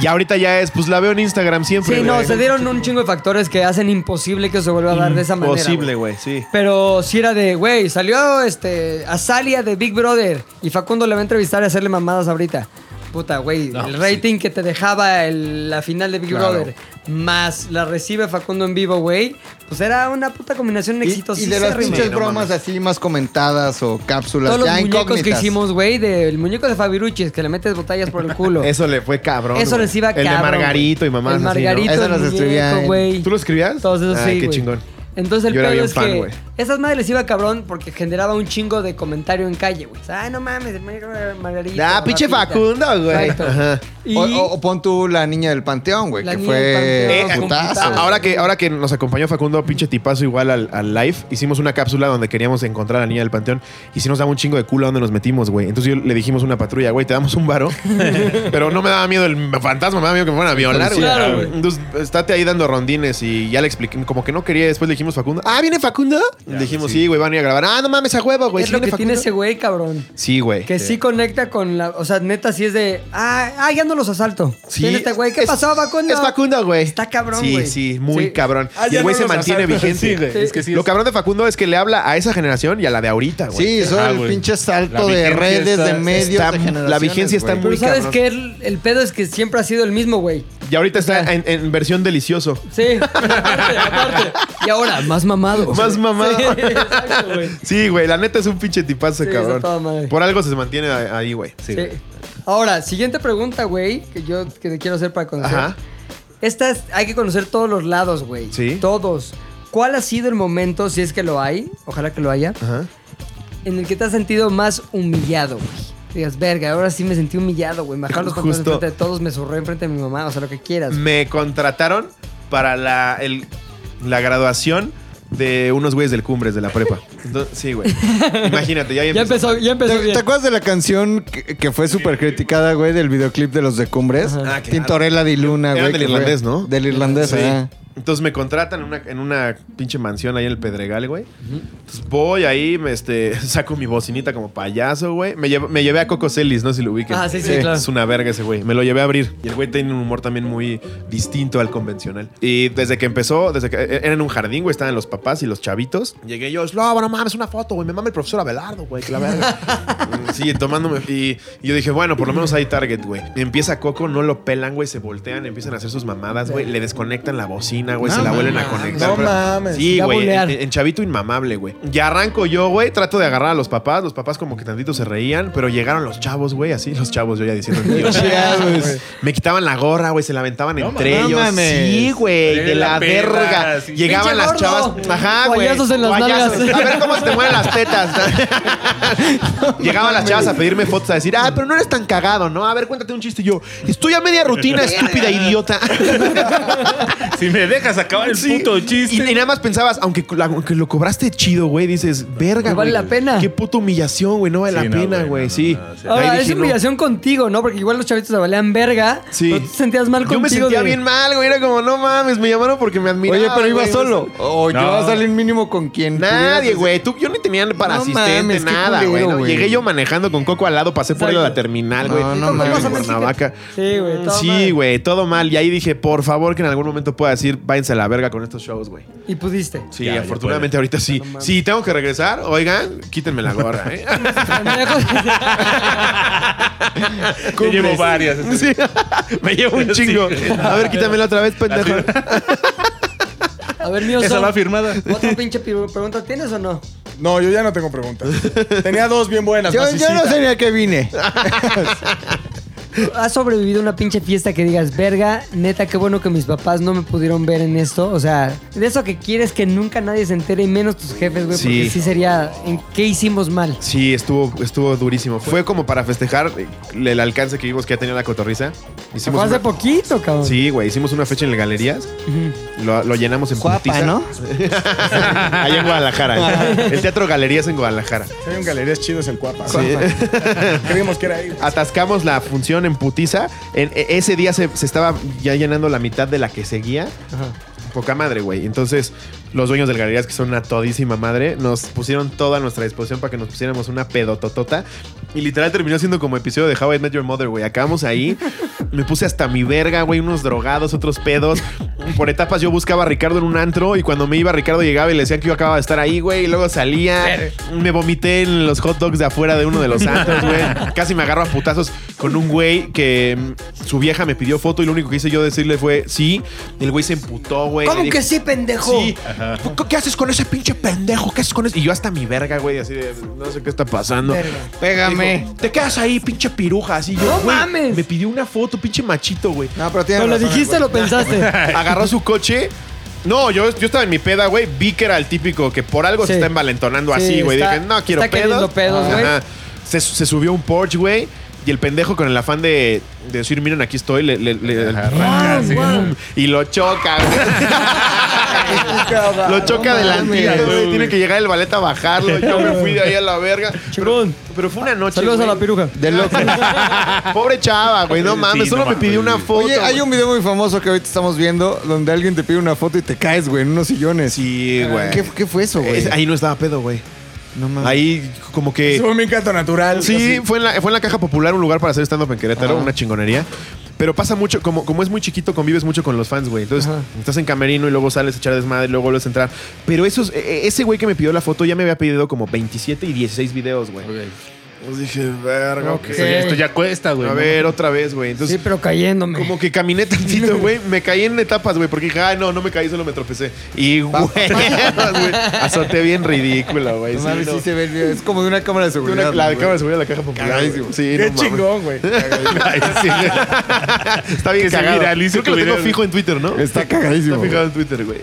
Y ahorita ya es, pues la veo en Instagram siempre. Sí, no, güey. se dieron un chingo de factores que hacen imposible que se vuelva a dar de esa manera. Imposible, güey. güey, sí. Pero si era de, güey, salió este Azalia de Big Brother y Facundo le va a entrevistar y hacerle mamadas ahorita. Puta, güey, el rating que te dejaba el- la final de Big Claro. Brother más la recibe Facundo en vivo, güey, pues era una puta combinación Y de las exitosísima. pinches bromas así más comentadas o cápsulas Todos los ya muñecos que incógnitas. hicimos, güey, del muñeco de Fabiruchis, que le metes botellas por el culo. Eso le fue cabrón. Eso güey. les iba El de cabrón, Margarito güey. y mamá. El Margarito, Eso el muñeco, güey. ¿Eh? ¿Tú lo escribías? Todos esos Ay, sí, qué güey. chingón. Entonces el Yo era pedo bien es fan, que güey. esas madres les iba cabrón porque generaba un chingo de comentario en calle, güey. Ay, no mames, el muñeco de Margarito. Ah, pinche Rafita. Facundo, güey. Exacto. Ajá. Y- O, o- o pon tú la niña del panteón, güey, La que niña fue del Eh, panteón, putazo. putazo. ahora, que, ahora que nos acompañó Facundo, pinche tipazo igual al, al live, hicimos una cápsula donde queríamos encontrar a la niña del panteón y si nos daba un chingo de culo a dónde nos metimos, güey. Entonces yo le dijimos a una patrulla, güey, te damos un varo. Pero no me daba miedo el fantasma, me daba miedo que me fueran a violar, güey. Policía, güey. Entonces estate ahí dando rondines y ya le expliqué, como que no quería, después le dijimos Facundo, ah, ¿viene Facundo? Le dijimos, sí, güey, van a ir a grabar. Ah, no mames, a huevo, güey. es ¿sí lo que viene tiene Facundo?". ese güey, cabrón. Sí, güey. Que sí conecta con la. O sea, neta, sí es de. Ah, ah ya no los asalto. Sí. este güey. ¿Qué pasó, Facundo? Es Facundo, güey. Está cabrón, Sí, güey. sí, muy Sí. cabrón. Ah, y ya el güey no se los mantiene asaltan. vigente. Sí, güey, es que sí Lo es- cabrón de Facundo es que le habla a esa generación y a la de ahorita, güey. Sí, son Ah, el güey. pinche La salto de vigencia redes, está- de medios, está- de generaciones, La vigencia está güey. muy Pero sabes cabrón. que el, el pedo es que siempre ha sido el mismo, güey. Y ahorita está en, en versión delicioso. Sí, aparte, aparte. Y ahora, más mamado. Más mamado. Sí, exacto, güey. Sí, güey, la neta es un pinche tipazo, Sí, cabrón. está toda madre. Por algo se mantiene a- ahí, güey. Sí. Ahora, siguiente pregunta, güey, que yo que te quiero hacer para conocer. Ajá. Estas hay que conocer todos los lados, güey. Sí. Todos. ¿Cuál ha sido el momento, si es que lo hay, ojalá que lo haya, Ajá. en el que te has sentido más humillado, güey? Digas, verga, ahora sí me sentí humillado, güey. Me bajaron los pantalones Justo. enfrente de todos, me zurré enfrente de mi mamá, o sea, lo que quieras. Me contrataron para la, el- la graduación de unos güeyes del Cumbres de la prepa. Entonces, sí, güey. Imagínate, ya, Ya empezó, ya empezó ¿Te, bien. te acuerdas de la canción que, que fue súper criticada, güey, del videoclip de los de Cumbres? Ah, claro. Tintorella di Luna, Eran güey. del que fue- irlandés, ¿no? Del irlandés, Sí. ajá. Entonces me contratan en una, en una pinche mansión ahí en el Pedregal, güey. Entonces voy ahí, me, este, saco mi bocinita como payaso, güey. Me, llevo- me llevé a Coco Celis, no sé si lo ubiquen. Ah, sí, sí, claro. Es una verga ese güey. Me lo llevé a abrir. Y el güey tiene un humor también muy distinto al convencional. Y desde que empezó, desde que eh, era en un jardín, güey, estaban los papás y los chavitos. Llegué yo, no, no mames, una foto, güey. Me mama el profesor Abelardo, güey, que la verga. Sí, tomándome. Y, y yo dije, bueno, por lo menos hay target, güey. Empieza Coco, no lo pelan, güey, se voltean, empiezan a hacer sus mamadas, güey. Le desconectan la bocina, güey, No se la vuelven a mames, conectar. no pero- mames. Sí, Ya güey, bulear. en, en chavito inmamable, güey. Y arranco yo, güey, trato de agarrar a los papás. Los papás como que tantito se reían, pero llegaron los chavos, güey, así, los chavos, yo ya diciendo. "Dios". Chavos. Me quitaban la gorra, güey, se la aventaban entre mames. ellos. No mames. Sí, güey, Eres de la, la perra, verga. sí. Llegaban Pinche las gordo. chavas, ajá, güey. Guayazos en las Guayazos. nalgas. A ver cómo se te mueven las tetas. Llegaban las chavas a pedirme fotos, a decir, ah, pero no eres tan cagado, ¿no? A ver, cuéntate un chiste. Y yo, estoy a media rutina, estúpida idiota. Si me dejas acabar el Sí. puto chiste. Y, y nada más pensabas, aunque, la- aunque lo cobraste chido, güey, dices, verga, No vale güey, la pena. Qué puta humillación, güey, no vale Sí, la no, pena, güey, güey, no, sí. no, no, sí. Ahí Ahora, dije, es no. humillación contigo, ¿no? Porque igual los chavitos se valían verga. Sí. Pero tú te sentías mal Yo contigo. me sentía de- bien mal, güey, era como, no mames, me llamaron porque me admiraban. Oye, pero iba güey, solo. O No. llevas a alguien mínimo con quien Nadie, pudieras- güey. Tú, yo ni tenía para No asistente, mames, qué nada, güey. culero, ¿no? güey. Llegué yo manejando con Coco al lado, pasé por Exacto. la terminal, güey. No, no Llegué mames. a Cuernavaca. Sí, güey. todo Mm, Sí, mal. güey, todo mal. Y ahí dije, por favor, que en algún momento pueda decir, váyanse a la verga con estos shows, güey. Y pudiste. Sí, Ya, ya afortunadamente ahorita sí. sí, tengo que regresar. Oigan, quítenme la gorra, ¿eh? Pendejos. Yo llevo varias. Sí. Me llevo un Sí. chingo. A ver, quítamela otra vez, pendejo. A ver, mío, Esa son- va firmada. ¿Otra pinche piru- pregunta tienes o no? No, yo ya no tengo preguntas. Tenía dos bien buenas. Yo, yo no basicitas. sé ni a qué vine. Ah, ¿Has sobrevivido a una pinche fiesta que digas, verga, neta, qué bueno que mis papás no me pudieron ver en esto? O sea, de eso que quieres que nunca nadie se entere y menos tus jefes, güey, Sí. porque sí sería, ¿en qué hicimos mal? Sí, estuvo, estuvo durísimo. Fue como para festejar el alcance que vimos que ha tenido la cotorriza. Fue Hicimos hace una, poquito, cabrón. sí, güey, hicimos una fecha en las galerías. Lo, lo llenamos en Guapa, putiza. ¿no? Allá en Guadalajara. ¿eh? El teatro Galerías en Guadalajara. Si hay un galerías chidas el cuapa. Creímos que era ahí. atascamos la función en putiza. En- e- ese día se, se estaba ya llenando la mitad de la que seguía. poca madre, güey. Entonces, los dueños del galerías, que son una todísima madre, nos pusieron toda a nuestra disposición para que nos pusiéramos una pedototota. Y literal terminó siendo como episodio de How I Met Your Mother, güey. Acabamos ahí. Me puse hasta mi verga, güey. Unos drogados, otros pedos. Por etapas yo buscaba a Ricardo en un antro y cuando me iba Ricardo llegaba y le decían que yo acababa de estar ahí, güey. Y luego salía. Me vomité en los hot dogs de afuera de uno de los antros, güey. Casi me agarro a putazos con un güey que mm, su vieja me pidió foto y lo único que hice yo decirle fue sí. El güey se emputó, güey. ¿Cómo Le que dije, sí, pendejo? Sí. ¿Qué- ¿Qué haces con ese pinche pendejo? ¿Qué haces con eso? Y yo hasta mi verga, güey, así de no sé qué está pasando. Verga. Pégame. Te quedas ahí, pinche piruja, así yo. No güey, Me pidió una foto, pinche machito, güey. No, pero tiene ¿No lo razón, dijiste güey. o lo pensaste? Agarró su coche. No, yo, yo estaba en mi peda, güey. Vi que era el típico que por algo se Sí. está envalentonando Sí, así, güey. está- Dije, no quiero está queriendo pedos. pedos, güey. Ajá. Se, se subió un Porsche, güey. Y el pendejo con el afán de, de decir, miren, aquí estoy, le, le- le- ¡Bum! y lo choca, güey. lo choca No adelante, mames. güey. Tiene que llegar el ballet a bajarlo. Yo me fui de ahí a la verga. Pero, pero fue una noche. Saludos a la piruja. De loco. Pobre chava, güey. No mames, solo me pidió una foto. Oye, hay un video muy famoso que ahorita estamos viendo donde alguien te pide una foto y te caes, güey, en unos sillones. Sí, güey. ¿Qué, qué fue eso, güey? Ah. Es- ahí no estaba pedo, güey. No mames. Ahí como que... Fue un encanto natural. Sí, así. fue en, la, fue en la caja popular un lugar para hacer stand-up en Querétaro, Ajá. una chingonería. Pero pasa mucho, como, como es muy chiquito, convives mucho con los fans, güey. Entonces, estás en camerino y luego sales a echar desmadre y luego vuelves a entrar. Pero esos, e- e- ese güey que me pidió la foto ya me había pedido como 27 y 16 videos, güey. Pues dije, verga, ok. Esto, ya- esto ya cuesta, güey. A ¿no? ver, otra vez, güey. Entonces, sí, pero cayéndome. Como que caminé tantito, güey. Me caí en etapas, güey. Porque dije, ah, no, no me caí, solo me tropecé. Y, güey, güey, azoté bien ridícula, güey. No Sí, mames, no. sí se ve el video. Es como de una cámara de seguridad. la güey. cámara de seguridad de la caja popular. Cagadísimo. Qué Sí, no mames. chingón, güey. Está bien Que se cagado. viralice Creo que tu lo tengo video. fijo en Twitter, ¿no? Está cagadísimo, Está fijado en Twitter, güey.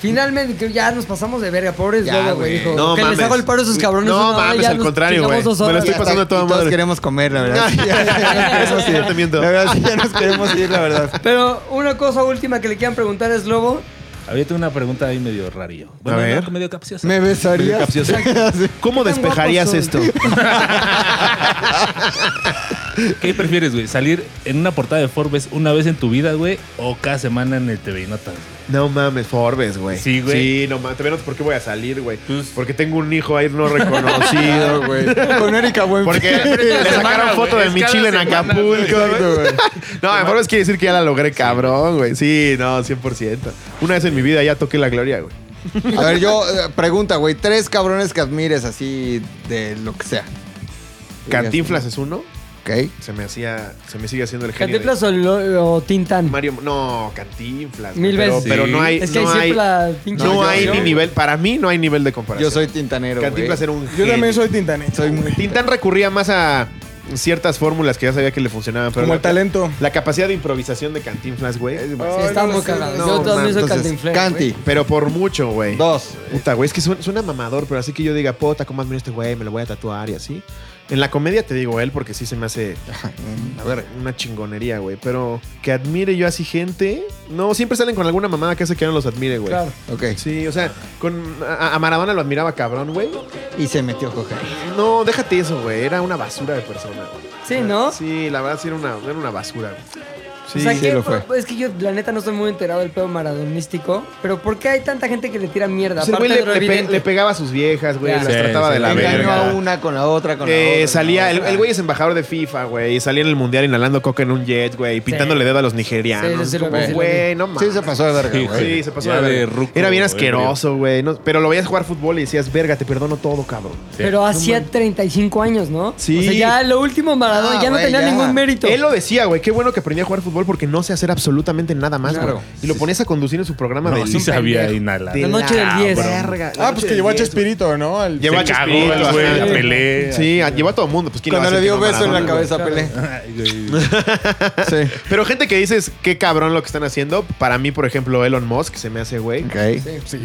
Finalmente, que ya nos pasamos de verga, pobres Ya, luego, güey. güey. Dijo, No que mames. les hago el paro a esos cabrones. No una hora, mames, ya al nos contrario, güey. chingamos dos Me lo horas. estoy pasando a toda Y todos madre. queremos comer, la verdad. Eso sí, no te miento. La verdad, sí, ya nos queremos ir, la verdad. Pero una cosa última que le quieran preguntar es Lobo. Había tengo una pregunta ahí medio rarillo. Bueno, A ver. no, medio capciosa. ¿Me Medio besarías? capcioso. ¿Cómo ¿Qué tan despejarías guapos esto? son? ¿Qué prefieres, güey? ¿Salir en una portada de Forbes una vez en tu vida, güey? ¿O cada semana en el TV Notas? No mames, Forbes, güey. Sí, güey. Sí, no mames. Te verás por qué voy a salir, güey. Porque tengo un hijo ahí no reconocido, güey. Con Erika, güey. Porque le sacaron foto de Es mi cada chile en semana, Acapulco, Exacto, güey. No, en Forbes quiere decir que ya la logré, cabrón, güey. Sí, no, 100%. Una vez en mi vida ya toqué la gloria, güey. A ver, yo, eh, pregunta, güey. Tres cabrones que admires así de lo que sea. Cantinflas es uno. Ok. Se me hacía. Se me sigue haciendo el genio. de- ¿Cantinflas o, lo- o Tintán? Mario, no, Cantinflas. güey, Mil pero, veces. Pero no hay. Es que no hay hay, siempre la pinche no hay canción. ni nivel. Para mí no hay nivel de comparación. Yo soy tintanero, güey. Cantinflas era un. Yo también genio. soy tintanero. Soy muy... Tintán recurría más a ciertas fórmulas que ya sabía que le funcionaban. Pero Como la- el talento. La capacidad de improvisación de Cantinflas, güey. Sí, está muy cagado. Yo también soy Cantinflas. Canti. Pero por mucho, güey. Dos. Puta, güey, es que suena, suena mamador, pero así que yo diga, puta, ¿cómo admiro a este güey? Me lo voy a tatuar y así. En la comedia te digo él porque sí se me hace a ver, una chingonería, güey. Pero que admire yo así gente. No, siempre salen con alguna mamada que hace que no los admire, güey. Claro. Ok. Sí, o sea, con, a, a Maradona lo admiraba cabrón, güey. Y se metió coca. No, déjate eso, güey. Era una basura de persona. güey. Sí, ¿no? Sí, la verdad sí era una, era una basura, güey. Sí, O sea, sí que- lo fue. Es que yo, la neta, no estoy muy enterado del pedo maradonístico. Pero ¿por qué hay tanta gente que le tira mierda? Pues el Aparte güey le, de lo le pe- evidente. le pegaba a sus viejas, güey, Ya. las Sí, trataba sí, de la le verga. engañó a una con la otra, con la Eh, otra. salía, el, el güey es embajador de FIFA, güey, y salía en el mundial inhalando coca en un jet, güey, pintándole dedo a los nigerianos. Sí, sí, sí, lo vi, Como, sí, lo Ah, güey, vi. no Sí, mames. se pasó de verga, Sí, güey. Sí, se pasó Ya de de verga. ruco, Era bien güey, asqueroso, güey. no- pero lo veías jugar fútbol y decías, verga, te perdono todo, cabrón. Pero hacía 35 años, ¿no? Sí. O sea, ya lo último Maradona Ah, ya no güey, tenía ya. ningún mérito. Él lo decía, güey, qué bueno que aprendí a jugar fútbol porque no sé hacer absolutamente nada más, güey. Claro. Y lo ponías a conducir en su ah, programa de No, sí Liga. sabía inhalar. De La noche del 10. verga. La Ah, noche pues que del llevó a 10, güey. Chespirito, ¿no? Al- Llevó a Se cagó, Chespirito, güey, ajá. la pelea. Sí, a- llevó a todo el mundo. Pues, ¿quién le va a Cuando le dio decir que no a beso en la Maradona, güey? cabeza a Pelé. Ay, güey. Sí. Pero gente que dices, qué cabrón lo que están haciendo. Para mí, por ejemplo, Elon Musk se me hace güey. Ok.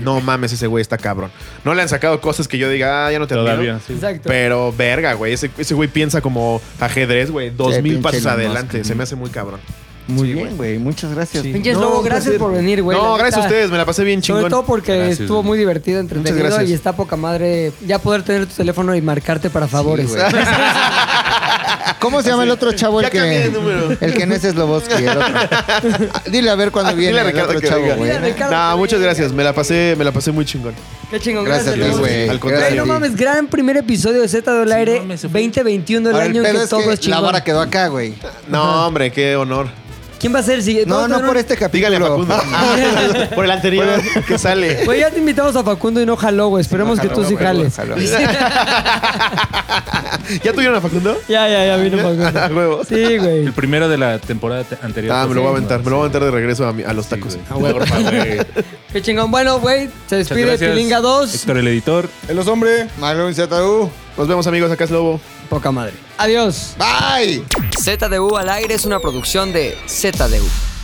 No mames, ese güey está cabrón. No le han sacado cosas que yo diga, ah, ya no te Todavía, admiro. sí. Exacto. Pero verga, güey. Ese, ese güey piensa como ajedrez, güey. Dos Sí, mil pinche pasos Elon adelante. Musk. Se me hace muy cabrón. Muy bien, güey. Muchas gracias. Pinches Lobo, gracias por venir, güey. No, La gracias a neta. ustedes, me la pasé bien chingón. Sobre todo porque Gracias, estuvo güey. muy divertido, entretenido gracias. y está poca madre ya poder tener tu teléfono y marcarte para favores. güey. ¿Cómo se llama el otro chavo el Ya cambié que, de número. el que no es Slobotsky? El otro. Dile a ver cuándo Ah, viene dile a el Ricardo otro que chavo, venga. güey. Dile a Ricardo No, muchas gracias, me la pasé, me la pasé muy chingón. Qué chingón, Gracias gracias, a ti, Lobo. güey. Al contrario. Güey, no mames, gran primer episodio de Z del Aire 2021, el Ahora, el año en pedo que es todo que es chingón. la vara quedó acá, güey. No, hombre, qué honor. ¿Quién va a ser? el siguiente? No, Vamos a no tener por un- este Dígale a capítulo. Facundo. Por el anterior que sale. Güey, ya te invitamos a Facundo y no jaló, güey. Esperemos que tú sí jales. ¿Ya tuvieron a Facundo? Ya, ya, ya vino Facundo. A huevo. Sí, güey. El primero de la temporada te- anterior. pues Ah, me lo voy a Sí, aventar, me lo voy a aventar de regreso a, mi- a los tacos. Porfa, güey. Muchas Qué chingón. Bueno, güey, se despide gracias, Pilinga 2. Héctor, el editor. El los hombres. Malón ZU. Nos vemos, amigos. Acá es Lobo. Poca madre. Adiós. Bye. ZDU al aire es una producción de ZDU.